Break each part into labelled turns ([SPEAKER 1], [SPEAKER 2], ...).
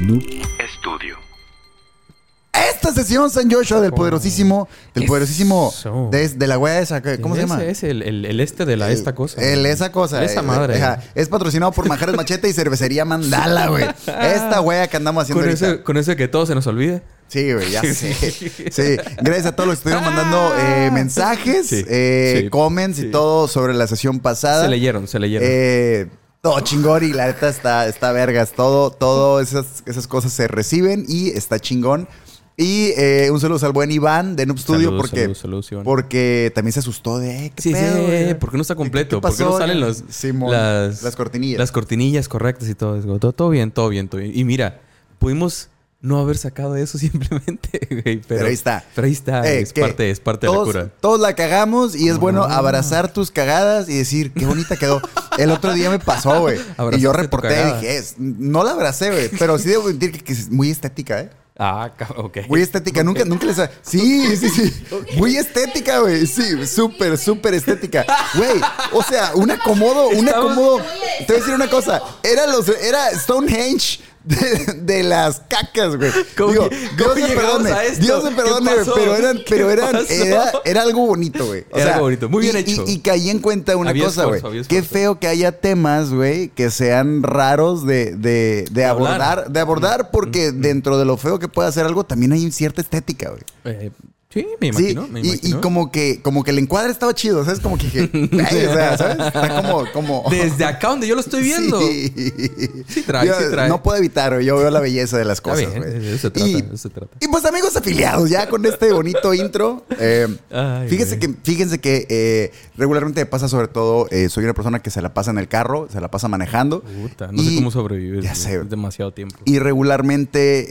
[SPEAKER 1] Noob
[SPEAKER 2] Estudio.
[SPEAKER 3] Esta sesión, San Joshua, del poderosísimo, del
[SPEAKER 4] Eso.
[SPEAKER 3] poderosísimo, de, de la wea esa, ¿cómo se
[SPEAKER 4] Ese
[SPEAKER 3] llama?
[SPEAKER 4] Es el, el- el este de la esta cosa.
[SPEAKER 3] El, esa cosa.
[SPEAKER 4] Esa
[SPEAKER 3] eh,
[SPEAKER 4] madre.
[SPEAKER 3] ajá. es patrocinado por Manjares Machete y Cervecería Mandala, güey. Esta wea que andamos haciendo
[SPEAKER 4] Con
[SPEAKER 3] ahorita. Ah,
[SPEAKER 4] ese, con ese que todo se nos olvida.
[SPEAKER 3] Sí, güey, ya sé. Sí, gracias a todos los que estuvieron mandando eh, mensajes,
[SPEAKER 4] Sí,
[SPEAKER 3] eh,
[SPEAKER 4] sí,
[SPEAKER 3] comments y todo sobre la sesión pasada.
[SPEAKER 4] Se leyeron, se leyeron.
[SPEAKER 3] Eh, todo chingón y la neta está, está vergas. Todo, todo esas, esas cosas se reciben y está chingón. Y eh, un saludo al buen Iván de Noob Studio
[SPEAKER 4] Saludos,
[SPEAKER 3] porque,
[SPEAKER 4] saludos, saludos, Iván.
[SPEAKER 3] porque también se asustó de... eh, ¿qué
[SPEAKER 4] Sí, sí,
[SPEAKER 3] pedo, güey?
[SPEAKER 4] porque no está completo.
[SPEAKER 3] ¿Qué
[SPEAKER 4] Porque no
[SPEAKER 3] pasó?
[SPEAKER 4] salen los,
[SPEAKER 3] Simón,
[SPEAKER 4] las,
[SPEAKER 3] las cortinillas.
[SPEAKER 4] Las cortinillas correctas y todo. Digo, Todo, todo bien, todo bien, todo bien. Y mira, pudimos no haber sacado eso simplemente, güey. Pero,
[SPEAKER 3] Pero ahí está.
[SPEAKER 4] Pero ahí está.
[SPEAKER 3] Eh,
[SPEAKER 4] es,
[SPEAKER 3] que
[SPEAKER 4] parte, es parte
[SPEAKER 3] todos,
[SPEAKER 4] de la cura. Ah.
[SPEAKER 3] Todos la cagamos y es bueno abrazar tus cagadas y decir, qué bonita quedó. El otro día me pasó, güey. Y yo
[SPEAKER 4] Abrazaste tu
[SPEAKER 3] reporté y
[SPEAKER 4] cagada.
[SPEAKER 3] dije, es, no la abracé, güey. Pero sí debo admitir que, que es muy estética, ¿eh?
[SPEAKER 4] Ah, ca- ok.
[SPEAKER 3] Muy estética. Nunca, nunca les... ha- Sí, sí, sí. Muy estética, güey. Sí, súper, súper estética. Güey, o sea, un acomodo, un
[SPEAKER 4] Estamos-
[SPEAKER 3] acomodo... Te voy a decir una cosa. Era los... Era Stonehenge... De, de las cacas, güey.
[SPEAKER 4] ¿Cómo
[SPEAKER 3] Digo,
[SPEAKER 4] que-
[SPEAKER 3] Dios
[SPEAKER 4] cómo
[SPEAKER 3] me
[SPEAKER 4] llegamos
[SPEAKER 3] perdone.
[SPEAKER 4] a esto?
[SPEAKER 3] Dios me
[SPEAKER 4] ¿Qué
[SPEAKER 3] perdone, güey,
[SPEAKER 4] pasó?
[SPEAKER 3] pero eran,
[SPEAKER 4] ¿Qué
[SPEAKER 3] pero eran,
[SPEAKER 4] pasó?
[SPEAKER 3] era, era algo bonito, güey.
[SPEAKER 4] Era algo bonito. Muy bien
[SPEAKER 3] y-
[SPEAKER 4] hecho.
[SPEAKER 3] Y, y caí en cuenta una
[SPEAKER 4] Había
[SPEAKER 3] cosa, güey.
[SPEAKER 4] esfuerzo, había
[SPEAKER 3] Qué
[SPEAKER 4] esfuerzo.
[SPEAKER 3] feo que haya temas, güey, que sean raros de, de, de
[SPEAKER 4] hablar. Mm.
[SPEAKER 3] abordar. De abordar porque dentro de lo feo que pueda ser algo, también hay cierta estética, güey.
[SPEAKER 4] Eh, sí, me
[SPEAKER 3] Sí,
[SPEAKER 4] imagino. me
[SPEAKER 3] y- y,
[SPEAKER 4] imagino.
[SPEAKER 3] como que como que el encuadre estaba chido, ¿sabes? Como que dije, "Ey", o sea, ¿sabes? Está como... como
[SPEAKER 4] Desde acá donde yo lo estoy viendo.
[SPEAKER 3] Sí.
[SPEAKER 4] Sí trae,
[SPEAKER 3] Yo
[SPEAKER 4] sí trae.
[SPEAKER 3] No puedo evitar, yo veo la belleza de las
[SPEAKER 4] Está
[SPEAKER 3] cosas,
[SPEAKER 4] bien,
[SPEAKER 3] güey.
[SPEAKER 4] de eso se trata,
[SPEAKER 3] Y-
[SPEAKER 4] de eso se trata.
[SPEAKER 3] y pues amigos afiliados, ya con este bonito intro, eh,
[SPEAKER 4] Ay,
[SPEAKER 3] fíjense, que,
[SPEAKER 4] güey.
[SPEAKER 3] fíjense que eh, regularmente me pasa sobre todo, eh, soy una persona que se la pasa en el carro, se la pasa manejando.
[SPEAKER 4] Puta, no
[SPEAKER 3] Y-
[SPEAKER 4] sé cómo sobrevives.
[SPEAKER 3] Ya
[SPEAKER 4] güey.
[SPEAKER 3] sé.
[SPEAKER 4] Es demasiado tiempo.
[SPEAKER 3] Y regularmente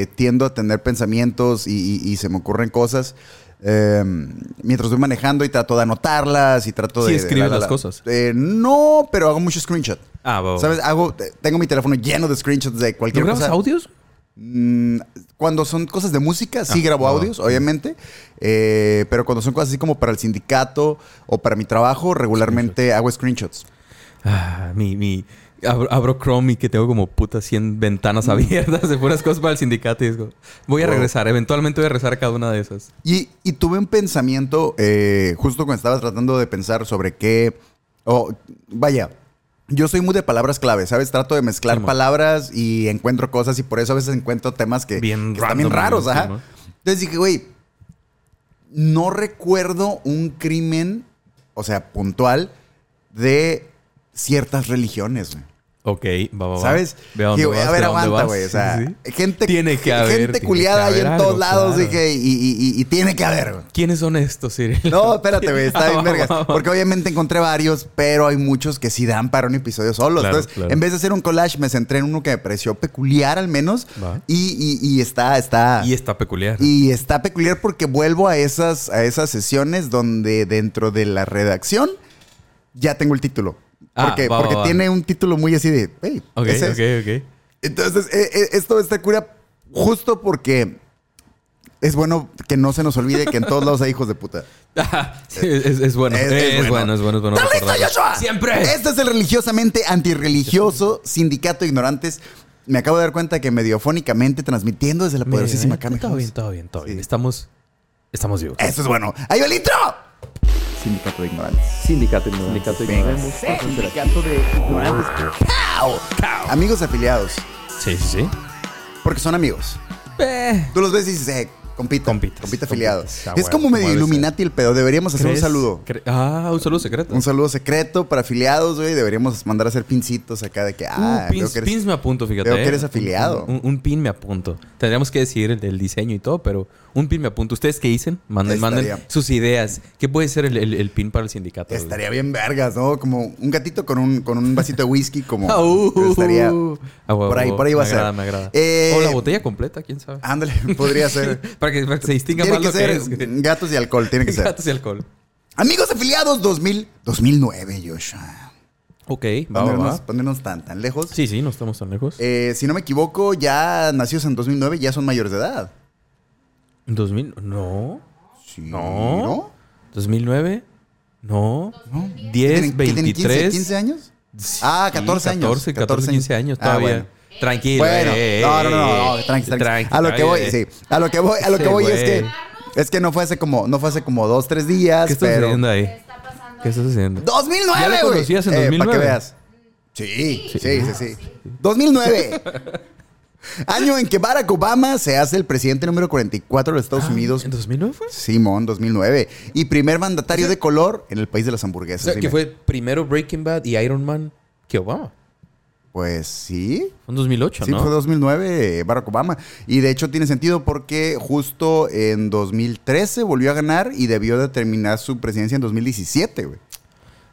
[SPEAKER 3] eh, tiendo a tener pensamientos y, y- y se me ocurren cosas. eh, mientras voy manejando y trato de anotarlas y trato
[SPEAKER 4] Sí
[SPEAKER 3] de...
[SPEAKER 4] escribes las cosas.
[SPEAKER 3] Eh, no, pero hago mucho screenshot.
[SPEAKER 4] Ah, va, va.
[SPEAKER 3] ¿Sabes? Hago, tengo mi teléfono lleno de screenshots de
[SPEAKER 4] ¿No
[SPEAKER 3] cualquier
[SPEAKER 4] grabas
[SPEAKER 3] cosa.
[SPEAKER 4] audios?
[SPEAKER 3] Mm, Cuando son cosas de música, sí
[SPEAKER 4] Ah,
[SPEAKER 3] grabo
[SPEAKER 4] ah,
[SPEAKER 3] audios, obviamente. eh, pero cuando son cosas así como para el sindicato o para mi trabajo, regularmente hago screenshots.
[SPEAKER 4] Ah, mi, mi. Abro, abro Chrome y que tengo como putas 100 ventanas abiertas de puras cosas para el sindicato. Y digo, voy a
[SPEAKER 3] Wow.
[SPEAKER 4] regresar, eventualmente voy a regresar a cada una de esas.
[SPEAKER 3] Y, y tuve un pensamiento eh, justo cuando estaba tratando de pensar sobre qué. o vaya, yo soy muy de palabras clave, ¿sabes? Trato de mezclar
[SPEAKER 4] Simón.
[SPEAKER 3] palabras y encuentro cosas y por eso a veces encuentro temas que,
[SPEAKER 4] Bien
[SPEAKER 3] que están bien
[SPEAKER 4] random,
[SPEAKER 3] raros,
[SPEAKER 4] ¿no?
[SPEAKER 3] ajá.
[SPEAKER 4] Simón.
[SPEAKER 3] Entonces dije, güey, no recuerdo un crimen, o sea, puntual, de ciertas religiones, güey.
[SPEAKER 4] Ok, va, va, va.
[SPEAKER 3] ¿Sabes?
[SPEAKER 4] Ve a Oh,
[SPEAKER 3] Dije,
[SPEAKER 4] dónde
[SPEAKER 3] güey,
[SPEAKER 4] vas,
[SPEAKER 3] a ver,
[SPEAKER 4] ve dónde
[SPEAKER 3] aguanta,
[SPEAKER 4] vas.
[SPEAKER 3] güey. O sea,
[SPEAKER 4] Sí, sí.
[SPEAKER 3] gente,
[SPEAKER 4] Tiene que haber, tiene
[SPEAKER 3] gente
[SPEAKER 4] que
[SPEAKER 3] culiada ahí
[SPEAKER 4] haber
[SPEAKER 3] en
[SPEAKER 4] algo,
[SPEAKER 3] todos lados,
[SPEAKER 4] claro.
[SPEAKER 3] dije, y, y- y- y tiene que haber, güey.
[SPEAKER 4] ¿Quiénes son estos, Cyril?
[SPEAKER 3] No, espérate, güey, está bien
[SPEAKER 4] Va, va,
[SPEAKER 3] vergas.
[SPEAKER 4] va.
[SPEAKER 3] Porque obviamente encontré varios, pero hay muchos que sí dan para un episodio solo.
[SPEAKER 4] Claro,
[SPEAKER 3] Entonces,
[SPEAKER 4] claro.
[SPEAKER 3] en vez de hacer un collage, me centré en uno que me pareció peculiar al menos.
[SPEAKER 4] Va.
[SPEAKER 3] Y, y- y está, está.
[SPEAKER 4] Y está peculiar.
[SPEAKER 3] y está peculiar porque vuelvo a esas, a esas sesiones donde dentro de la redacción ya tengo el título.
[SPEAKER 4] Ah,
[SPEAKER 3] Porque,
[SPEAKER 4] va, va,
[SPEAKER 3] porque
[SPEAKER 4] va.
[SPEAKER 3] tiene un título muy así de. Hey,
[SPEAKER 4] ok,
[SPEAKER 3] ese es".
[SPEAKER 4] ok, ok.
[SPEAKER 3] Entonces, eh, eh, esto está cura justo porque es bueno que no se nos olvide que en todos lados hay hijos de puta.
[SPEAKER 4] Ah, sí, es, es- es bueno. Es, es bueno. es bueno, es bueno.
[SPEAKER 3] ¿Estás listo,
[SPEAKER 4] recordarlo.
[SPEAKER 3] Joshua?
[SPEAKER 4] ¡Siempre!
[SPEAKER 3] Este es el religiosamente antirreligioso sindicato de ignorantes. Me acabo de dar cuenta que mediofónicamente transmitiendo desde la
[SPEAKER 4] Mira,
[SPEAKER 3] poderosísima
[SPEAKER 4] eh,
[SPEAKER 3] Cami
[SPEAKER 4] Todo
[SPEAKER 3] House.
[SPEAKER 4] bien, todo bien, todo bien.
[SPEAKER 3] Sí. Eh.
[SPEAKER 4] Estamos, estamos vivos.
[SPEAKER 3] Eso es bueno. ¡Ahí va el intro! Sindicato de ignorantes.
[SPEAKER 5] Sindicato, sindicato,
[SPEAKER 3] Sindicato de ignorantes. ¡Pow! Amigos afiliados.
[SPEAKER 4] Sí, sí, sí.
[SPEAKER 3] Porque son amigos.
[SPEAKER 4] Eh,
[SPEAKER 3] Tú los ves y dices, eh, compita.
[SPEAKER 4] Compitas,
[SPEAKER 3] Compita
[SPEAKER 4] compitas.
[SPEAKER 3] afiliado.
[SPEAKER 4] Ah,
[SPEAKER 3] es
[SPEAKER 4] huevo,
[SPEAKER 3] como medio
[SPEAKER 4] como debe
[SPEAKER 3] Illuminati el pedo. Deberíamos hacer
[SPEAKER 4] ¿crees-
[SPEAKER 3] un saludo.
[SPEAKER 4] cre- Ah, un saludo secreto.
[SPEAKER 3] Un saludo secreto para afiliados, güey. Deberíamos mandar a hacer pincitos acá de que, ah,
[SPEAKER 4] Uh,
[SPEAKER 3] veo
[SPEAKER 4] pins,
[SPEAKER 3] que eres-
[SPEAKER 4] pins me apunto, fíjate.
[SPEAKER 3] veo que
[SPEAKER 4] eh.
[SPEAKER 3] eres afiliado.
[SPEAKER 4] Un, un- un pin me apunto. Tendríamos que decir el, el diseño y todo, pero un pin me apunto. ¿Ustedes qué dicen? Manden,
[SPEAKER 3] Estaría-
[SPEAKER 4] manden sus ideas. ¿Qué puede ser el, el- el pin para el sindicato? güey?
[SPEAKER 3] Estaría bien vergas, ¿no? Como un gatito con un, con un vasito de whisky, como
[SPEAKER 4] Ah, uh,
[SPEAKER 3] estaría.
[SPEAKER 4] ah, huevo,
[SPEAKER 3] por ahí, por ahí va a
[SPEAKER 4] me
[SPEAKER 3] ser.
[SPEAKER 4] agrada, me agrada.
[SPEAKER 3] Eh,
[SPEAKER 4] o la botella completa, quién sabe.
[SPEAKER 3] Ándale, podría ser.
[SPEAKER 4] para, que, para que se distinga
[SPEAKER 3] tiene
[SPEAKER 4] más
[SPEAKER 3] que
[SPEAKER 4] lo
[SPEAKER 3] ser
[SPEAKER 4] que es.
[SPEAKER 3] gatos y alcohol, tiene que ser.
[SPEAKER 4] Gatos y alcohol.
[SPEAKER 3] Amigos afiliados 2000, 2009, Joshua.
[SPEAKER 4] Ok, va, va,
[SPEAKER 3] Ponernos,
[SPEAKER 4] va.
[SPEAKER 3] ponernos tan, tan lejos.
[SPEAKER 4] Sí, sí, no estamos tan lejos.
[SPEAKER 3] Eh, si no me equivoco, ya nacidos en 2009 ya son mayores de edad.
[SPEAKER 4] 2000, no.
[SPEAKER 3] Sí,
[SPEAKER 4] No. 2009, no.
[SPEAKER 3] ¿Qué tienen-
[SPEAKER 4] 10,
[SPEAKER 3] qué tienen,
[SPEAKER 4] 23.
[SPEAKER 3] 15, 15 años? Ah, 14 años.
[SPEAKER 4] 14, 14, 15 años
[SPEAKER 3] Ah,
[SPEAKER 4] todavía.
[SPEAKER 3] bueno.
[SPEAKER 4] Tranquilo.
[SPEAKER 3] Bueno,
[SPEAKER 4] eh,
[SPEAKER 3] no, no, no, no,
[SPEAKER 4] eh,
[SPEAKER 3] tranqui, tranqui.
[SPEAKER 4] tranqui,
[SPEAKER 3] A lo que
[SPEAKER 4] está
[SPEAKER 3] voy,
[SPEAKER 4] bien.
[SPEAKER 3] sí. A lo que voy, a lo que
[SPEAKER 4] Sí,
[SPEAKER 3] voy es que
[SPEAKER 4] güey.
[SPEAKER 3] es que no fue hace como no fue hace como dos tres días,
[SPEAKER 4] ¿Qué está
[SPEAKER 3] pero
[SPEAKER 4] sucediendo
[SPEAKER 1] ¿Qué
[SPEAKER 4] ahí?
[SPEAKER 1] está pasando?
[SPEAKER 4] ¿Qué está sucediendo?
[SPEAKER 3] 2009,
[SPEAKER 4] ¿Ya la
[SPEAKER 3] güey.
[SPEAKER 4] conocías en
[SPEAKER 3] Para
[SPEAKER 4] 2009?
[SPEAKER 3] que veas. Sí, sí, sí, sí. 2009. Año en que Barack Obama se hace el presidente número 44 de los Estados Unidos.
[SPEAKER 4] Ah, ¿En 2009 fue?
[SPEAKER 3] Simón, 2009. Y primer mandatario de color en el país de las hamburguesas.
[SPEAKER 2] O sea,
[SPEAKER 3] dime.
[SPEAKER 2] que fue primero Breaking Bad y Iron Man que Obama.
[SPEAKER 3] Pues sí.
[SPEAKER 4] Fue en 2008,
[SPEAKER 3] Sí,
[SPEAKER 4] ¿no?
[SPEAKER 3] fue 2009 eh, Barack Obama. Y de hecho tiene sentido porque justo en 2013 volvió a ganar y debió de terminar su presidencia en 2017, güey.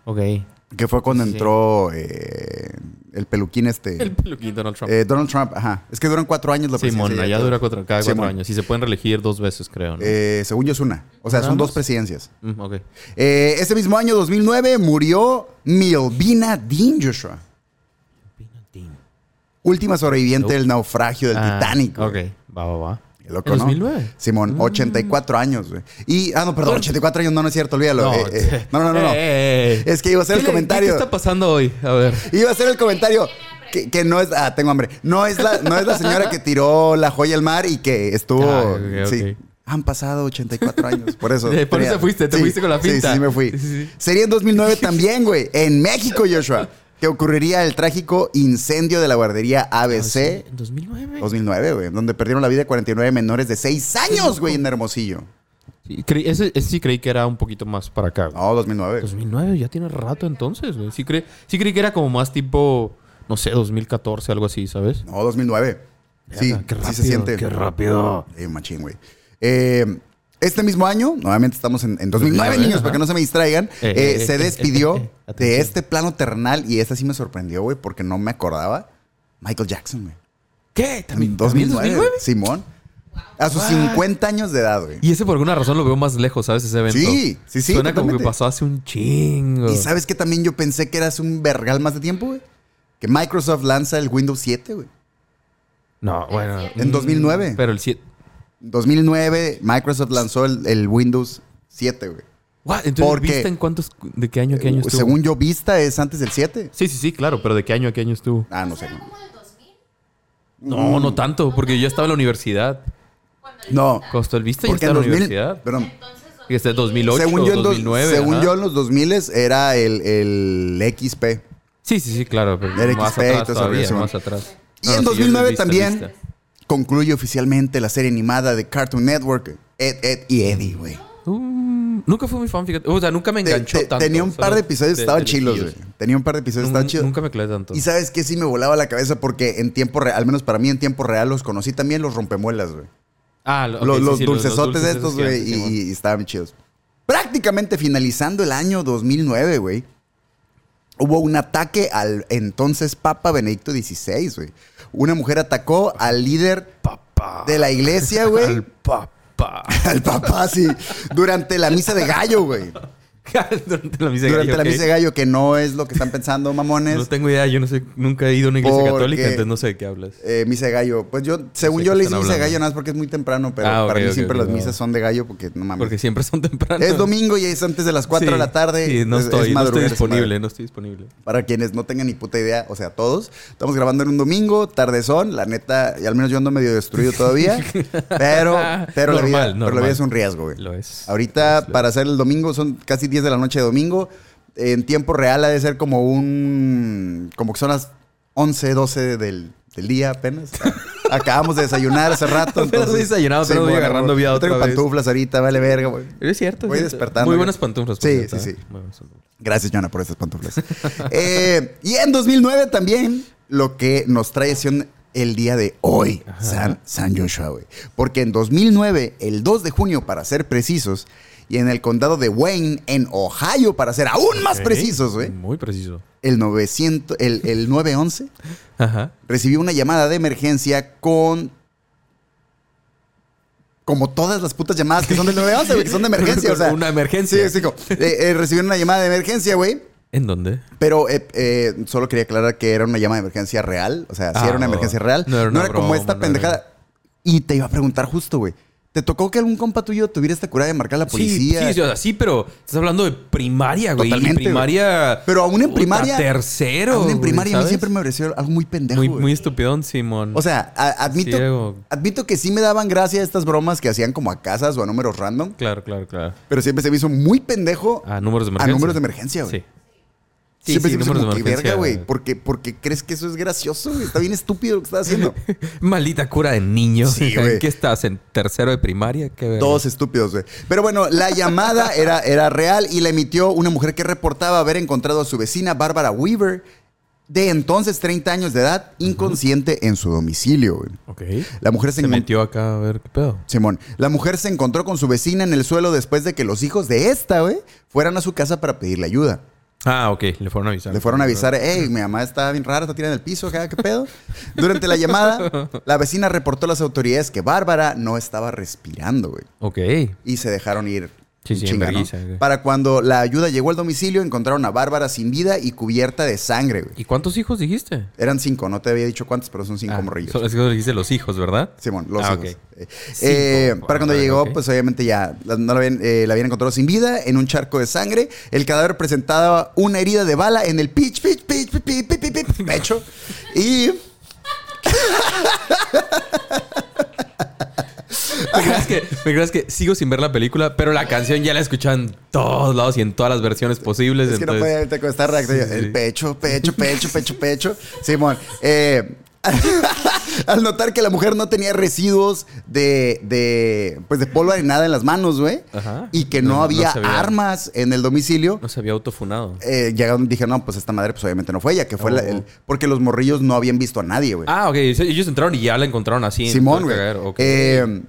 [SPEAKER 4] Ok.
[SPEAKER 3] Que fue cuando
[SPEAKER 4] Sí.
[SPEAKER 3] entró eh, el peluquín este.
[SPEAKER 2] El peluquín Donald Trump.
[SPEAKER 3] Eh, Donald Trump, ajá. Es que duran cuatro años la presidencia.
[SPEAKER 1] Simón,
[SPEAKER 3] ya
[SPEAKER 1] allá dura cuatro, cada cuatro
[SPEAKER 3] Simón.
[SPEAKER 1] años. Y se pueden reelegir dos veces, creo. ¿no?
[SPEAKER 3] Eh, según yo es una. O sea,
[SPEAKER 4] Nada
[SPEAKER 3] son dos
[SPEAKER 4] más.
[SPEAKER 3] presidencias.
[SPEAKER 4] Mm, ok.
[SPEAKER 3] Eh, ese mismo año, 2009, murió Milvina Dean Joshua. Última sobreviviente del naufragio del
[SPEAKER 1] Ah,
[SPEAKER 3] Titanic. güey.
[SPEAKER 1] Ok, va, va, va.
[SPEAKER 3] Qué Loco,
[SPEAKER 4] ¿En
[SPEAKER 3] ¿no?
[SPEAKER 4] 2009?
[SPEAKER 3] Simón,
[SPEAKER 1] Mm.
[SPEAKER 3] 84 años, güey. Y, ah, no, perdón, 84 años, no, no es cierto, olvídalo. Eh,
[SPEAKER 4] No,
[SPEAKER 3] eh, no, no, no. no.
[SPEAKER 4] Eh, eh, eh.
[SPEAKER 3] Es que iba a hacer el
[SPEAKER 4] ¿Qué le-
[SPEAKER 3] comentario.
[SPEAKER 4] ¿Qué está pasando hoy? A ver.
[SPEAKER 3] Iba a hacer el comentario que, que no es. Ah, tengo hambre. No es, la, no es la señora que tiró la joya al mar y que estuvo.
[SPEAKER 4] Ah, ok,
[SPEAKER 3] sí.
[SPEAKER 4] ok.
[SPEAKER 3] Han pasado 84 años. Por eso.
[SPEAKER 4] De- por eso
[SPEAKER 3] tenía-
[SPEAKER 4] fuiste, te fuiste con la
[SPEAKER 3] Sí,
[SPEAKER 4] finta.
[SPEAKER 3] sí, me fui.
[SPEAKER 4] Sí, sí, sí.
[SPEAKER 3] Sería en 2009 también, güey. En México, Joshua. Que ocurriría el trágico incendio de la guardería ABC.
[SPEAKER 4] ¿En 2009?
[SPEAKER 3] 2009, güey. Donde perdieron la vida 49 menores de 6 años, güey, en Hermosillo.
[SPEAKER 1] Sí, creí- ese, ese sí creí que era un poquito más para acá. güey.
[SPEAKER 3] No, 2009.
[SPEAKER 4] Pues
[SPEAKER 1] 2009, ya tiene rato entonces, güey. Sí, cre- sí creí que era como más tipo, no sé, 2014, algo así, ¿sabes?
[SPEAKER 3] No, 2009. Sí,
[SPEAKER 1] Verga, qué
[SPEAKER 3] sí se
[SPEAKER 1] rápido,
[SPEAKER 3] siente.
[SPEAKER 1] qué rápido.
[SPEAKER 3] Eh, machín, güey. Eh, este mismo año, nuevamente estamos en, en 2009, niños, para que no se me distraigan,
[SPEAKER 1] Eh,
[SPEAKER 3] eh,
[SPEAKER 1] eh,
[SPEAKER 3] se
[SPEAKER 1] eh,
[SPEAKER 3] despidió
[SPEAKER 1] eh, eh, eh,
[SPEAKER 3] de
[SPEAKER 1] atención.
[SPEAKER 3] este plano terrenal y esta sí me sorprendió, güey, porque no me acordaba. Michael Jackson, güey.
[SPEAKER 4] ¿Qué?
[SPEAKER 3] En
[SPEAKER 4] ¿También,
[SPEAKER 3] 2009,
[SPEAKER 4] 2009?
[SPEAKER 3] Simón. A sus 50 años de edad, güey.
[SPEAKER 4] Y ese por alguna razón lo veo más lejos, ¿sabes? Ese evento.
[SPEAKER 3] Sí, sí, sí,
[SPEAKER 4] Suena como
[SPEAKER 3] totalmente.
[SPEAKER 4] que pasó hace un chingo.
[SPEAKER 3] ¿Y sabes que también yo pensé que eras un vergal más de tiempo, güey? Que Microsoft lanza el Windows 7, güey.
[SPEAKER 1] No, bueno.
[SPEAKER 3] En 2009.
[SPEAKER 4] Pero el 7.
[SPEAKER 3] 2009, Microsoft lanzó el, el Windows 7, güey.
[SPEAKER 4] What? Entonces,
[SPEAKER 3] Porque- Eh,
[SPEAKER 4] ¿viste en cuántos, de qué año, a qué año estuvo?
[SPEAKER 3] Según yo, Vista es antes del 7.
[SPEAKER 1] Sí, sí, sí, claro, pero ¿de qué año a qué año estuvo?
[SPEAKER 3] Ah, no sé.
[SPEAKER 1] no.
[SPEAKER 3] güey.
[SPEAKER 1] Como
[SPEAKER 3] No,
[SPEAKER 4] No,
[SPEAKER 3] mm.
[SPEAKER 4] no tanto, porque yo ya estaba en la universidad. Costó el visto y ya
[SPEAKER 3] porque
[SPEAKER 4] estaba
[SPEAKER 3] en
[SPEAKER 4] en la
[SPEAKER 3] 2000.
[SPEAKER 4] universidad.
[SPEAKER 3] Perdón.
[SPEAKER 4] Y este es 2008,
[SPEAKER 3] según yo, en dos-
[SPEAKER 4] 2009.
[SPEAKER 3] según
[SPEAKER 4] ajá.
[SPEAKER 3] yo en los 2000 era el, el XP.
[SPEAKER 4] Sí, sí, sí, claro. Pero
[SPEAKER 3] Era
[SPEAKER 4] más
[SPEAKER 3] XP y todo
[SPEAKER 4] atrás
[SPEAKER 3] eso,
[SPEAKER 4] todavía,
[SPEAKER 3] Simón.
[SPEAKER 4] más atrás.
[SPEAKER 3] Y
[SPEAKER 4] No,
[SPEAKER 3] en
[SPEAKER 4] no, sí, yo
[SPEAKER 3] 2009
[SPEAKER 4] vista,
[SPEAKER 3] también
[SPEAKER 4] vista.
[SPEAKER 3] concluye oficialmente la serie animada de Cartoon Network, Ed, Ed y Eddie, güey.
[SPEAKER 4] Mm, nunca fui muy fan, fíjate. O sea, nunca me enganchó
[SPEAKER 3] Te- te-
[SPEAKER 4] tanto.
[SPEAKER 3] tenía un par de episodios,
[SPEAKER 4] que
[SPEAKER 3] estaban chilos, güey. Tenía un par de episodios, estaban chilos.
[SPEAKER 4] Nunca me clavé tanto.
[SPEAKER 3] Y sabes que sí me volaba la cabeza porque en tiempo real, al menos para mí en tiempo real, los conocí también los rompemuelas, güey.
[SPEAKER 4] Ah, lo- ok,
[SPEAKER 3] los,
[SPEAKER 4] sí,
[SPEAKER 3] los
[SPEAKER 4] sí,
[SPEAKER 3] dulcesotes
[SPEAKER 4] dulces
[SPEAKER 3] estos,
[SPEAKER 4] esos que
[SPEAKER 3] güey,
[SPEAKER 4] antes,
[SPEAKER 3] y,
[SPEAKER 4] Simón.
[SPEAKER 3] y estaban chidos. Prácticamente finalizando el año 2009, güey, hubo un ataque al entonces Papa Benedicto XVI, güey. Una mujer atacó al líder de la iglesia, güey. al
[SPEAKER 4] papá.
[SPEAKER 3] papá, sí. Durante la misa de gallo, güey.
[SPEAKER 4] Durante la misa
[SPEAKER 3] Durante
[SPEAKER 4] de gallo,
[SPEAKER 3] la
[SPEAKER 4] ok.
[SPEAKER 3] misa de gallo, que no es lo que están pensando, mamones.
[SPEAKER 4] No tengo idea, yo no sé, nunca he ido a una iglesia
[SPEAKER 3] Porque-
[SPEAKER 4] católica, entonces no sé de qué hablas.
[SPEAKER 3] Eh, misa de gallo. Pues yo, según
[SPEAKER 4] sé
[SPEAKER 3] yo
[SPEAKER 4] qué
[SPEAKER 3] le hice
[SPEAKER 4] están
[SPEAKER 3] misa de
[SPEAKER 4] hablando.
[SPEAKER 3] gallo nada más porque es muy temprano, pero
[SPEAKER 4] Ah, ok,
[SPEAKER 3] para mí
[SPEAKER 4] ok,
[SPEAKER 3] siempre
[SPEAKER 4] ok,
[SPEAKER 3] las
[SPEAKER 4] va.
[SPEAKER 3] misas son de gallo porque no mames.
[SPEAKER 4] Porque siempre son tempranos.
[SPEAKER 3] Es domingo y es antes de las 4
[SPEAKER 4] Sí,
[SPEAKER 3] de la tarde.
[SPEAKER 4] Sí, no
[SPEAKER 3] Es- es
[SPEAKER 4] estoy, no estoy
[SPEAKER 3] madrugar, es
[SPEAKER 4] disponible,
[SPEAKER 3] madrugar.
[SPEAKER 4] no estoy disponible.
[SPEAKER 3] Para quienes no tengan ni puta idea, o sea, todos, estamos grabando en un domingo, tardezón, la neta, y al menos yo ando medio destruido todavía, pero, pero, la, vida, pero la vida
[SPEAKER 4] Normal, normal.
[SPEAKER 3] es un riesgo, güey.
[SPEAKER 4] Lo es.
[SPEAKER 3] Ahorita,
[SPEAKER 4] Lo es, lo
[SPEAKER 3] para hacer el domingo, son casi 10 de la noche de domingo, en tiempo real ha de ser como un, como que son las 11, 12 del, del día apenas. Acabamos de desayunar hace rato.
[SPEAKER 4] Apenas
[SPEAKER 3] entonces,
[SPEAKER 4] he desayunado, apenas voy
[SPEAKER 3] bueno,
[SPEAKER 4] agarrando vida
[SPEAKER 3] yo
[SPEAKER 4] otra
[SPEAKER 3] Traigo
[SPEAKER 4] vez.
[SPEAKER 3] pantuflas ahorita, vale verga, güey.
[SPEAKER 4] Es cierto.
[SPEAKER 3] Voy
[SPEAKER 4] es cierto.
[SPEAKER 3] despertando.
[SPEAKER 4] Muy buenas pantuflas. por
[SPEAKER 3] Sí,
[SPEAKER 4] cierto,
[SPEAKER 3] sí,
[SPEAKER 4] ¿eh?
[SPEAKER 3] sí.
[SPEAKER 4] Muy buenas pantuflas.
[SPEAKER 3] Gracias, Joana, por esas pantuflas. Eh, y en 2009 también, lo que nos trae es un- el día de hoy, San, San Joshua, güey. Porque en 2009, el 2 de junio, para ser precisos, y en el condado de Wayne, en Ohio, para ser aún más
[SPEAKER 1] Ok.
[SPEAKER 3] precisos, ¿eh? güey,
[SPEAKER 1] Muy preciso.
[SPEAKER 3] el, 900, el, el 911
[SPEAKER 4] Ajá.
[SPEAKER 3] recibió una llamada de emergencia con... Como todas las putas llamadas que son del 911, güey, que son de emergencia, o sea.
[SPEAKER 4] Una
[SPEAKER 3] Sí,
[SPEAKER 4] emergencia.
[SPEAKER 3] sí, como, eh, eh, recibieron una llamada de emergencia, güey.
[SPEAKER 4] ¿En dónde?
[SPEAKER 3] Pero eh, eh, solo quería aclarar que era una llama de emergencia real. O sea, sí
[SPEAKER 4] Ah,
[SPEAKER 3] era una
[SPEAKER 4] no.
[SPEAKER 3] emergencia real. No
[SPEAKER 4] No
[SPEAKER 3] era,
[SPEAKER 4] era una
[SPEAKER 3] como
[SPEAKER 4] broma,
[SPEAKER 3] esta
[SPEAKER 4] no era-
[SPEAKER 3] pendejada. Y te iba a preguntar justo, güey. Te ¿Te tocó que algún compa tuyo tuviera esta cura de marcar a la policía?
[SPEAKER 4] Sí, sí, o sea, sí, pero estás hablando de primaria, güey.
[SPEAKER 3] Totalmente,
[SPEAKER 4] Totalmente.
[SPEAKER 3] güey.
[SPEAKER 4] primaria.
[SPEAKER 3] Pero aún en
[SPEAKER 4] puta,
[SPEAKER 3] primaria.
[SPEAKER 4] Tercero.
[SPEAKER 3] Aún en
[SPEAKER 4] güey,
[SPEAKER 3] primaria a mí
[SPEAKER 4] ¿sabes?
[SPEAKER 3] siempre me pareció algo muy pendejo.
[SPEAKER 4] Muy,
[SPEAKER 3] güey.
[SPEAKER 4] muy estupidón, Simón.
[SPEAKER 3] O sea, a- admito,
[SPEAKER 4] Ciego.
[SPEAKER 3] admito que sí me daban gracia estas bromas que hacían como a casas o a números random,
[SPEAKER 4] claro, claro, claro.
[SPEAKER 3] pero siempre se me hizo muy pendejo
[SPEAKER 4] A números Ah, de
[SPEAKER 3] a
[SPEAKER 4] emergencia.
[SPEAKER 3] números de emergencia, güey.
[SPEAKER 4] Sí. Sí,
[SPEAKER 3] Siempre
[SPEAKER 4] sí,
[SPEAKER 3] se me hizo
[SPEAKER 4] números
[SPEAKER 3] como
[SPEAKER 4] de
[SPEAKER 3] que verga,
[SPEAKER 4] emergencia.
[SPEAKER 3] güey. ¿Por qué, por qué crees que eso es gracioso, güey? Está bien estúpido lo que estás haciendo.
[SPEAKER 4] Maldita cura de niños.
[SPEAKER 3] Sí,
[SPEAKER 4] ¿En
[SPEAKER 3] güey.
[SPEAKER 4] ¿Qué estás? ¿En tercero de primaria? ¿Qué verga?
[SPEAKER 3] Todos estúpidos, güey. Pero bueno, la llamada era, era real y la emitió una mujer que reportaba haber encontrado a su vecina, Bárbara Weaver, de entonces 30 años de edad, inconsciente en su domicilio, güey.
[SPEAKER 4] Ok.
[SPEAKER 3] La mujer se,
[SPEAKER 4] Se
[SPEAKER 3] encon-
[SPEAKER 4] metió acá a ver qué pedo.
[SPEAKER 3] Simón, la mujer se encontró con su vecina en el suelo después de que los hijos de esta, güey, fueran a su casa para pedirle ayuda.
[SPEAKER 4] Ah, ok. Le fueron a avisar.
[SPEAKER 3] Le fueron a avisar, hey, mi mamá está bien rara, está tirada en el piso, acá, ¿qué pedo? Durante la llamada, la vecina reportó a las autoridades que Bárbara no estaba respirando, güey.
[SPEAKER 4] Ok.
[SPEAKER 3] Y se dejaron ir.
[SPEAKER 4] Sí,
[SPEAKER 3] en
[SPEAKER 4] sí, en
[SPEAKER 3] chinga, ¿no?
[SPEAKER 4] vergüenza, güey.
[SPEAKER 3] Para cuando la ayuda llegó al domicilio, encontraron a Bárbara sin vida y cubierta de sangre, güey.
[SPEAKER 1] ¿Y cuántos hijos dijiste?
[SPEAKER 3] Eran cinco, no te había dicho cuántos, pero son cinco
[SPEAKER 4] Ah,
[SPEAKER 3] morrillos.
[SPEAKER 4] so- Es que dijiste los hijos, ¿verdad?
[SPEAKER 3] Simón, los
[SPEAKER 4] Ah,
[SPEAKER 3] hijos.
[SPEAKER 4] ok.
[SPEAKER 3] Eh,
[SPEAKER 4] Cinco,
[SPEAKER 3] eh,
[SPEAKER 4] bueno,
[SPEAKER 3] para cuando
[SPEAKER 4] bueno,
[SPEAKER 3] llegó,
[SPEAKER 4] ok.
[SPEAKER 3] pues obviamente ya la, no la, habían, eh, la habían encontrado sin vida, en un charco de sangre. El cadáver presentaba una herida de bala en el pitch, pitch, pitch, pitch, pitch, pitch, pitch, pitch, pecho. Y
[SPEAKER 4] ¿Me creas, que, me creas que sigo sin ver la película, pero la canción ya la escuchan en todos lados y en todas las versiones posibles.
[SPEAKER 3] es que no
[SPEAKER 4] entonces-
[SPEAKER 3] puede te costar reacto.
[SPEAKER 4] Sí,
[SPEAKER 3] Yo,
[SPEAKER 4] sí.
[SPEAKER 3] El pecho, pecho, pecho, pecho, pecho. Simón, eh, al notar que la mujer no tenía residuos de, de, pues de polvo arenada en las manos, güey,
[SPEAKER 4] Ajá.
[SPEAKER 3] y que no,
[SPEAKER 4] No, no
[SPEAKER 3] había
[SPEAKER 4] se veía.
[SPEAKER 3] armas en el domicilio,
[SPEAKER 4] No se había autofunado.
[SPEAKER 3] eh, llegaron, dije, no, pues esta madre, pues obviamente no fue ella, que fue
[SPEAKER 4] Oh.
[SPEAKER 3] la- el- porque los morrillos no habían visto a nadie, güey.
[SPEAKER 4] Ah, ok. Ellos entraron y ya la encontraron así.
[SPEAKER 3] Simón,
[SPEAKER 4] todo el
[SPEAKER 3] güey.
[SPEAKER 4] cagadero. Ok.
[SPEAKER 3] Eh,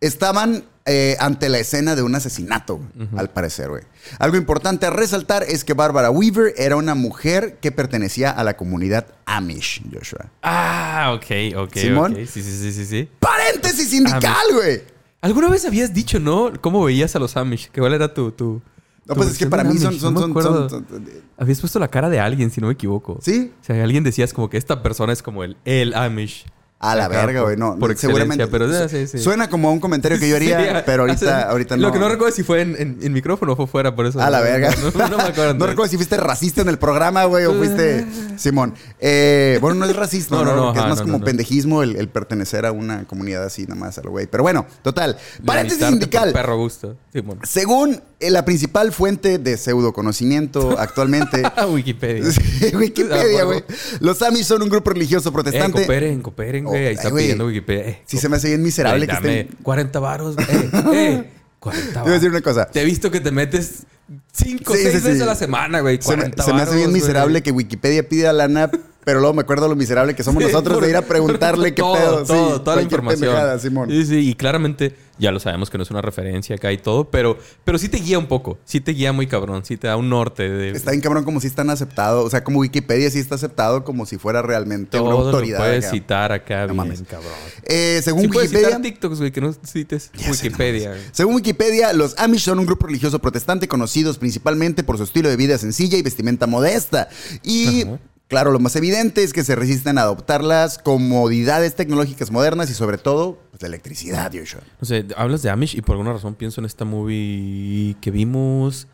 [SPEAKER 3] estaban eh, ante la escena de un asesinato, güey, al parecer, güey. Algo importante a resaltar es que Bárbara Weaver era una mujer que pertenecía a la comunidad Amish, Joshua.
[SPEAKER 4] Ah, ok, ok.
[SPEAKER 3] Simón.
[SPEAKER 4] ok. Sí, sí, sí, sí, sí.
[SPEAKER 3] ¡Paréntesis sindical, güey!
[SPEAKER 4] ¿Alguna vez habías dicho, no? ¿Cómo veías a los Amish? ¿Qué cuál era tu, tu,
[SPEAKER 3] No,
[SPEAKER 4] tu
[SPEAKER 3] pues es que
[SPEAKER 4] versión
[SPEAKER 3] para
[SPEAKER 4] de
[SPEAKER 3] mí son...
[SPEAKER 4] Amish? No
[SPEAKER 3] son,
[SPEAKER 4] me
[SPEAKER 3] son,
[SPEAKER 4] acuerdo.
[SPEAKER 3] son- son-
[SPEAKER 4] Habías puesto la cara de alguien, si no me equivoco.
[SPEAKER 3] ¿Sí?
[SPEAKER 4] O sea, alguien decías como que esta persona es como el, el Amish.
[SPEAKER 3] A la
[SPEAKER 4] Acá,
[SPEAKER 3] verga,
[SPEAKER 4] por-
[SPEAKER 3] güey. No,
[SPEAKER 4] por
[SPEAKER 3] no, seguramente.
[SPEAKER 4] excelencia, pero, eh, sí, sí.
[SPEAKER 3] Suena como a un comentario que yo haría,
[SPEAKER 4] Sí,
[SPEAKER 3] pero
[SPEAKER 4] o
[SPEAKER 3] ahorita,
[SPEAKER 4] sea,
[SPEAKER 3] ahorita
[SPEAKER 4] Lo que no recuerdo es si fue en, en- en micrófono o fue fuera, por eso.
[SPEAKER 3] A la verga.
[SPEAKER 4] No, no me acuerdo.
[SPEAKER 3] No recuerdo si fuiste racista en el programa, güey, o fuiste Simón. Eh, bueno, no es racismo,
[SPEAKER 4] No,
[SPEAKER 3] ¿no?
[SPEAKER 4] no, no,
[SPEAKER 3] Porque es
[SPEAKER 4] ajá,
[SPEAKER 3] más
[SPEAKER 4] no,
[SPEAKER 3] como
[SPEAKER 4] no, no.
[SPEAKER 3] pendejismo el, el pertenecer a una comunidad así, nada más, al güey. Pero bueno, total. Paréntesis
[SPEAKER 4] Limitarte por
[SPEAKER 3] sindical.
[SPEAKER 4] Perro gusto. Simón.
[SPEAKER 3] Según eh, la principal fuente de pseudoconocimiento actualmente,
[SPEAKER 4] Ah, Wikipedia.
[SPEAKER 3] Sí, Wikipedia, güey. Los Amish son un grupo religioso
[SPEAKER 4] Eh,
[SPEAKER 3] protestante.
[SPEAKER 4] cooperen, cooperen, güey.
[SPEAKER 3] Oh,
[SPEAKER 4] Ahí está
[SPEAKER 3] ay, güey.
[SPEAKER 4] pidiendo Wikipedia. Eh,
[SPEAKER 3] sí, se me hace bien miserable
[SPEAKER 4] güey,
[SPEAKER 3] que
[SPEAKER 4] dame
[SPEAKER 3] estén.
[SPEAKER 4] 40 varos, güey. Eh, eh, 40
[SPEAKER 3] Te
[SPEAKER 4] varos.
[SPEAKER 3] voy a decir una cosa.
[SPEAKER 4] Te he visto que te metes 5 o
[SPEAKER 3] Sí,
[SPEAKER 4] 6
[SPEAKER 3] sí, sí.
[SPEAKER 4] veces a la semana, güey.
[SPEAKER 3] Se me,
[SPEAKER 4] 40
[SPEAKER 3] se me hace bien
[SPEAKER 4] varos,
[SPEAKER 3] miserable
[SPEAKER 4] güey.
[SPEAKER 3] que Wikipedia pida lana, pero luego me acuerdo lo miserable que somos
[SPEAKER 4] Sí,
[SPEAKER 3] nosotros
[SPEAKER 4] por-
[SPEAKER 3] de ir a preguntarle qué
[SPEAKER 4] todo,
[SPEAKER 3] pedo. sí,
[SPEAKER 4] Todo, toda la
[SPEAKER 3] cualquier
[SPEAKER 4] información.
[SPEAKER 3] pendejada, Simón.
[SPEAKER 4] Sí, sí, y claramente ya lo sabemos que no es una referencia acá y todo, pero, pero sí te guía un poco. Sí te guía muy cabrón. Sí te da un norte de.
[SPEAKER 3] Está bien cabrón como si están aceptado, o sea, como Wikipedia sí está aceptado como si fuera realmente
[SPEAKER 4] todo
[SPEAKER 3] una
[SPEAKER 4] lo
[SPEAKER 3] autoridad.
[SPEAKER 4] puedes
[SPEAKER 3] acá.
[SPEAKER 4] citar acá.
[SPEAKER 3] No
[SPEAKER 4] bien,
[SPEAKER 3] mames.
[SPEAKER 4] cabrón.
[SPEAKER 3] Eh, según
[SPEAKER 4] Sí puedes
[SPEAKER 3] Wikipedia,
[SPEAKER 4] citar TikToks, güey, que no cites
[SPEAKER 3] Ya sé,
[SPEAKER 4] Wikipedia. güey.
[SPEAKER 3] según Wikipedia, los Amish son un grupo religioso protestante conocidos principalmente por su estilo de vida sencilla y vestimenta modesta. Y claro, lo más evidente es que se resisten a adoptar las comodidades tecnológicas modernas y sobre todo pues, la electricidad, Joshua.
[SPEAKER 4] No sé, hablas de Amish y por alguna razón pienso en esta movie que vimos.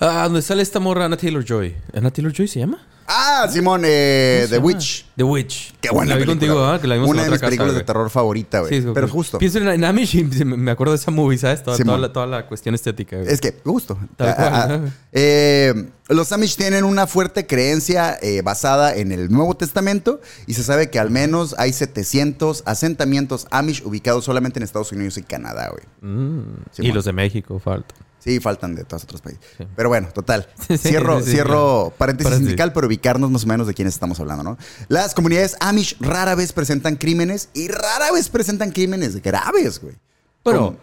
[SPEAKER 4] Ah, donde sale esta morra Anna Taylor Joy. ¿Anna Taylor Joy se llama?
[SPEAKER 3] Ah, Simón, eh,
[SPEAKER 4] ¿Cómo se
[SPEAKER 3] The
[SPEAKER 4] llama?
[SPEAKER 3] Witch.
[SPEAKER 4] The Witch.
[SPEAKER 3] Qué buena
[SPEAKER 4] La vi
[SPEAKER 3] película.
[SPEAKER 4] contigo, ¿ah? Que la vimos
[SPEAKER 3] Una
[SPEAKER 4] en
[SPEAKER 3] de
[SPEAKER 4] otra
[SPEAKER 3] mis
[SPEAKER 4] casa,
[SPEAKER 3] películas de
[SPEAKER 4] güey.
[SPEAKER 3] terror favorita, güey.
[SPEAKER 4] Sí, es como
[SPEAKER 3] Pero
[SPEAKER 4] que
[SPEAKER 3] justo.
[SPEAKER 4] Pienso en, en Amish y se me- me acuerdo de esa movie, ¿sabes? Toda,
[SPEAKER 3] Simón.
[SPEAKER 4] toda la, toda la cuestión estética. güey.
[SPEAKER 3] Es que, justo.
[SPEAKER 4] Tal
[SPEAKER 3] Ah, ah,
[SPEAKER 4] cual,
[SPEAKER 3] ah.
[SPEAKER 4] ajá.
[SPEAKER 3] Eh, los Amish tienen una fuerte creencia eh, basada en el Nuevo Testamento y se sabe que al menos hay 700 asentamientos Amish ubicados solamente en Estados Unidos y Canadá, güey.
[SPEAKER 4] Mm.
[SPEAKER 3] Simón.
[SPEAKER 4] Y los de México, falta.
[SPEAKER 3] Sí, faltan de todos otros países. Pero bueno, total.
[SPEAKER 4] Sí,
[SPEAKER 3] Cierro,
[SPEAKER 4] sí, sí,
[SPEAKER 3] cierro
[SPEAKER 4] claro.
[SPEAKER 3] paréntesis
[SPEAKER 4] Paréntesis.
[SPEAKER 3] sindical para ubicarnos más o menos de quiénes estamos hablando, ¿no? Las comunidades Amish rara vez presentan crímenes y rara vez presentan crímenes graves, güey.
[SPEAKER 4] Bueno,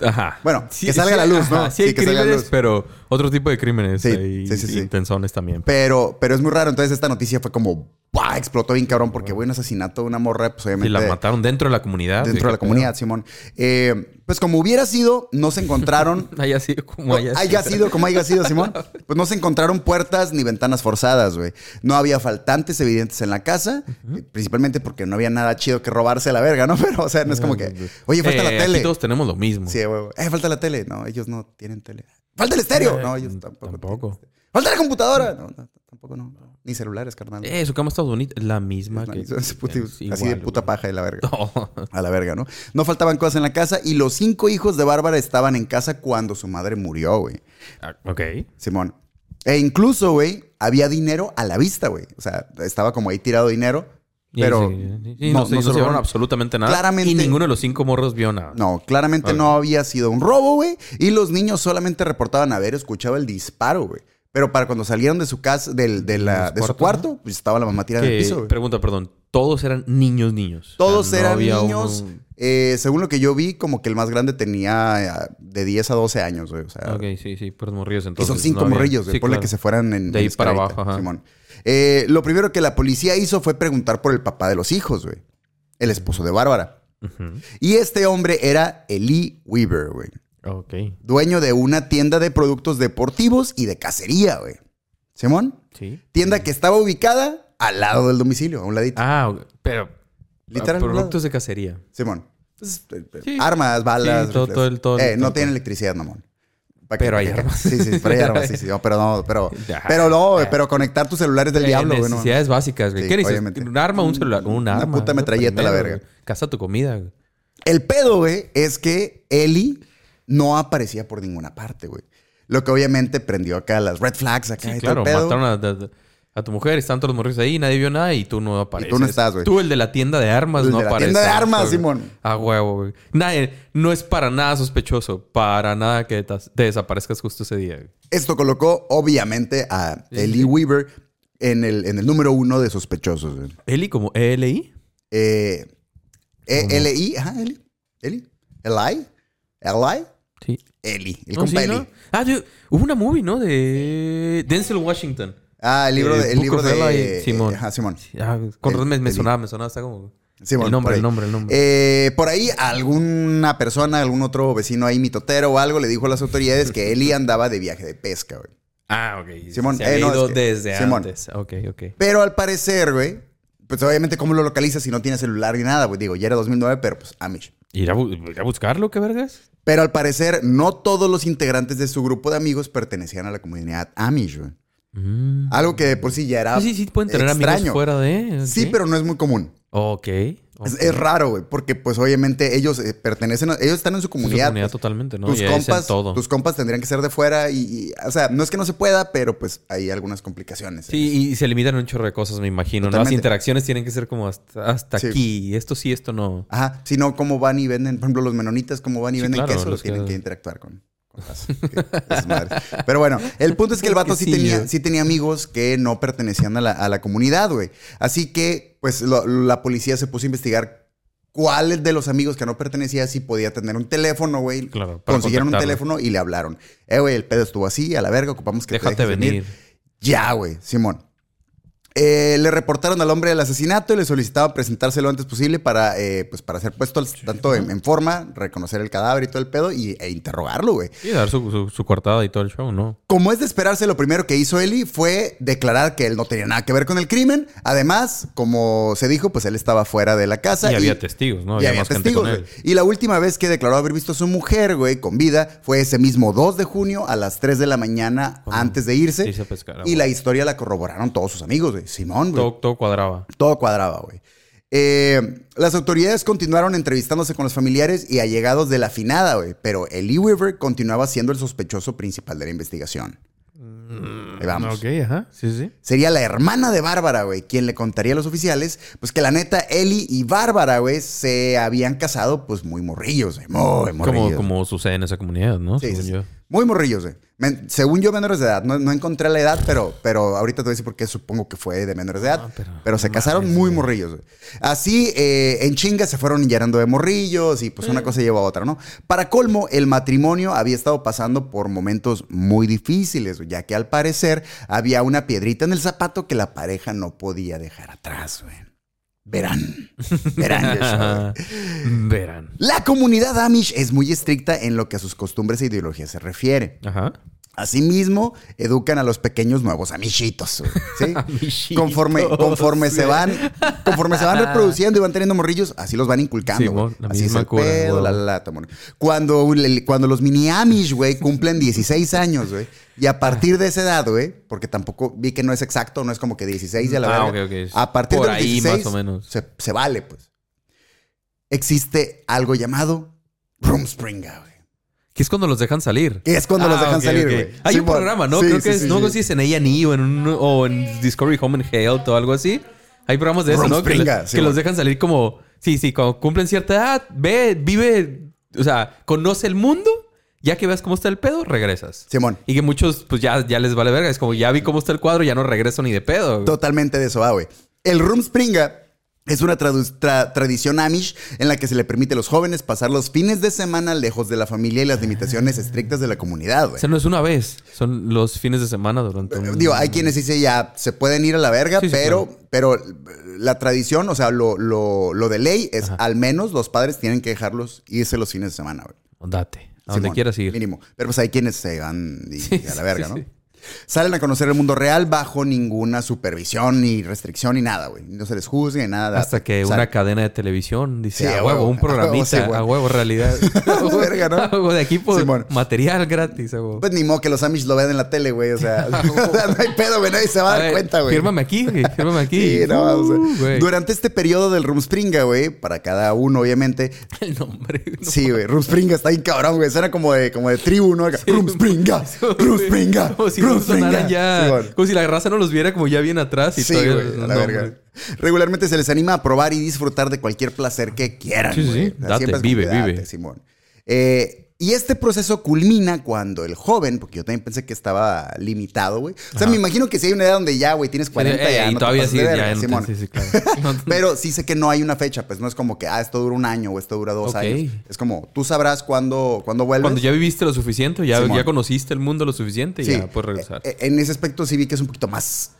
[SPEAKER 4] ajá.
[SPEAKER 3] Bueno, que salga a la luz, ¿no?
[SPEAKER 4] Sí, hay
[SPEAKER 3] Sí, que salga a la
[SPEAKER 4] crímenes,
[SPEAKER 3] luz.
[SPEAKER 4] pero, o Otro tipo de crímenes
[SPEAKER 3] Sí,
[SPEAKER 4] ahí
[SPEAKER 3] sí, sí, sí.
[SPEAKER 4] intensones también.
[SPEAKER 3] Pero, pero es muy raro. Entonces esta noticia fue como, ¡buah! Explotó bien cabrón porque, güey, un asesinato de una morra, pues
[SPEAKER 4] Y
[SPEAKER 3] obviamente...
[SPEAKER 4] la mataron dentro de la comunidad.
[SPEAKER 3] Dentro de la comunidad, Simón. Eh, pues como hubiera sido, no se encontraron
[SPEAKER 4] Haya sido como
[SPEAKER 3] No,
[SPEAKER 4] haya
[SPEAKER 3] haya
[SPEAKER 4] sido.
[SPEAKER 3] sido como haya sido, Simón. Pues no se encontraron puertas ni ventanas forzadas, güey. No había faltantes evidentes en la casa, eh, principalmente porque no había nada chido que robarse a la verga, ¿no? Pero, o sea, no es como que, oye, falta
[SPEAKER 4] Eh,
[SPEAKER 3] la
[SPEAKER 4] aquí
[SPEAKER 3] tele.
[SPEAKER 4] todos tenemos lo mismo.
[SPEAKER 3] Sí, güey. Eh, falta la tele. No, ellos no tienen tele. Falta el estéreo. No, ellos tampoco.
[SPEAKER 4] Eh, mm, tampoco.
[SPEAKER 3] tienen. este. Falta la computadora. No, no, tampoco no. Ni celulares, carnal.
[SPEAKER 4] Eh, su cama está bonita. La misma
[SPEAKER 3] Es la
[SPEAKER 4] que...
[SPEAKER 3] misma, ese puti-
[SPEAKER 4] es
[SPEAKER 3] así de
[SPEAKER 4] igual,
[SPEAKER 3] puta
[SPEAKER 4] güey.
[SPEAKER 3] paja de la verga.
[SPEAKER 4] No.
[SPEAKER 3] A la verga, ¿no? No faltaban cosas en la casa y los cinco hijos de Bárbara estaban en casa cuando su madre murió, güey.
[SPEAKER 4] Ah, ok.
[SPEAKER 3] Simón. E incluso, güey, había dinero a la vista, güey. O sea, estaba como ahí tirado dinero.
[SPEAKER 4] Y
[SPEAKER 3] Pero
[SPEAKER 4] sí, sí, no, se, no se
[SPEAKER 3] robaron.
[SPEAKER 4] llevaron absolutamente nada.
[SPEAKER 3] Claramente-
[SPEAKER 4] Y ninguno de los cinco morros vio nada.
[SPEAKER 3] No, claramente no había sido un robo, güey. Y los niños solamente reportaban haber escuchado el disparo, güey. Pero para cuando salieron de su casa, del, de, la-
[SPEAKER 4] Los
[SPEAKER 3] de su
[SPEAKER 4] cuartos,
[SPEAKER 3] cuarto, pues estaba la mamá tirada en
[SPEAKER 4] Que-
[SPEAKER 3] el piso, güey.
[SPEAKER 4] pregunta, perdón. Todos eran niños, niños.
[SPEAKER 3] Todos
[SPEAKER 4] O sea, no
[SPEAKER 3] eran
[SPEAKER 4] había
[SPEAKER 3] niños.
[SPEAKER 4] uno-
[SPEAKER 3] eh, según lo que yo vi, como que el más grande tenía eh, de 10 a 12 años, güey. O sea,
[SPEAKER 4] Ok, sí, sí. Pues morrillos
[SPEAKER 3] Y
[SPEAKER 4] entonces.
[SPEAKER 3] son cinco
[SPEAKER 4] no había-
[SPEAKER 3] morrillos, güey.
[SPEAKER 4] Sí,
[SPEAKER 3] Ponle
[SPEAKER 4] claro.
[SPEAKER 3] que se fueran en.
[SPEAKER 4] De ahí
[SPEAKER 3] en
[SPEAKER 4] para
[SPEAKER 3] escalerita,
[SPEAKER 4] abajo, ajá.
[SPEAKER 3] Simón. Eh, lo primero que la policía hizo fue preguntar por el papá de los hijos, güey. El esposo de Bárbara. Y este hombre era Eli Weaver, güey.
[SPEAKER 4] Ok.
[SPEAKER 3] Dueño de una tienda de productos deportivos y de cacería, güey. Simón.
[SPEAKER 4] Sí.
[SPEAKER 3] Tienda que estaba ubicada al lado del domicilio, a un ladito.
[SPEAKER 4] Ah, ok, pero...
[SPEAKER 3] Literal,
[SPEAKER 4] Literal.
[SPEAKER 3] ¿verdad?
[SPEAKER 4] Productos de cacería.
[SPEAKER 3] Simón. Pues, eh, eh,
[SPEAKER 4] Sí.
[SPEAKER 3] Armas, balas.
[SPEAKER 4] Sí, todo-
[SPEAKER 3] rifles.
[SPEAKER 4] todo el- todo el-
[SPEAKER 3] Eh,
[SPEAKER 4] todo
[SPEAKER 3] no
[SPEAKER 4] el-
[SPEAKER 3] tiene electricidad, mamón. Pa' que-
[SPEAKER 4] Pero hay
[SPEAKER 3] pa' que-
[SPEAKER 4] armas.
[SPEAKER 3] Sí, sí, pero hay armas, sí, sí. No, pero no, pero.
[SPEAKER 4] Ajá.
[SPEAKER 3] Pero no, güey, pero conectar tus celulares del
[SPEAKER 4] Eh,
[SPEAKER 3] diablo, güey. no.
[SPEAKER 4] Necesidades básicas, güey.
[SPEAKER 3] Sí,
[SPEAKER 4] ¿Qué necesitas?
[SPEAKER 3] obviamente.
[SPEAKER 4] ¿Un arma, un celular? Un
[SPEAKER 3] Una
[SPEAKER 4] arma.
[SPEAKER 3] puta
[SPEAKER 4] es lo
[SPEAKER 3] metralleta, la verga.
[SPEAKER 4] güey. Caza tu comida, güey.
[SPEAKER 3] El pedo, güey, es que Eli no aparecía por ninguna parte, güey. Lo que obviamente prendió acá las red flags acá
[SPEAKER 4] Sí,
[SPEAKER 3] y
[SPEAKER 4] claro.
[SPEAKER 3] todo el pedo.
[SPEAKER 4] Mataron a, a- a tu mujer, están todos los morrillos ahí, nadie vio nada y tú no apareces.
[SPEAKER 3] no estás, güey.
[SPEAKER 4] Tú, el de la tienda de armas,
[SPEAKER 3] El
[SPEAKER 4] no
[SPEAKER 3] de la
[SPEAKER 4] apareces.
[SPEAKER 3] tienda de armas,
[SPEAKER 4] güey.
[SPEAKER 3] Simón.
[SPEAKER 4] A huevo, güey. Nadie, no es para nada sospechoso. Para nada que tas- te desaparezcas justo ese día, güey.
[SPEAKER 3] Esto colocó, obviamente, a Eli Weaver en el, en el número uno de sospechosos, güey.
[SPEAKER 4] Eli, como E ELI.
[SPEAKER 3] Eh, E- L-I, ajá, Eli. Eli. Eli. Eli.
[SPEAKER 4] Sí.
[SPEAKER 3] Eli. El
[SPEAKER 4] No,
[SPEAKER 3] compa
[SPEAKER 4] sí,
[SPEAKER 3] Eli.
[SPEAKER 4] ¿no? Ah, dude, hubo una movie, ¿no? De Denzel Washington.
[SPEAKER 3] Ah, el libro
[SPEAKER 4] Eh,
[SPEAKER 3] de. El
[SPEAKER 4] Book
[SPEAKER 3] libro
[SPEAKER 4] of
[SPEAKER 3] de.
[SPEAKER 4] Eli, Simón.
[SPEAKER 3] Ajá, Simón.
[SPEAKER 4] Ah, con
[SPEAKER 3] Eh,
[SPEAKER 4] razón me, me
[SPEAKER 3] Eli.
[SPEAKER 4] sonaba, me sonaba. Está como...
[SPEAKER 3] Simón, por
[SPEAKER 4] el nombre,
[SPEAKER 3] ahí.
[SPEAKER 4] el nombre, el nombre.
[SPEAKER 3] Eh, por ahí alguna persona, algún otro vecino ahí, mitotero o algo, le dijo a las autoridades que Eli andaba de viaje de pesca, güey.
[SPEAKER 4] Ah, ok.
[SPEAKER 3] Simón,
[SPEAKER 4] se
[SPEAKER 3] eh,
[SPEAKER 4] había
[SPEAKER 3] no, es
[SPEAKER 4] ido
[SPEAKER 3] que-
[SPEAKER 4] desde
[SPEAKER 3] Simón.
[SPEAKER 4] antes. Ok, ok.
[SPEAKER 3] Pero al parecer, güey, pues obviamente cómo lo localizas si no tienes celular ni nada, güey. Digo, ya era 2009, pero pues Amish.
[SPEAKER 4] ¿Ir a, bu- ir a buscarlo? ¿Qué vergas?
[SPEAKER 3] Pero al parecer no todos los integrantes de su grupo de amigos pertenecían a la comunidad Amish, güey. Algo que de por sí ya era
[SPEAKER 4] Mm. sí, sí, sí, pueden tener amigos
[SPEAKER 3] Ah, extraño.
[SPEAKER 4] fuera de... ok.
[SPEAKER 3] Sí, pero no es muy común.
[SPEAKER 4] Ok. ok.
[SPEAKER 3] Es, es raro, güey, porque pues obviamente ellos eh, pertenecen, a- ellos están en su
[SPEAKER 4] Su
[SPEAKER 3] comunidad.
[SPEAKER 4] comunidad
[SPEAKER 3] pues.
[SPEAKER 4] totalmente, ¿no?
[SPEAKER 3] tus,
[SPEAKER 4] Y ahí es en
[SPEAKER 3] compas,
[SPEAKER 4] todo.
[SPEAKER 3] tus compas tendrían que ser de fuera y, y, o sea, no es que no se pueda, pero pues hay algunas complicaciones.
[SPEAKER 4] Sí, y se limitan un chorro de cosas, me imagino. ¿no? Las
[SPEAKER 3] Totalmente.
[SPEAKER 4] interacciones tienen que ser como hasta, hasta
[SPEAKER 3] Sí.
[SPEAKER 4] aquí. Esto sí, esto no.
[SPEAKER 3] Ajá, si no, ¿cómo van y venden? Por ejemplo, los menonitas, ¿cómo van y
[SPEAKER 4] Sí,
[SPEAKER 3] venden
[SPEAKER 4] claro,
[SPEAKER 3] queso?
[SPEAKER 4] los
[SPEAKER 3] tienen
[SPEAKER 4] que-
[SPEAKER 3] que interactuar con, con las- que- esas madres. Pero bueno, el punto es que el vato sí
[SPEAKER 4] Quesillo.
[SPEAKER 3] tenía, sí tenía amigos que no pertenecían a la, a la comunidad, güey. Así que, pues, lo- la policía se puso a investigar cuál de los amigos que no pertenecía sí podía tener un teléfono, güey.
[SPEAKER 4] Claro, para
[SPEAKER 3] Consiguieron un
[SPEAKER 4] contactarlo.
[SPEAKER 3] teléfono y le hablaron. Eh, güey, el pedo estuvo así, a la verga, ocupamos que te
[SPEAKER 4] Déjate
[SPEAKER 3] dejes
[SPEAKER 4] venir.
[SPEAKER 3] Ya, güey, Simón. Eh, le reportaron al hombre del asesinato y le solicitaban presentarse lo antes posible para, eh, pues, para ser puesto al tanto en, en forma, reconocer el cadáver y todo el pedo y, e interrogarlo, güey.
[SPEAKER 4] Y dar su, su, su coartada y todo el show, ¿no?
[SPEAKER 3] Como es de esperarse, lo primero que hizo Eli fue declarar que él no tenía nada que ver con el crimen. Además, como se dijo, pues él estaba fuera de la casa.
[SPEAKER 4] Y había testigos, ¿no?
[SPEAKER 3] y
[SPEAKER 4] Había
[SPEAKER 3] había
[SPEAKER 4] más gente
[SPEAKER 3] testigos,
[SPEAKER 4] con él.
[SPEAKER 3] güey. Y la última vez que declaró haber visto a su mujer, güey, con vida, fue ese mismo 2 de junio a las 3 de la mañana antes de irse.
[SPEAKER 4] irse a pescar,
[SPEAKER 3] y
[SPEAKER 4] güey.
[SPEAKER 3] la historia la corroboraron todos sus amigos, güey. Simón, güey.
[SPEAKER 4] Todo, todo cuadraba.
[SPEAKER 3] Todo cuadraba, güey. Eh, las autoridades continuaron entrevistándose con los familiares y allegados de la finada, güey. Pero Eli Weaver continuaba siendo el sospechoso principal de la investigación. Ahí vamos.
[SPEAKER 4] Ok, ajá. Sí, sí.
[SPEAKER 3] Sería la hermana de Bárbara, güey, quien le contaría a los oficiales, pues que la neta, Eli y Bárbara, güey, se habían casado, pues muy morrillos, güey. Muy morrillos.
[SPEAKER 4] Como, como sucede en esa comunidad, ¿no?
[SPEAKER 3] Sí,
[SPEAKER 4] Según
[SPEAKER 3] sí, sí.
[SPEAKER 4] yo.
[SPEAKER 3] Muy morrillos, güey. Men- según yo, menores de edad. No, no encontré la edad, pero, pero ahorita te voy a decir por qué supongo que fue de menores de edad. Ah, pero, se casaron muy morrillos, güey. Así, eh, en chinga se fueron llenando de morrillos y pues una cosa lleva a otra, ¿no? Para colmo, el matrimonio había estado pasando por momentos muy difíciles, güey, ya que al parecer había una piedrita en el zapato que la pareja no podía dejar atrás, güey. Verán. Verán, Joshua, güey.
[SPEAKER 4] Verán.
[SPEAKER 3] La comunidad Amish es muy estricta en lo que a sus costumbres e ideologías se refiere.
[SPEAKER 4] Ajá.
[SPEAKER 3] Asimismo, educan a los pequeños nuevos amishitos. ¿sí? Conforme, conforme, se van, conforme se van reproduciendo y van teniendo morrillos, así los van inculcando.
[SPEAKER 4] Sí,
[SPEAKER 3] güey.
[SPEAKER 4] mo- Ah. la
[SPEAKER 3] así es
[SPEAKER 4] misma
[SPEAKER 3] el
[SPEAKER 4] cura,
[SPEAKER 3] pedo,
[SPEAKER 4] güey.
[SPEAKER 3] la, la, la, tomón. Cuando, el- cuando los mini Amish, güey, cumplen 16 años, güey. Y a partir de esa edad, güey, porque tampoco vi que no es exacto, no es como que 16 y a la
[SPEAKER 4] Ah,
[SPEAKER 3] verga.
[SPEAKER 4] ok, ok.
[SPEAKER 3] A partir
[SPEAKER 4] Por
[SPEAKER 3] de los
[SPEAKER 4] ahí,
[SPEAKER 3] 16,
[SPEAKER 4] más o menos.
[SPEAKER 3] Se, se vale, pues. Existe algo llamado Room Springer, güey.
[SPEAKER 4] Que es cuando los dejan salir.
[SPEAKER 3] Que es cuando los
[SPEAKER 4] Ah,
[SPEAKER 3] dejan
[SPEAKER 4] ok,
[SPEAKER 3] salir,
[SPEAKER 4] ok.
[SPEAKER 3] güey.
[SPEAKER 4] Hay
[SPEAKER 3] Sí,
[SPEAKER 4] un
[SPEAKER 3] bueno.
[SPEAKER 4] programa, ¿no?
[SPEAKER 3] Sí,
[SPEAKER 4] Creo
[SPEAKER 3] sí,
[SPEAKER 4] que es,
[SPEAKER 3] sí,
[SPEAKER 4] no
[SPEAKER 3] sí.
[SPEAKER 4] sé si es en A&E o en, un- o en Discovery Home and Health o algo así. Hay programas de eso, ¿no? Que,
[SPEAKER 3] Rumspringa,
[SPEAKER 4] le-
[SPEAKER 3] sí,
[SPEAKER 4] que
[SPEAKER 3] bueno.
[SPEAKER 4] los dejan salir como... Sí, sí, cuando cumplen cierta edad, ve, vive... O sea, conoce el mundo. Ya que veas cómo está el pedo, regresas.
[SPEAKER 3] Simón.
[SPEAKER 4] Y que muchos, pues ya, ya les vale verga. Es como, ya vi cómo está el cuadro, ya no regreso ni de pedo. güey.
[SPEAKER 3] Totalmente de eso va, güey. El Rumspringa es una tradu- tra- tradición amish en la que se le permite a los jóvenes pasar los fines de semana lejos de la familia y las
[SPEAKER 4] Ah.
[SPEAKER 3] limitaciones estrictas de la comunidad,
[SPEAKER 4] O
[SPEAKER 3] güey.
[SPEAKER 4] sea, no es una vez. Son los fines de semana durante un...
[SPEAKER 3] Eh, Digo, hay quienes dicen ya se pueden ir a la verga,
[SPEAKER 4] Sí, sí,
[SPEAKER 3] pero, pero eh, la tradición, o sea, lo, lo- lo de ley es al menos los padres tienen que dejarlos irse los fines de semana, güey.
[SPEAKER 4] Date. A donde
[SPEAKER 3] Simón,
[SPEAKER 4] quieras ir.
[SPEAKER 3] Mínimo. Pero pues hay quienes se van y,
[SPEAKER 4] Sí,
[SPEAKER 3] a la
[SPEAKER 4] sí,
[SPEAKER 3] verga,
[SPEAKER 4] sí,
[SPEAKER 3] ¿no?
[SPEAKER 4] sí.
[SPEAKER 3] Salen a conocer el mundo real bajo ninguna supervisión ni restricción ni nada, güey. No se les juzgue ni nada.
[SPEAKER 4] Hasta que
[SPEAKER 3] Sal-
[SPEAKER 4] una cadena de televisión
[SPEAKER 3] Sí,
[SPEAKER 4] dice,
[SPEAKER 3] a
[SPEAKER 4] a huevo,
[SPEAKER 3] huevo,
[SPEAKER 4] un
[SPEAKER 3] a huevo,
[SPEAKER 4] programita,
[SPEAKER 3] sí, güey.
[SPEAKER 4] a huevo, realidad.
[SPEAKER 3] La verga, ¿no?
[SPEAKER 4] A huevo, de aquí por
[SPEAKER 3] Simón.
[SPEAKER 4] material gratis, a huevo.
[SPEAKER 3] Pues ni modo que los Amish lo vean en la tele, güey. O sea, no hay pedo, güey. Nadie se va a,
[SPEAKER 4] A
[SPEAKER 3] dar
[SPEAKER 4] ver,
[SPEAKER 3] cuenta, güey.
[SPEAKER 4] Fírmame aquí, güey, fírmame aquí.
[SPEAKER 3] Sí, no, o sea,
[SPEAKER 4] Uh, güey.
[SPEAKER 3] Durante este periodo del Rumspringa, güey, para cada uno, obviamente.
[SPEAKER 4] El nombre. güey, no.
[SPEAKER 3] Sí, güey. Rumspringa está bien cabrón, güey. Suena como de, como de tribu, ¿no? Rumspringa, Rumspringa,
[SPEAKER 4] Como si no
[SPEAKER 3] Rumspringa.
[SPEAKER 4] sonaran ya.
[SPEAKER 3] Sí, bueno.
[SPEAKER 4] como si la raza no los viera como ya bien atrás y
[SPEAKER 3] Sí,
[SPEAKER 4] todavía
[SPEAKER 3] güey,
[SPEAKER 4] los
[SPEAKER 3] a la
[SPEAKER 4] nombres.
[SPEAKER 3] verga. Regularmente se les anima a probar y disfrutar de cualquier placer que quieran.
[SPEAKER 4] Sí, sí,
[SPEAKER 3] güey.
[SPEAKER 4] sí. Date,
[SPEAKER 3] siempre es como
[SPEAKER 4] vive,
[SPEAKER 3] que date,
[SPEAKER 4] vive.
[SPEAKER 3] Simón. Eh, y este proceso culmina cuando el joven, porque yo también pensé que estaba limitado, güey. O sea, me imagino que si hay una edad donde ya, güey, tienes 40
[SPEAKER 4] Eh,
[SPEAKER 3] ya,
[SPEAKER 4] y
[SPEAKER 3] no te
[SPEAKER 4] todavía
[SPEAKER 3] pases de
[SPEAKER 4] sí,
[SPEAKER 3] verga,
[SPEAKER 4] ya no te-
[SPEAKER 3] Simón.
[SPEAKER 4] sí, sí, claro. No,
[SPEAKER 3] Pero sí sé que no hay una fecha, pues no es como que, ah, esto dura un año o esto dura dos
[SPEAKER 4] Ok.
[SPEAKER 3] años. Es como, tú sabrás cuándo, cuándo vuelves.
[SPEAKER 4] Cuando ya viviste lo suficiente, ya,
[SPEAKER 3] Simón.
[SPEAKER 4] ya conociste el mundo lo suficiente,
[SPEAKER 3] Sí.
[SPEAKER 4] ya puedes regresar.
[SPEAKER 3] Eh, En ese aspecto sí vi que es un poquito más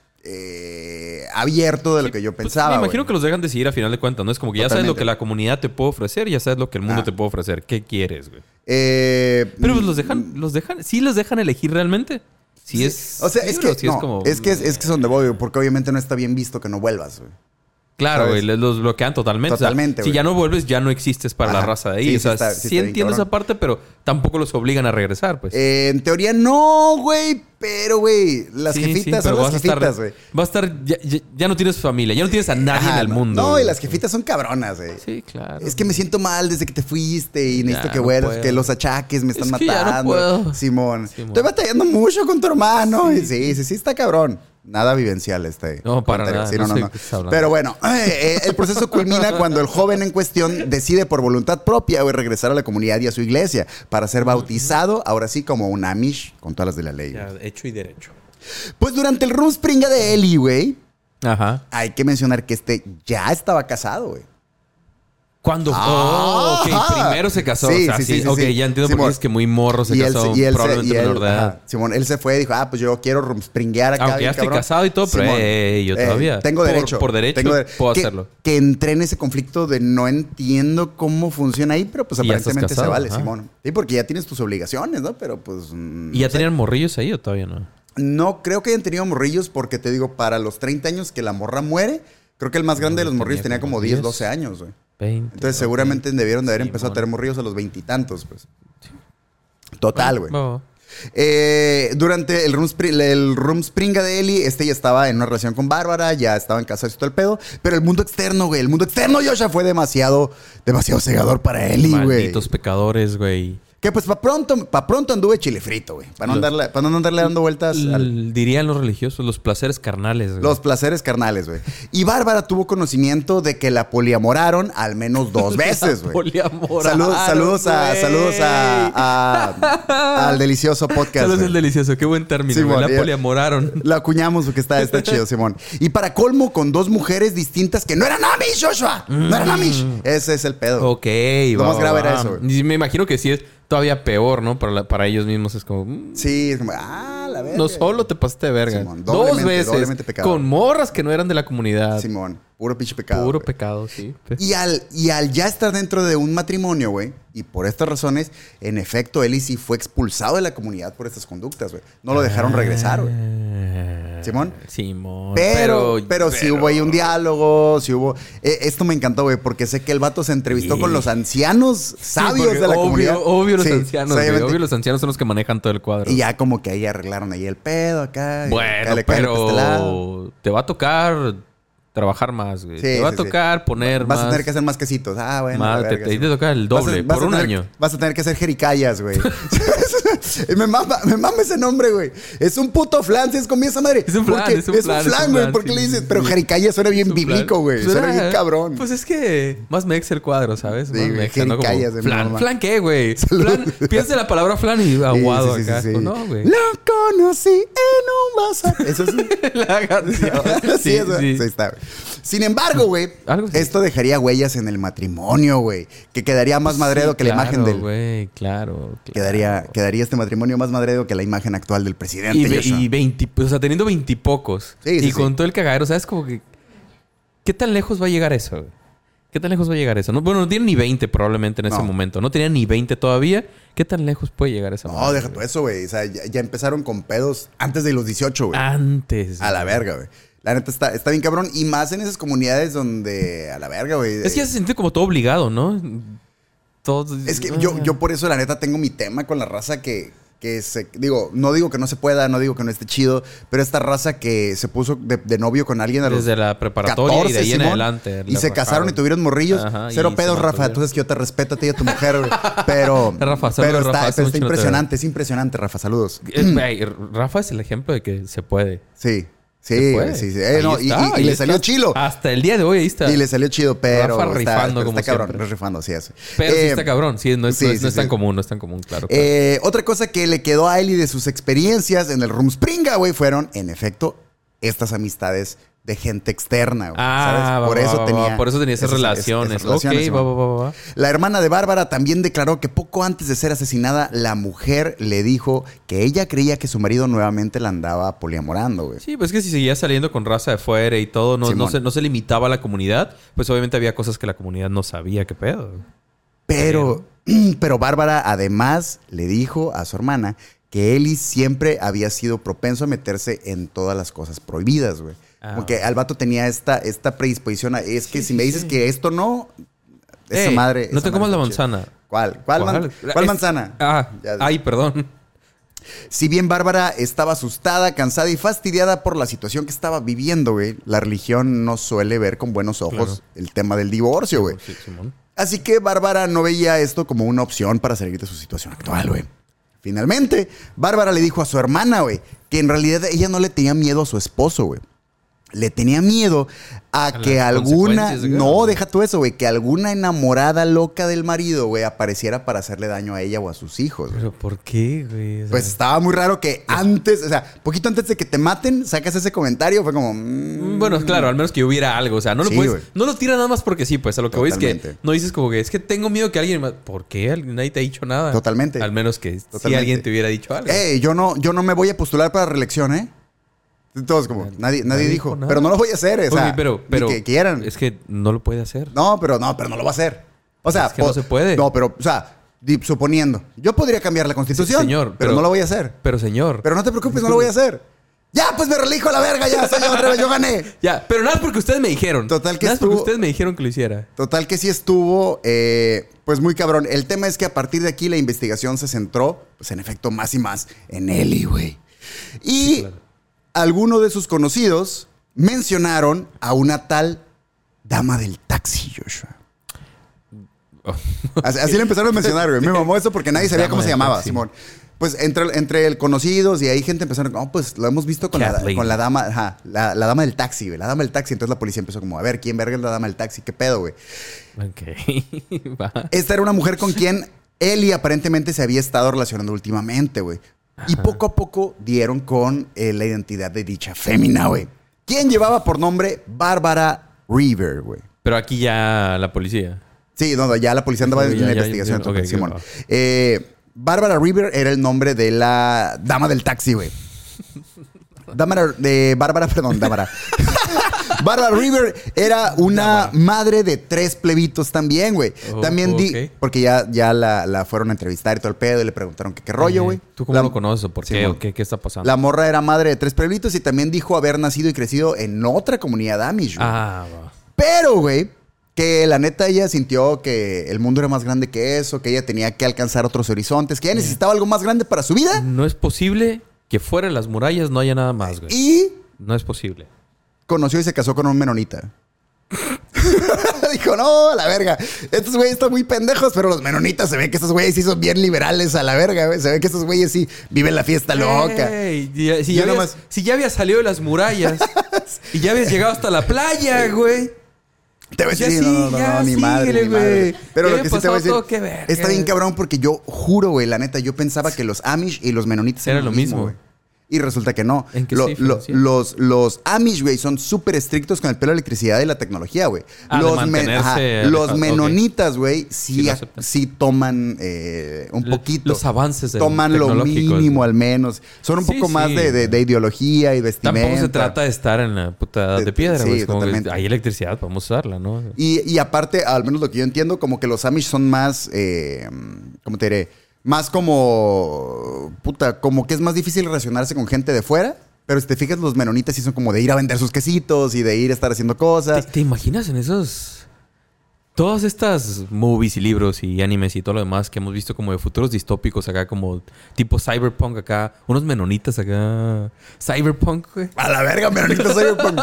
[SPEAKER 3] eh, abierto de lo que yo
[SPEAKER 4] Pues,
[SPEAKER 3] pensaba.
[SPEAKER 4] me imagino
[SPEAKER 3] güey.
[SPEAKER 4] que los dejan decidir a final de cuentas, ¿no? Es como que ya sabes lo
[SPEAKER 3] Totalmente.
[SPEAKER 4] que la comunidad te puede ofrecer, ya sabes lo que el mundo
[SPEAKER 3] Ah.
[SPEAKER 4] te puede ofrecer. ¿Qué quieres, güey?
[SPEAKER 3] Eh,
[SPEAKER 4] Pero pues, los dejan, los dejan, sí los dejan elegir realmente. Si es.
[SPEAKER 3] O sea, es
[SPEAKER 4] libre
[SPEAKER 3] que,
[SPEAKER 4] o si
[SPEAKER 3] no, es, que es, es que es donde voy, güey, porque obviamente no está bien visto que no vuelvas, güey.
[SPEAKER 4] Pues, Claro,
[SPEAKER 3] ¿sabes?
[SPEAKER 4] güey, les- los bloquean totalmente. O sea,
[SPEAKER 3] Totalmente,
[SPEAKER 4] si
[SPEAKER 3] güey.
[SPEAKER 4] ya no vuelves, ya no existes para
[SPEAKER 3] Ajá.
[SPEAKER 4] la raza de ahí.
[SPEAKER 3] Sí, sí
[SPEAKER 4] o sea, sí,
[SPEAKER 3] está- sí está bien
[SPEAKER 4] entiendo
[SPEAKER 3] cabrón.
[SPEAKER 4] esa parte, pero tampoco los obligan a regresar, pues.
[SPEAKER 3] Eh, en teoría no, güey, pero, güey, las
[SPEAKER 4] Sí, sí,
[SPEAKER 3] jefitas
[SPEAKER 4] pero
[SPEAKER 3] son las
[SPEAKER 4] vas a estar-
[SPEAKER 3] jefitas, güey.
[SPEAKER 4] Va a estar. Ya, ya- ya no tienes familia, ya no tienes a nadie
[SPEAKER 3] Ajá,
[SPEAKER 4] en el
[SPEAKER 3] no.
[SPEAKER 4] mundo.
[SPEAKER 3] No,
[SPEAKER 4] güey.
[SPEAKER 3] y las jefitas son cabronas, güey.
[SPEAKER 4] Sí, claro.
[SPEAKER 3] Es que me siento mal desde que te fuiste y necesito
[SPEAKER 4] Ya,
[SPEAKER 3] que
[SPEAKER 4] no
[SPEAKER 3] vuelvas,
[SPEAKER 4] puedo.
[SPEAKER 3] que los achaques me están
[SPEAKER 4] Es que ya no
[SPEAKER 3] matando.
[SPEAKER 4] puedo.
[SPEAKER 3] Simón.
[SPEAKER 4] Simón.
[SPEAKER 3] Estoy batallando mucho con tu hermano. Sí, sí, sí, sí, está cabrón. Nada vivencial este.
[SPEAKER 4] No, para
[SPEAKER 3] comentario.
[SPEAKER 4] nada,
[SPEAKER 3] Sí,
[SPEAKER 4] no
[SPEAKER 3] no, no,
[SPEAKER 4] sé
[SPEAKER 3] no.
[SPEAKER 4] de qué estás hablando.
[SPEAKER 3] Pero bueno, eh, eh, el proceso culmina cuando el joven en cuestión decide por voluntad propia güey, regresar a la comunidad y a su iglesia para ser bautizado, ahora sí como un Amish, con todas las de la ley. güey.
[SPEAKER 4] hecho y derecho.
[SPEAKER 3] Pues durante el rumspringa de Eli, güey,
[SPEAKER 4] Ajá.
[SPEAKER 3] hay que mencionar que este ya estaba casado, güey.
[SPEAKER 4] Cuando
[SPEAKER 3] Ah.
[SPEAKER 4] oh, ok, primero se casó.
[SPEAKER 3] Sí,
[SPEAKER 4] o sea,
[SPEAKER 3] sí,
[SPEAKER 4] sí,
[SPEAKER 3] sí, sí,
[SPEAKER 4] ok,
[SPEAKER 3] sí.
[SPEAKER 4] ya entiendo por
[SPEAKER 3] Simón.
[SPEAKER 4] qué es que muy morro se
[SPEAKER 3] y él,
[SPEAKER 4] casó.
[SPEAKER 3] se- y él se-
[SPEAKER 4] probablemente
[SPEAKER 3] y él-
[SPEAKER 4] menor de edad.
[SPEAKER 3] ajá. Simón, él se fue y dijo, ah, pues yo quiero rumspringuear acá.
[SPEAKER 4] Aunque
[SPEAKER 3] bien
[SPEAKER 4] ya estoy
[SPEAKER 3] cabrón".
[SPEAKER 4] casado y todo, pero,
[SPEAKER 3] Simón,
[SPEAKER 4] eh, eh, yo todavía.
[SPEAKER 3] Tengo
[SPEAKER 4] Por-
[SPEAKER 3] derecho.
[SPEAKER 4] por derecho,
[SPEAKER 3] tengo
[SPEAKER 4] puedo
[SPEAKER 3] que,
[SPEAKER 4] hacerlo.
[SPEAKER 3] Que entré en ese conflicto de no entiendo cómo funciona ahí, pero pues
[SPEAKER 4] Y ya estás
[SPEAKER 3] aparentemente se
[SPEAKER 4] casado,
[SPEAKER 3] vale,
[SPEAKER 4] ajá.
[SPEAKER 3] Simón. Sí, porque ya tienes tus obligaciones, ¿no? Pero pues... mm,
[SPEAKER 4] ¿Y ya tenían morrillos ahí o todavía no?
[SPEAKER 3] No creo que hayan tenido morrillos porque te digo, para los 30 años que la morra muere, creo que el más grande de los morrillos tenía como 10, 12 años, güey.
[SPEAKER 4] 20.
[SPEAKER 3] Entonces seguramente debieron de haber
[SPEAKER 4] Simón.
[SPEAKER 3] empezado a tener morrillos a los veintitantos, pues. Total, güey.
[SPEAKER 4] No.
[SPEAKER 3] Eh, durante el room, spri- el room springa de Eli, este ya estaba en una relación con Bárbara, ya estaban casados y todo el pedo. Pero el mundo externo, güey, el mundo externo, Yosha, fue demasiado, demasiado cegador para Eli, güey.
[SPEAKER 4] Malditos pecadores, güey.
[SPEAKER 3] Que pues para pronto, pa pronto anduve chile frito, güey. Para no, andarle- pa no andarle dando vueltas al,
[SPEAKER 4] L- Dirían los religiosos, los placeres carnales. güey.
[SPEAKER 3] Los placeres carnales, güey. Y Bárbara tuvo conocimiento de que la poliamoraron al menos dos veces, güey.
[SPEAKER 4] poliamoraron,
[SPEAKER 3] Saludos, saludos a,
[SPEAKER 4] güey.
[SPEAKER 3] saludos a, a- al delicioso podcast.
[SPEAKER 4] Saludos
[SPEAKER 3] güey.
[SPEAKER 4] del delicioso, qué buen término.
[SPEAKER 3] Simón,
[SPEAKER 4] güey. la
[SPEAKER 3] ya.
[SPEAKER 4] poliamoraron.
[SPEAKER 3] La acuñamos porque está, está chido, Simón. Y para colmo, con dos mujeres distintas que no eran Amish, Joshua. No eran Amish. Ese es el pedo.
[SPEAKER 4] Mm. Ok, Lo
[SPEAKER 3] más grave era eso, güey.
[SPEAKER 4] Me imagino que sí es todavía peor, ¿no? Para, la- para ellos mismos es como. mm,
[SPEAKER 3] Sí, es como, ah, la verga.
[SPEAKER 4] No solo te pasaste de verga.
[SPEAKER 3] Simón,
[SPEAKER 4] Dos
[SPEAKER 3] doblemente-
[SPEAKER 4] veces.
[SPEAKER 3] doblemente pecado.
[SPEAKER 4] Con morras que no eran de la comunidad.
[SPEAKER 3] Simón, puro pinche pecado.
[SPEAKER 4] Puro
[SPEAKER 3] güey.
[SPEAKER 4] pecado, sí.
[SPEAKER 3] Y al, y al ya estar dentro de un matrimonio, güey, y por estas razones, en efecto, Eli sí fue expulsado de la comunidad por estas conductas, güey. No lo dejaron regresar, güey.
[SPEAKER 4] Ah,
[SPEAKER 3] Simón.
[SPEAKER 4] Simón.
[SPEAKER 3] Pero, pero, sí hubo ahí un diálogo, sí hubo... eh, esto me encantó, güey, porque sé que el vato se entrevistó con los ancianos sabios
[SPEAKER 4] porque
[SPEAKER 3] de la
[SPEAKER 4] obvio,
[SPEAKER 3] comunidad.
[SPEAKER 4] Obvio los
[SPEAKER 3] Sí,
[SPEAKER 4] ancianos, güey.
[SPEAKER 3] obviamente.
[SPEAKER 4] Obvio los ancianos son los que manejan todo el cuadro.
[SPEAKER 3] Y ya como que ahí arreglaron ahí el pedo acá. y acá
[SPEAKER 4] bueno,
[SPEAKER 3] le este cae pues, la pastelada.
[SPEAKER 4] pero te va a tocar trabajar más, güey.
[SPEAKER 3] Sí,
[SPEAKER 4] te va
[SPEAKER 3] sí,
[SPEAKER 4] a
[SPEAKER 3] sí.
[SPEAKER 4] tocar poner
[SPEAKER 3] Vas
[SPEAKER 4] más.
[SPEAKER 3] a tener que hacer más quesitos. Ah, bueno.
[SPEAKER 4] Más,
[SPEAKER 3] la
[SPEAKER 4] te-
[SPEAKER 3] verga,
[SPEAKER 4] te-
[SPEAKER 3] sí.
[SPEAKER 4] te toca el
[SPEAKER 3] Vas a-
[SPEAKER 4] doble,
[SPEAKER 3] vas a
[SPEAKER 4] por un
[SPEAKER 3] tener-
[SPEAKER 4] año.
[SPEAKER 3] Vas a tener que hacer jericayas, güey. me, mama, me mama ese nombre, güey. Es un puto flan, si es comida esa madre.
[SPEAKER 4] Es un flan,
[SPEAKER 3] Porque-
[SPEAKER 4] es un flan,
[SPEAKER 3] Es un flan, güey. ¿Por qué
[SPEAKER 4] sí,
[SPEAKER 3] le dices?
[SPEAKER 4] sí,
[SPEAKER 3] Pero
[SPEAKER 4] sí.
[SPEAKER 3] jericayas suena bien
[SPEAKER 4] Su plan.
[SPEAKER 3] bíblico, güey.
[SPEAKER 4] Pues
[SPEAKER 3] Suena
[SPEAKER 4] era-
[SPEAKER 3] bien cabrón.
[SPEAKER 4] Pues es que más mex el cuadro, ¿sabes?
[SPEAKER 3] Sí,
[SPEAKER 4] Más
[SPEAKER 3] güey,
[SPEAKER 4] mex, ¿no? Como
[SPEAKER 3] jericayas de mi
[SPEAKER 4] flan,
[SPEAKER 3] mamá.
[SPEAKER 4] ¿Flan qué, güey? Flan- Piensa en la palabra flan y
[SPEAKER 3] Sí, sí,
[SPEAKER 4] aguado
[SPEAKER 3] sí, sí,
[SPEAKER 4] acá. Pues
[SPEAKER 3] sí.
[SPEAKER 4] No, güey.
[SPEAKER 3] Lo conocí en un bazar. Eso sí.
[SPEAKER 4] La canción.
[SPEAKER 3] Así es, güey. Sí está, güey. Sin embargo, güey,
[SPEAKER 4] Algo sí.
[SPEAKER 3] esto dejaría huellas en el matrimonio, güey. Que quedaría más madredo
[SPEAKER 4] Sí,
[SPEAKER 3] que la imagen
[SPEAKER 4] claro,
[SPEAKER 3] del.
[SPEAKER 4] güey, claro, claro.
[SPEAKER 3] Quedaría, quedaría este matrimonio más madredo que la imagen actual del presidente.
[SPEAKER 4] Y, ve-
[SPEAKER 3] Joshua.
[SPEAKER 4] y 20, o sea, teniendo veintipocos.
[SPEAKER 3] Sí, sí,
[SPEAKER 4] y con
[SPEAKER 3] sí.
[SPEAKER 4] todo el cagadero, ¿sabes? Como que. ¿Qué tan lejos va a llegar eso, güey? ¿Qué tan lejos va a llegar eso? No, bueno, no tiene ni 20 probablemente en ese
[SPEAKER 3] No.
[SPEAKER 4] momento. No tenía ni 20 todavía. ¿Qué tan lejos puede llegar esa
[SPEAKER 3] No,
[SPEAKER 4] madre,
[SPEAKER 3] deja
[SPEAKER 4] güey?
[SPEAKER 3] tú eso, güey. O sea, ya, ya empezaron con pedos antes de los 18,
[SPEAKER 4] Ah,
[SPEAKER 3] güey.
[SPEAKER 4] Antes.
[SPEAKER 3] a la
[SPEAKER 4] güey.
[SPEAKER 3] verga, güey. La neta está, está bien cabrón. Y más en esas comunidades donde a la verga, güey.
[SPEAKER 4] Es que ya se siente como todo obligado, ¿no? Todo,
[SPEAKER 3] Es que yo, yo por eso, la neta, tengo mi tema con la raza que, que se. Digo, no digo que no se pueda, no digo que no esté chido, pero esta raza que se puso de, de novio con alguien a los.
[SPEAKER 4] Desde la preparatoria y de ahí en
[SPEAKER 3] Simón,
[SPEAKER 4] adelante.
[SPEAKER 3] Y
[SPEAKER 4] la
[SPEAKER 3] se casaron
[SPEAKER 4] rajaron.
[SPEAKER 3] y tuvieron morrillos.
[SPEAKER 4] Ajá,
[SPEAKER 3] Cero
[SPEAKER 4] y
[SPEAKER 3] pedos,
[SPEAKER 4] se
[SPEAKER 3] Rafa.
[SPEAKER 4] mantuvieron.
[SPEAKER 3] Entonces que yo te respeto a ti y a tu mujer, güey. Pero.
[SPEAKER 4] Rafa,
[SPEAKER 3] pero
[SPEAKER 4] saludos,
[SPEAKER 3] está,
[SPEAKER 4] Rafa,
[SPEAKER 3] pero
[SPEAKER 4] hace mucho
[SPEAKER 3] está
[SPEAKER 4] no te veo.
[SPEAKER 3] impresionante, es impresionante, Rafa. Saludos.
[SPEAKER 4] Eh, güey, Rafa es el ejemplo de que se puede.
[SPEAKER 3] Sí.
[SPEAKER 4] Se
[SPEAKER 3] Sí,
[SPEAKER 4] puede.
[SPEAKER 3] sí, sí. Eh,
[SPEAKER 4] Ahí
[SPEAKER 3] no, y-
[SPEAKER 4] está,
[SPEAKER 3] y, y
[SPEAKER 4] ahí
[SPEAKER 3] le
[SPEAKER 4] está.
[SPEAKER 3] salió chilo.
[SPEAKER 4] Hasta el día de hoy ahí está.
[SPEAKER 3] Y le salió chido, pero.
[SPEAKER 4] Rafa
[SPEAKER 3] está,
[SPEAKER 4] rifando
[SPEAKER 3] pero
[SPEAKER 4] como
[SPEAKER 3] está cabrón,
[SPEAKER 4] siempre.
[SPEAKER 3] rifando, así es.
[SPEAKER 4] Pero sí
[SPEAKER 3] Eh,
[SPEAKER 4] está cabrón. Sí, no es,
[SPEAKER 3] sí,
[SPEAKER 4] no es-
[SPEAKER 3] sí,
[SPEAKER 4] no es tan
[SPEAKER 3] sí.
[SPEAKER 4] común, no es tan común, claro. claro.
[SPEAKER 3] Eh, otra cosa que le quedó a Eli de sus experiencias en el Room Springa, güey, fueron, en efecto, estas amistades de gente externa, güey.
[SPEAKER 4] ah,
[SPEAKER 3] ¿sabes?
[SPEAKER 4] va,
[SPEAKER 3] Por,
[SPEAKER 4] va,
[SPEAKER 3] eso
[SPEAKER 4] va, va,
[SPEAKER 3] tenía,
[SPEAKER 4] por eso tenía esas, relaciones.
[SPEAKER 3] esas relaciones,
[SPEAKER 4] ok,
[SPEAKER 3] ¿no?
[SPEAKER 4] va, va, va, va.
[SPEAKER 3] La hermana de Bárbara también declaró que poco antes de ser asesinada, la mujer le dijo que ella creía que su marido nuevamente la andaba poliamorando, güey.
[SPEAKER 4] Sí, pues es que si seguía saliendo con raza de fuera y todo, no, no,
[SPEAKER 3] Simón.
[SPEAKER 4] se, no se limitaba a la comunidad, pues obviamente había cosas que la comunidad no sabía qué pedo.
[SPEAKER 3] Pero, pero Bárbara además le dijo a su hermana que Eli siempre había sido propenso a meterse en todas las cosas prohibidas, güey.
[SPEAKER 4] Ah.
[SPEAKER 3] Como que al vato tenía esta, esta predisposición a, es que
[SPEAKER 4] Sí,
[SPEAKER 3] si me
[SPEAKER 4] sí,
[SPEAKER 3] dices
[SPEAKER 4] sí.
[SPEAKER 3] que esto no, esa
[SPEAKER 4] Ey,
[SPEAKER 3] madre...
[SPEAKER 4] No
[SPEAKER 3] esa
[SPEAKER 4] te comas la
[SPEAKER 3] madre está chida.
[SPEAKER 4] manzana.
[SPEAKER 3] ¿Cuál? ¿Cuál, man- cuál
[SPEAKER 4] Es-
[SPEAKER 3] manzana?
[SPEAKER 4] Ah,
[SPEAKER 3] Ya-
[SPEAKER 4] ay, perdón.
[SPEAKER 3] Si bien Bárbara estaba asustada, cansada y fastidiada por la situación que estaba viviendo, güey, la religión no suele ver con buenos ojos el tema del divorcio, güey.
[SPEAKER 4] Sí, Simón.
[SPEAKER 3] Así que Bárbara no veía esto como una opción para salir de su situación actual, güey. Finalmente, Bárbara le dijo a su hermana, güey, que en realidad ella no le tenía miedo a su esposo, güey. Le tenía miedo a, que
[SPEAKER 4] las
[SPEAKER 3] alguna...
[SPEAKER 4] consecuencias de que-
[SPEAKER 3] No, deja tú eso, güey. Que alguna enamorada loca del marido, güey, apareciera para hacerle daño a ella o a sus hijos, güey.
[SPEAKER 4] Pero ¿por qué, güey? O sea,
[SPEAKER 3] Pues estaba muy raro que antes, o sea, poquito antes de que te maten, sacas ese comentario. Fue como... mm,
[SPEAKER 4] Bueno, claro, al menos que hubiera algo. O sea, no lo
[SPEAKER 3] Sí,
[SPEAKER 4] puedes.
[SPEAKER 3] güey.
[SPEAKER 4] No lo tira nada más porque sí, pues a lo que voy es que
[SPEAKER 3] Totalmente.
[SPEAKER 4] no dices como que es que tengo miedo que alguien más. ¿Por qué? Alguien- Nadie te ha dicho nada.
[SPEAKER 3] Totalmente.
[SPEAKER 4] Al menos que si
[SPEAKER 3] Totalmente. Eh,
[SPEAKER 4] alguien te hubiera dicho algo.
[SPEAKER 3] Ey, yo no, yo no me voy a postular para reelección, ¿eh? Todos como, nadie, nadie,
[SPEAKER 4] nadie
[SPEAKER 3] dijo.
[SPEAKER 4] dijo nada.
[SPEAKER 3] pero no lo voy a hacer, o sea,
[SPEAKER 4] Ok, pero,
[SPEAKER 3] ni
[SPEAKER 4] pero
[SPEAKER 3] que quieran.
[SPEAKER 4] Es que no lo puede hacer.
[SPEAKER 3] No, pero no, pero no lo va a hacer. O sea,
[SPEAKER 4] Es que no
[SPEAKER 3] po-
[SPEAKER 4] se puede.
[SPEAKER 3] No, pero, o sea, di- suponiendo, yo podría cambiar la constitución,
[SPEAKER 4] Sí, señor,
[SPEAKER 3] pero,
[SPEAKER 4] pero-
[SPEAKER 3] no lo voy a hacer.
[SPEAKER 4] Pero señor.
[SPEAKER 3] Pero no te preocupes, no lo voy a hacer. Ya, pues me relijo a la verga, ya, soy yo, otra vez, yo gané.
[SPEAKER 4] Ya, pero nada más porque ustedes me dijeron.
[SPEAKER 3] Total que
[SPEAKER 4] Nada más porque
[SPEAKER 3] estuvo-
[SPEAKER 4] ustedes me dijeron que lo hiciera.
[SPEAKER 3] Total que sí estuvo, eh, pues muy cabrón. El tema es que a partir de aquí la investigación se centró, pues en efecto, más y más en Eli, güey. Y algunos de sus conocidos mencionaron a una tal dama del taxi, Joshua. Así, así le empezaron a mencionar, güey. Me mamó eso porque nadie sabía cómo se llamaba, Simón. Pues entre, entre el conocidos y ahí gente empezaron, no, pues lo hemos visto con, la,
[SPEAKER 4] Kathleen.
[SPEAKER 3] con la dama, ajá, la, la dama del taxi, güey, la dama del taxi. Entonces la policía empezó como, a ver, ¿quién verga es la dama del taxi? ¿Qué pedo, güey?
[SPEAKER 4] Ok. Va.
[SPEAKER 3] Esta era una mujer con quien Eli aparentemente se había estado relacionando últimamente, güey. Y poco a poco dieron con eh, la identidad de dicha fémina, güey. Quien llevaba por nombre Bárbara River, güey.
[SPEAKER 4] Pero aquí ya la policía.
[SPEAKER 3] Sí, no, no, ya la policía andaba
[SPEAKER 4] Ok,
[SPEAKER 3] en
[SPEAKER 4] ya,
[SPEAKER 3] la
[SPEAKER 4] ya,
[SPEAKER 3] investigación.
[SPEAKER 4] entiendo.
[SPEAKER 3] entonces,
[SPEAKER 4] Ok,
[SPEAKER 3] Simón.
[SPEAKER 4] ok,
[SPEAKER 3] Eh, Bárbara River era el nombre de la dama del taxi, güey. Dámara, de Bárbara, perdón, Dámara. Bárbara River era una madre de tres plebitos también, güey.
[SPEAKER 4] Oh,
[SPEAKER 3] también di,
[SPEAKER 4] ok.
[SPEAKER 3] porque ya, ya la, la fueron a entrevistar y todo el pedo y le preguntaron que qué rollo, güey.
[SPEAKER 4] ¿Tú cómo
[SPEAKER 3] La-
[SPEAKER 4] lo conoces? ¿Por qué?
[SPEAKER 3] Simón.
[SPEAKER 4] ¿O qué, qué está pasando?
[SPEAKER 3] La morra era madre de tres plebitos y también dijo haber nacido y crecido en otra comunidad Amish, güey.
[SPEAKER 4] Ah, va.
[SPEAKER 3] Pero, güey, que la neta ella sintió que el mundo era más grande que eso, que ella tenía que alcanzar otros horizontes, que ella necesitaba algo más grande para su vida.
[SPEAKER 4] No es posible que fuera de las murallas no haya nada más, güey.
[SPEAKER 3] Y
[SPEAKER 4] No es posible.
[SPEAKER 3] conoció y se casó con un menonita. Dijo, no, a la verga. Estos güeyes están muy pendejos, pero los menonitas se ve que estos güeyes sí son bien liberales a la verga, güey. Se ve que estos güeyes sí viven la fiesta loca.
[SPEAKER 4] Ey, ya- si, ya
[SPEAKER 3] Yo
[SPEAKER 4] habías,
[SPEAKER 3] nomás-
[SPEAKER 4] si ya habías salido de las murallas y ya habías llegado hasta la playa, güey.
[SPEAKER 3] Te voy a
[SPEAKER 4] Ya
[SPEAKER 3] decir,
[SPEAKER 4] sí,
[SPEAKER 3] no, no,
[SPEAKER 4] ya
[SPEAKER 3] no, ni madre,
[SPEAKER 4] síguele,
[SPEAKER 3] ni madre.
[SPEAKER 4] güey.
[SPEAKER 3] Pero
[SPEAKER 4] Ya
[SPEAKER 3] lo que sí te
[SPEAKER 4] había
[SPEAKER 3] voy a
[SPEAKER 4] pasado
[SPEAKER 3] decir,
[SPEAKER 4] todo, qué verga,
[SPEAKER 3] está bien
[SPEAKER 4] güey.
[SPEAKER 3] cabrón porque yo juro, güey, la neta, yo pensaba que los Amish y los Menonitas
[SPEAKER 4] Era lo mismo.
[SPEAKER 3] güey. Y resulta que no.
[SPEAKER 4] ¿En qué
[SPEAKER 3] Lo-
[SPEAKER 4] sí hay
[SPEAKER 3] lo-
[SPEAKER 4] diferencia?
[SPEAKER 3] los, los Amish, güey, son súper estrictos con el pelo, electricidad y la tecnología, güey.
[SPEAKER 4] Ah, de
[SPEAKER 3] los
[SPEAKER 4] mantenerse alejado,
[SPEAKER 3] los
[SPEAKER 4] ok.
[SPEAKER 3] Menonitas, güey, sí,
[SPEAKER 4] Sí lo
[SPEAKER 3] a-
[SPEAKER 4] aceptan.
[SPEAKER 3] sí toman eh, un
[SPEAKER 4] L-
[SPEAKER 3] poquito.
[SPEAKER 4] Los avances del-
[SPEAKER 3] Toman lo
[SPEAKER 4] tecnológicos,
[SPEAKER 3] mínimo
[SPEAKER 4] güey.
[SPEAKER 3] al menos. Son un
[SPEAKER 4] Sí,
[SPEAKER 3] poco más
[SPEAKER 4] sí.
[SPEAKER 3] de, de- de ideología y vestimenta.
[SPEAKER 4] Tampoco se trata de estar en la puta edad
[SPEAKER 3] De-
[SPEAKER 4] de piedra,
[SPEAKER 3] sí,
[SPEAKER 4] güey. Es como que
[SPEAKER 3] totalmente.
[SPEAKER 4] hay electricidad, vamos a usarla, ¿no?
[SPEAKER 3] Y, y aparte, al menos lo que yo entiendo, como que los Amish son más, eh, ¿cómo te diré? Más como, puta, como que es más difícil relacionarse con gente de fuera. Pero si te fijas, los menonitas sí son como de ir a vender sus quesitos y de ir a estar haciendo
[SPEAKER 4] ¿Te,
[SPEAKER 3] cosas.
[SPEAKER 4] te imaginas en esos... Todas estas movies y libros y animes y todo lo demás que hemos visto como de futuros distópicos acá, como tipo cyberpunk acá, unos menonitas acá. Cyberpunk, güey.
[SPEAKER 3] A la verga, menonitas. soy como-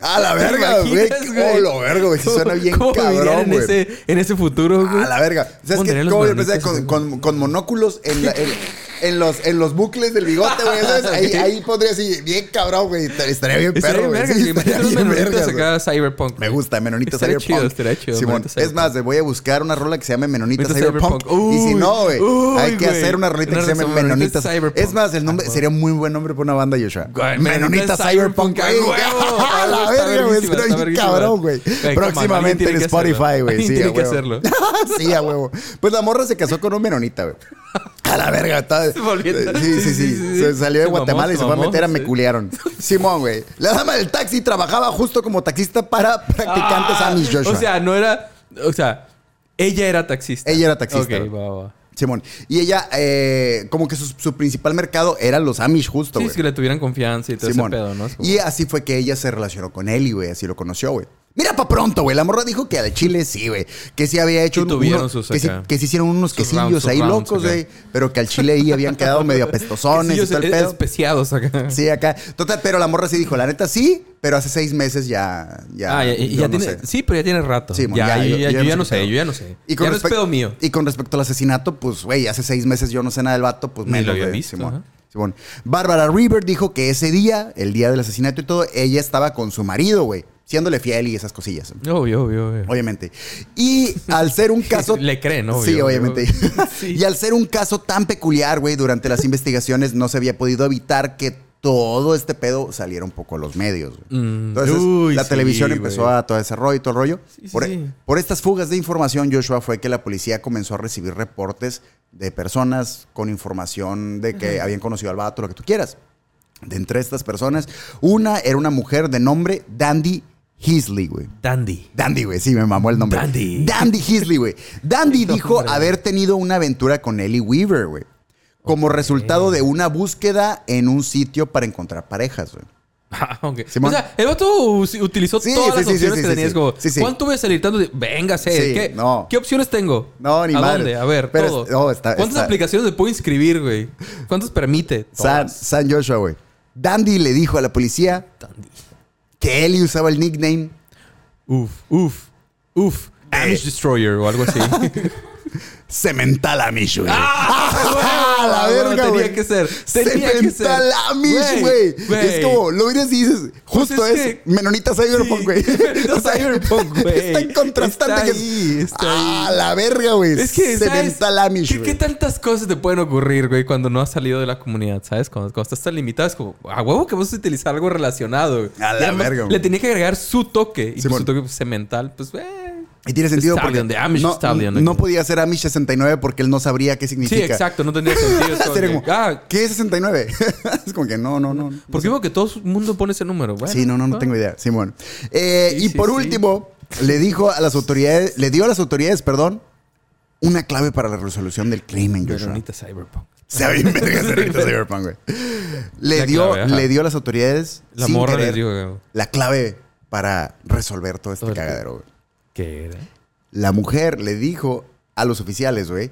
[SPEAKER 3] A la verga, güey.
[SPEAKER 4] imaginas,
[SPEAKER 3] Oh,
[SPEAKER 4] güey?
[SPEAKER 3] lo verga, güey. Sí
[SPEAKER 4] ¿Cómo-
[SPEAKER 3] suena bien
[SPEAKER 4] cómo vivirían
[SPEAKER 3] cabrón,
[SPEAKER 4] en
[SPEAKER 3] güey.
[SPEAKER 4] ese, en ese futuro, güey?
[SPEAKER 3] A la verga. ¿Sabes
[SPEAKER 4] Pondré
[SPEAKER 3] qué?
[SPEAKER 4] los
[SPEAKER 3] ¿Cómo yo empecé?
[SPEAKER 4] manitas,
[SPEAKER 3] Con, con- con monóculos en, la- en- en los, en los bucles del bigote, güey. ¿sabes? Ahí, ahí pondría así, bien cabrón, güey. Estar- Estaría bien
[SPEAKER 4] Estaría
[SPEAKER 3] perro, güey.
[SPEAKER 4] verga,
[SPEAKER 3] Sí,
[SPEAKER 4] güey.
[SPEAKER 3] estaría
[SPEAKER 4] Imagínate unos
[SPEAKER 3] bien
[SPEAKER 4] menonitas
[SPEAKER 3] vergas, güey.
[SPEAKER 4] acá, cyberpunk.
[SPEAKER 3] Me gusta, Menonita
[SPEAKER 4] Estaría
[SPEAKER 3] Cyberpunk.
[SPEAKER 4] chido, estaría chido,
[SPEAKER 3] Simón.
[SPEAKER 4] Menonita
[SPEAKER 3] Es
[SPEAKER 4] Cyberpunk.
[SPEAKER 3] más, le voy a buscar una rola que se llame Menonita
[SPEAKER 4] Menonita
[SPEAKER 3] Cyberpunk.
[SPEAKER 4] Cyberpunk.
[SPEAKER 3] y si no, güey,
[SPEAKER 4] Uy,
[SPEAKER 3] hay que
[SPEAKER 4] güey.
[SPEAKER 3] hacer una rolita que
[SPEAKER 4] Una
[SPEAKER 3] se llame
[SPEAKER 4] rola-
[SPEAKER 3] Menonita
[SPEAKER 4] Menonita Cyberpunk.
[SPEAKER 3] Es más, el nombre
[SPEAKER 4] Ah,
[SPEAKER 3] sería un muy buen nombre para una banda, Joshua.
[SPEAKER 4] Güey,
[SPEAKER 3] Menonita
[SPEAKER 4] Menonita
[SPEAKER 3] Cyberpunk.
[SPEAKER 4] Cyberpunk,
[SPEAKER 3] güey.
[SPEAKER 4] a huevo.
[SPEAKER 3] A la
[SPEAKER 4] Está
[SPEAKER 3] verga, güey.
[SPEAKER 4] verguísima,
[SPEAKER 3] Será
[SPEAKER 4] está
[SPEAKER 3] bien
[SPEAKER 4] verguísima.
[SPEAKER 3] cabrón, güey.
[SPEAKER 4] Güey, come on, alguien
[SPEAKER 3] Próximamente
[SPEAKER 4] tiene
[SPEAKER 3] en
[SPEAKER 4] que hacerlo.
[SPEAKER 3] Spotify, güey.
[SPEAKER 4] Alguien
[SPEAKER 3] Sí,
[SPEAKER 4] tiene
[SPEAKER 3] a
[SPEAKER 4] que
[SPEAKER 3] huevo.
[SPEAKER 4] hacerlo.
[SPEAKER 3] Sí, a huevo. Pues la morra se casó con un Menonita, güey. A la verga, está.
[SPEAKER 4] volviendo-
[SPEAKER 3] Sí, sí, sí. Se Salió de
[SPEAKER 4] Se mamó,
[SPEAKER 3] Guatemala y
[SPEAKER 4] se
[SPEAKER 3] se fue a
[SPEAKER 4] mamó,
[SPEAKER 3] meter a
[SPEAKER 4] sí.
[SPEAKER 3] Meculia culiaron. Simón, güey. La dama del taxi trabajaba justo como taxista para practicantes
[SPEAKER 4] Ah,
[SPEAKER 3] Amish Joshua.
[SPEAKER 4] O sea, no era. O sea, ella era taxista.
[SPEAKER 3] Ella era taxista.
[SPEAKER 4] Ok, va, va.
[SPEAKER 3] Simón. Y ella, eh, como que su, su principal mercado eran los Amish, justo,
[SPEAKER 4] Sí,
[SPEAKER 3] güey.
[SPEAKER 4] es que le tuvieran confianza y todo
[SPEAKER 3] Simón.
[SPEAKER 4] ese pedo, ¿no? Es como-
[SPEAKER 3] Y así fue que ella se relacionó con él y, güey, así lo conoció, güey. Mira pa' pronto, güey. La morra dijo que al chile sí, güey. Que sí había hecho
[SPEAKER 4] Y tuvieron
[SPEAKER 3] unos-
[SPEAKER 4] sus
[SPEAKER 3] que, sí,
[SPEAKER 4] acá.
[SPEAKER 3] que sí hicieron unos
[SPEAKER 4] Sus
[SPEAKER 3] quesillos
[SPEAKER 4] rounds, sus
[SPEAKER 3] ahí
[SPEAKER 4] rounds
[SPEAKER 3] locos,
[SPEAKER 4] acá.
[SPEAKER 3] güey. Pero que al chile ahí habían quedado medio apestosones y
[SPEAKER 4] Quesillos
[SPEAKER 3] todo el
[SPEAKER 4] es-
[SPEAKER 3] pedo.
[SPEAKER 4] especiados acá.
[SPEAKER 3] Sí, acá. Total, pero la morra sí dijo, la neta sí, pero hace seis meses ya. ya
[SPEAKER 4] Ah, ya, y- y
[SPEAKER 3] yo
[SPEAKER 4] ya
[SPEAKER 3] no
[SPEAKER 4] tiene,
[SPEAKER 3] sé.
[SPEAKER 4] Sí, pero ya tiene rato.
[SPEAKER 3] Sí, mon,
[SPEAKER 4] ya,
[SPEAKER 3] ya,
[SPEAKER 4] yo, ya- yo ya no
[SPEAKER 3] qué pedo.
[SPEAKER 4] sé, yo ya no sé.
[SPEAKER 3] Y
[SPEAKER 4] ya
[SPEAKER 3] con
[SPEAKER 4] no es
[SPEAKER 3] respec-
[SPEAKER 4] pedo mío.
[SPEAKER 3] Y con respecto al asesinato, pues, güey, hace seis meses yo no sé nada del vato, pues
[SPEAKER 4] Ni
[SPEAKER 3] menos,
[SPEAKER 4] lo había
[SPEAKER 3] güey,
[SPEAKER 4] visto,
[SPEAKER 3] Simón.
[SPEAKER 4] ajá.
[SPEAKER 3] Simón. Bárbara River dijo que ese día, el día del asesinato y todo, ella estaba con su marido, güey, siéndole fiel y esas cosillas.
[SPEAKER 4] Obvio, obvio, obvio.
[SPEAKER 3] Obviamente. Y al ser un caso.
[SPEAKER 4] Le creen, obvio,
[SPEAKER 3] Sí,
[SPEAKER 4] obvio.
[SPEAKER 3] obviamente.
[SPEAKER 4] Sí.
[SPEAKER 3] Y al ser un caso tan peculiar, güey, durante las investigaciones no se había podido evitar que todo este pedo saliera un poco a los medios. güey.
[SPEAKER 4] Mm.
[SPEAKER 3] Entonces,
[SPEAKER 4] Uy,
[SPEAKER 3] la
[SPEAKER 4] sí,
[SPEAKER 3] televisión empezó
[SPEAKER 4] güey.
[SPEAKER 3] a todo ese rollo y todo el rollo.
[SPEAKER 4] Sí, sí,
[SPEAKER 3] por,
[SPEAKER 4] sí.
[SPEAKER 3] por estas fugas de información, Joshua, fue que la policía comenzó a recibir reportes de personas con información de que habían conocido al vato, lo que tú quieras. De entre estas personas, una era una mujer de nombre Dandy Heasley, güey.
[SPEAKER 4] Dandy.
[SPEAKER 3] Dandy, güey, sí, me mamó el nombre.
[SPEAKER 4] Dandy.
[SPEAKER 3] Dandy Heasley, güey. Dandy dijo haber tenido una aventura con Ellie Weaver, güey. Como resultado de una búsqueda en un sitio para encontrar parejas, güey.
[SPEAKER 4] Ah, ok.
[SPEAKER 3] Simón.
[SPEAKER 4] O sea, el vato us- utilizó
[SPEAKER 3] Sí,
[SPEAKER 4] todas
[SPEAKER 3] sí,
[SPEAKER 4] las
[SPEAKER 3] sí,
[SPEAKER 4] opciones
[SPEAKER 3] sí,
[SPEAKER 4] que
[SPEAKER 3] sí,
[SPEAKER 4] tenías.
[SPEAKER 3] sí.
[SPEAKER 4] Como,
[SPEAKER 3] Sí, sí.
[SPEAKER 4] ¿cuánto voy a salir tanto? de- Véngase.
[SPEAKER 3] Sí,
[SPEAKER 4] ¿qué,
[SPEAKER 3] no.
[SPEAKER 4] ¿Qué opciones tengo?
[SPEAKER 3] No, ni
[SPEAKER 4] ¿A
[SPEAKER 3] madre.
[SPEAKER 4] dónde? A ver,
[SPEAKER 3] Pero
[SPEAKER 4] todo.
[SPEAKER 3] es- no, está-
[SPEAKER 4] ¿Cuántas
[SPEAKER 3] está-
[SPEAKER 4] aplicaciones le puedo inscribir, güey? ¿Cuántas permite?
[SPEAKER 3] San,
[SPEAKER 4] Todas.
[SPEAKER 3] San Joshua, güey. Dandy le dijo a la policía que Ellie usaba el nickname
[SPEAKER 4] Uf, uf, uf.
[SPEAKER 3] Eh.
[SPEAKER 4] Spanish Destroyer o algo así.
[SPEAKER 3] Cementalamish, güey. ¡Ah! la
[SPEAKER 4] güey,
[SPEAKER 3] verga,
[SPEAKER 4] tenía
[SPEAKER 3] güey.
[SPEAKER 4] que ser, tenía que ser.
[SPEAKER 3] Cementalamish,
[SPEAKER 4] Güey,
[SPEAKER 3] güey.
[SPEAKER 4] güey. Pues
[SPEAKER 3] Es como, lo miras y dices, justo
[SPEAKER 4] es
[SPEAKER 3] es,
[SPEAKER 4] que-
[SPEAKER 3] Menonita Cyberpunk, güey.
[SPEAKER 4] Menonita Cyberpunk, güey.
[SPEAKER 3] Está en contrastante.
[SPEAKER 4] Está
[SPEAKER 3] que
[SPEAKER 4] ahí, está
[SPEAKER 3] ¡Ah, la verga, güey!
[SPEAKER 4] Es que, ¿sabes?
[SPEAKER 3] Cementalamish,
[SPEAKER 4] ¿Qué,
[SPEAKER 3] güey.
[SPEAKER 4] qué tantas cosas te pueden ocurrir, güey, cuando no has salido de la comunidad? ¿Sabes? Cuando, cuando estás tan limitado, es como, a huevo que vas a utilizar algo relacionado. güey.
[SPEAKER 3] A la
[SPEAKER 4] Y además,
[SPEAKER 3] verga, güey.
[SPEAKER 4] Le tenía que agregar su toque. Y pues,
[SPEAKER 3] Simón.
[SPEAKER 4] su toque cemental, pues, güey.
[SPEAKER 3] Y tiene sentido
[SPEAKER 4] Stallion,
[SPEAKER 3] porque
[SPEAKER 4] de Amish
[SPEAKER 3] no,
[SPEAKER 4] Stallion,
[SPEAKER 3] no
[SPEAKER 4] aquí.
[SPEAKER 3] podía ser Amish 69 porque él no sabría qué significa.
[SPEAKER 4] Sí, exacto, no tenía sentido. Es como
[SPEAKER 3] Sería
[SPEAKER 4] que,
[SPEAKER 3] como,
[SPEAKER 4] ah,
[SPEAKER 3] ¿Qué es 69? es como que no, no, no. no
[SPEAKER 4] ¿Por qué veo que todo el mundo pone ese número? Bueno,
[SPEAKER 3] sí, no, no, no tengo idea. Simón. Eh,
[SPEAKER 4] Sí,
[SPEAKER 3] y
[SPEAKER 4] sí,
[SPEAKER 3] por
[SPEAKER 4] sí.
[SPEAKER 3] último, le dijo a las autoridades, le dio a las autoridades, perdón, una clave para la resolución del crimen, Joshua.
[SPEAKER 4] Veronita Cyberpunk.
[SPEAKER 3] Se ve bien verga ese Rito Cyberpunk, güey. Le
[SPEAKER 4] La
[SPEAKER 3] dio,
[SPEAKER 4] clave, ajá.
[SPEAKER 3] le dio a las autoridades
[SPEAKER 4] La
[SPEAKER 3] sin
[SPEAKER 4] morra le
[SPEAKER 3] querer,
[SPEAKER 4] digo, güey,
[SPEAKER 3] la clave para resolver todo este
[SPEAKER 4] Todo el-
[SPEAKER 3] cagadero, güey.
[SPEAKER 4] ¿qué era?
[SPEAKER 3] La mujer le dijo a los oficiales, güey,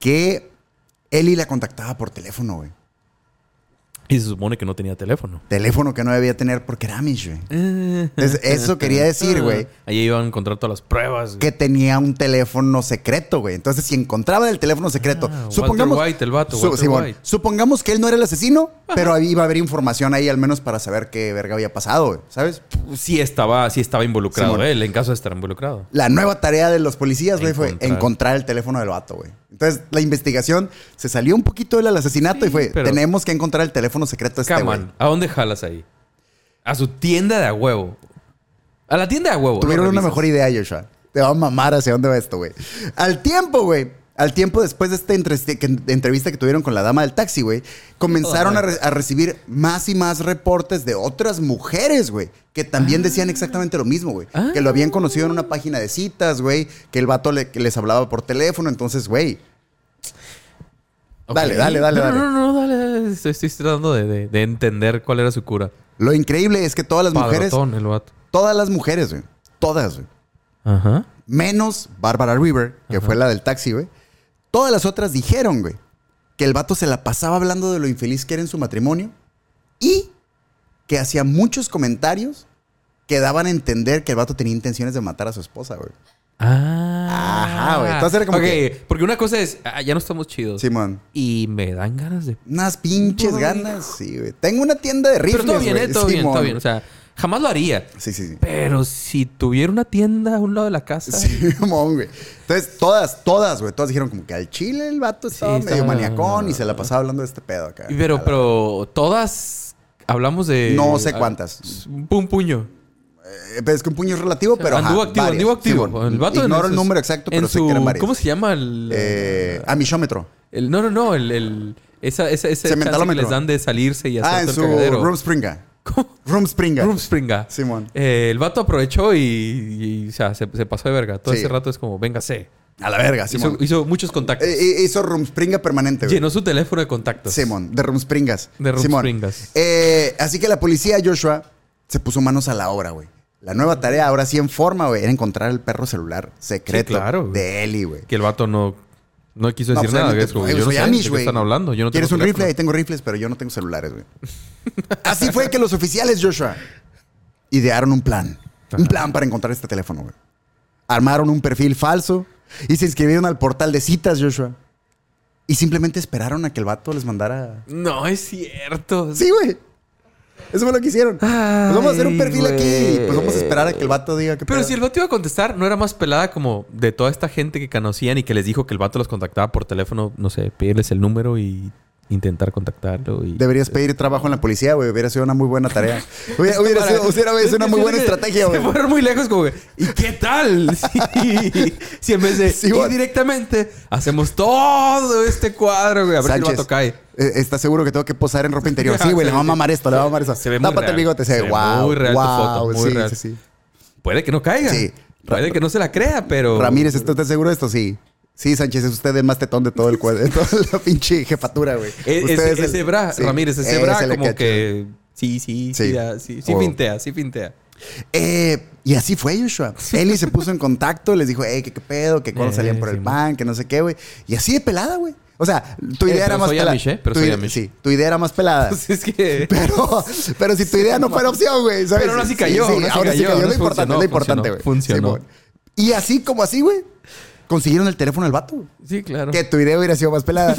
[SPEAKER 3] que Eli la contactaba por teléfono, güey.
[SPEAKER 4] Y se supone que no tenía teléfono.
[SPEAKER 3] Teléfono que no debía tener porque era Amish, güey. Entonces, eso quería decir, güey,
[SPEAKER 4] Allí Ah, iban a encontrar todas las pruebas.
[SPEAKER 3] que tenía un teléfono secreto, güey. Entonces, si encontraba el teléfono secreto,
[SPEAKER 4] Ah, Walter
[SPEAKER 3] supongamos.
[SPEAKER 4] White, el vato, Walter
[SPEAKER 3] Simón,
[SPEAKER 4] White.
[SPEAKER 3] supongamos que él no era el asesino, pero ahí iba a haber información ahí al menos para saber qué verga había pasado, güey, ¿sabes?
[SPEAKER 4] Sí estaba, sí estaba involucrado
[SPEAKER 3] Simón.
[SPEAKER 4] él, en caso de estar involucrado.
[SPEAKER 3] La nueva tarea de los policías, güey, fue
[SPEAKER 4] Encontrar.
[SPEAKER 3] encontrar el teléfono del vato, güey. Entonces, la investigación se salió un poquito del asesinato
[SPEAKER 4] Sí,
[SPEAKER 3] y fue,
[SPEAKER 4] pero-
[SPEAKER 3] tenemos que encontrar el teléfono secreto de este,
[SPEAKER 4] Come
[SPEAKER 3] güey.
[SPEAKER 4] on, ¿a dónde jalas ahí? A su tienda de a huevo. A la tienda de a huevo.
[SPEAKER 3] Tuvieron
[SPEAKER 4] ¿no?
[SPEAKER 3] una
[SPEAKER 4] Revisas.
[SPEAKER 3] mejor idea, Joshua. Te va a mamar hacia dónde va esto, güey. Al tiempo, güey. Al tiempo después de esta entre- que- entrevista que tuvieron con la dama del taxi, güey, comenzaron a, re- a recibir más y más reportes de otras mujeres, güey, que también decían exactamente lo mismo, güey.
[SPEAKER 4] Ah.
[SPEAKER 3] Que lo habían conocido en una página de citas, güey, que el vato le- que les hablaba por teléfono, entonces, güey.
[SPEAKER 4] Ok.
[SPEAKER 3] Dale, dale, dale,
[SPEAKER 4] No,
[SPEAKER 3] dale.
[SPEAKER 4] No, no, no, dale, dale. Estoy, estoy tratando de, de- de entender cuál era su cura.
[SPEAKER 3] Lo increíble es que todas las mujeres,
[SPEAKER 4] Padrotón, el vato.
[SPEAKER 3] todas las mujeres, güey, todas, güey,
[SPEAKER 4] Ajá.
[SPEAKER 3] menos Bárbara River, que fue la del taxi, güey. Todas las otras dijeron, güey, que el vato se la pasaba hablando de lo infeliz que era en su matrimonio y que hacía muchos comentarios que daban a entender que el vato tenía intenciones de matar a su esposa, güey.
[SPEAKER 4] Ah.
[SPEAKER 3] Ajá, güey. Entonces era como
[SPEAKER 4] Ok,
[SPEAKER 3] que-
[SPEAKER 4] porque una cosa es, ah, ya no estamos chidos.
[SPEAKER 3] Simón.
[SPEAKER 4] Y me dan ganas de...
[SPEAKER 3] Unas pinches
[SPEAKER 4] Ay.
[SPEAKER 3] ganas, sí, güey. Tengo una tienda de
[SPEAKER 4] Pero
[SPEAKER 3] rifles,
[SPEAKER 4] todo bien,
[SPEAKER 3] güey.
[SPEAKER 4] eh, todo bien, todo
[SPEAKER 3] Simón.
[SPEAKER 4] bien. O sea, jamás lo haría.
[SPEAKER 3] Sí, sí, sí.
[SPEAKER 4] Pero si tuviera una tienda a un lado de la casa...
[SPEAKER 3] Simón, güey. Entonces, todas, todas, güey, todas dijeron como que al chile el vato estaba medio
[SPEAKER 4] estaba-
[SPEAKER 3] maniacón y se la pasaba hablando de este pedo acá.
[SPEAKER 4] Y Pero, pero todas hablamos de.
[SPEAKER 3] No sé
[SPEAKER 4] ah,
[SPEAKER 3] cuántas.
[SPEAKER 4] Un puño.
[SPEAKER 3] Eh, pero es que un puño es relativo, pero.
[SPEAKER 4] anduvo activo,
[SPEAKER 3] varias.
[SPEAKER 4] anduvo activo.
[SPEAKER 3] Simón.
[SPEAKER 4] El vato en
[SPEAKER 3] Ignoro
[SPEAKER 4] sus-
[SPEAKER 3] el número exacto,
[SPEAKER 4] en
[SPEAKER 3] pero sé
[SPEAKER 4] su-
[SPEAKER 3] que eran varias.
[SPEAKER 4] ¿Cómo se llama el.
[SPEAKER 3] Eh, amisómetro.
[SPEAKER 4] el- no, no, no. El, el- esa, esa, ese chance que
[SPEAKER 3] Cementalómetro.
[SPEAKER 4] les dan de salirse y hacer
[SPEAKER 3] Ah, en
[SPEAKER 4] todo
[SPEAKER 3] su
[SPEAKER 4] el cagadero.
[SPEAKER 3] Room Springa.
[SPEAKER 4] ¿Cómo?
[SPEAKER 3] Room Springa.
[SPEAKER 4] Room Springa.
[SPEAKER 3] Simón.
[SPEAKER 4] Eh, el vato aprovechó y, y, o sea, se, se pasó de verga. Todo
[SPEAKER 3] Sí.
[SPEAKER 4] ese rato es como, véngase.
[SPEAKER 3] A la verga, Simón.
[SPEAKER 4] Hizo, hizo muchos contactos.
[SPEAKER 3] Eh, eh, hizo Room Springa permanente, güey.
[SPEAKER 4] Llenó su teléfono de contactos.
[SPEAKER 3] Simón, de Room Springas.
[SPEAKER 4] De Room
[SPEAKER 3] Simón.
[SPEAKER 4] Springas.
[SPEAKER 3] Eh, así que la policía, Joshua, se puso manos a la obra, güey. La nueva tarea, ahora sí en forma, güey, era encontrar el perro celular secreto
[SPEAKER 4] Sí, claro, güey.
[SPEAKER 3] de Eli, güey.
[SPEAKER 4] Que el vato no, no quiso
[SPEAKER 3] No, pues,
[SPEAKER 4] decir nada.
[SPEAKER 3] obviamente,
[SPEAKER 4] es como,
[SPEAKER 3] pues,
[SPEAKER 4] yo no
[SPEAKER 3] soy
[SPEAKER 4] sé
[SPEAKER 3] Amish,
[SPEAKER 4] de qué
[SPEAKER 3] güey.
[SPEAKER 4] están hablando. Yo no
[SPEAKER 3] ¿Quieres
[SPEAKER 4] tengo
[SPEAKER 3] un rifle?
[SPEAKER 4] teléfono.
[SPEAKER 3] Ahí tengo rifles, pero yo no tengo celulares, güey. Así fue que los oficiales, Joshua, idearon un plan. Un plan para encontrar este teléfono, güey. Armaron un perfil falso y se inscribieron al portal de citas, Joshua. Y simplemente esperaron a que el vato les mandara.
[SPEAKER 4] No, es cierto.
[SPEAKER 3] Sí, güey. Eso fue lo que hicieron.
[SPEAKER 4] Ay,
[SPEAKER 3] pues vamos a hacer un perfil
[SPEAKER 4] güey.
[SPEAKER 3] aquí y pues vamos a esperar a que el vato diga que.
[SPEAKER 4] Pero si el vato iba a contestar, ¿no era más pelada como de toda esta gente que conocían y que les dijo que el vato los contactaba por teléfono? No sé, pedirles el número y intentar contactarlo. Y...
[SPEAKER 3] Deberías pedir trabajo en la policía, güey. Hubiera sido una muy buena tarea. Hubiera, hubiera
[SPEAKER 4] Para-
[SPEAKER 3] sido, hubiera sido una muy buena
[SPEAKER 4] Se-
[SPEAKER 3] estrategia, güey.
[SPEAKER 4] Se fueron muy lejos como que, ¿y qué tal? Si, si en vez de
[SPEAKER 3] Sí,
[SPEAKER 4] ir
[SPEAKER 3] bueno.
[SPEAKER 4] directamente, hacemos todo este cuadro, güey. A ver si el vato cae.
[SPEAKER 3] eh, ¿Estás seguro que tengo que posar en ropa interior? Sí, güey, le va a mamar esto, le va a mamar eso.
[SPEAKER 4] Se ve muy
[SPEAKER 3] Tápate el
[SPEAKER 4] real.
[SPEAKER 3] bigote, se
[SPEAKER 4] Se
[SPEAKER 3] ve
[SPEAKER 4] ve
[SPEAKER 3] wow.
[SPEAKER 4] muy real tu
[SPEAKER 3] wow,
[SPEAKER 4] foto, muy
[SPEAKER 3] sí,
[SPEAKER 4] real.
[SPEAKER 3] sí, sí.
[SPEAKER 4] Puede que no caiga.
[SPEAKER 3] Sí.
[SPEAKER 4] Puede que no se la crea, pero...
[SPEAKER 3] Ramírez, ¿estás tan seguro de esto? Sí. Sí, Sánchez, es usted el más tetón de todo el cuadro, de toda la pinche jefatura, güey.
[SPEAKER 4] E-
[SPEAKER 3] Usted
[SPEAKER 4] ese,
[SPEAKER 3] es el-
[SPEAKER 4] ese bra,
[SPEAKER 3] sí,
[SPEAKER 4] Ramírez, ese
[SPEAKER 3] ese
[SPEAKER 4] bra
[SPEAKER 3] le
[SPEAKER 4] como
[SPEAKER 3] cacho.
[SPEAKER 4] que... Sí, sí, sí,
[SPEAKER 3] Sí.
[SPEAKER 4] da- sí, sí
[SPEAKER 3] O-
[SPEAKER 4] fintea, sí fintea.
[SPEAKER 3] Eh, y así fue, Joshua. Eli se puso en contacto, les dijo, hey, ¿qué, qué pedo, que cuando
[SPEAKER 4] Eh,
[SPEAKER 3] salían por el
[SPEAKER 4] sí,
[SPEAKER 3] pan, que no sé qué, güey. Y así de pelada, güey. O sea, tu
[SPEAKER 4] Eh,
[SPEAKER 3] idea era
[SPEAKER 4] pero
[SPEAKER 3] más
[SPEAKER 4] soy
[SPEAKER 3] pelada.
[SPEAKER 4] Amish, ¿eh? Pero
[SPEAKER 3] Tu
[SPEAKER 4] soy
[SPEAKER 3] ide-
[SPEAKER 4] Amish.
[SPEAKER 3] Sí, tu idea era más pelada.
[SPEAKER 4] Pues es que...
[SPEAKER 3] Pero, pero si tu idea no fuera opción, güey. ¿sabes?
[SPEAKER 4] Pero ahora sí cayó, ahora sí
[SPEAKER 3] ahora sí
[SPEAKER 4] cayó,
[SPEAKER 3] cayó.
[SPEAKER 4] no
[SPEAKER 3] Lo importante,
[SPEAKER 4] funcionó,
[SPEAKER 3] lo importante, güey.
[SPEAKER 4] funcionó, funcionó.
[SPEAKER 3] Simón. Y así como así, güey, consiguieron el teléfono al vato. güey.
[SPEAKER 4] Sí, claro.
[SPEAKER 3] Que tu idea hubiera sido más pelada.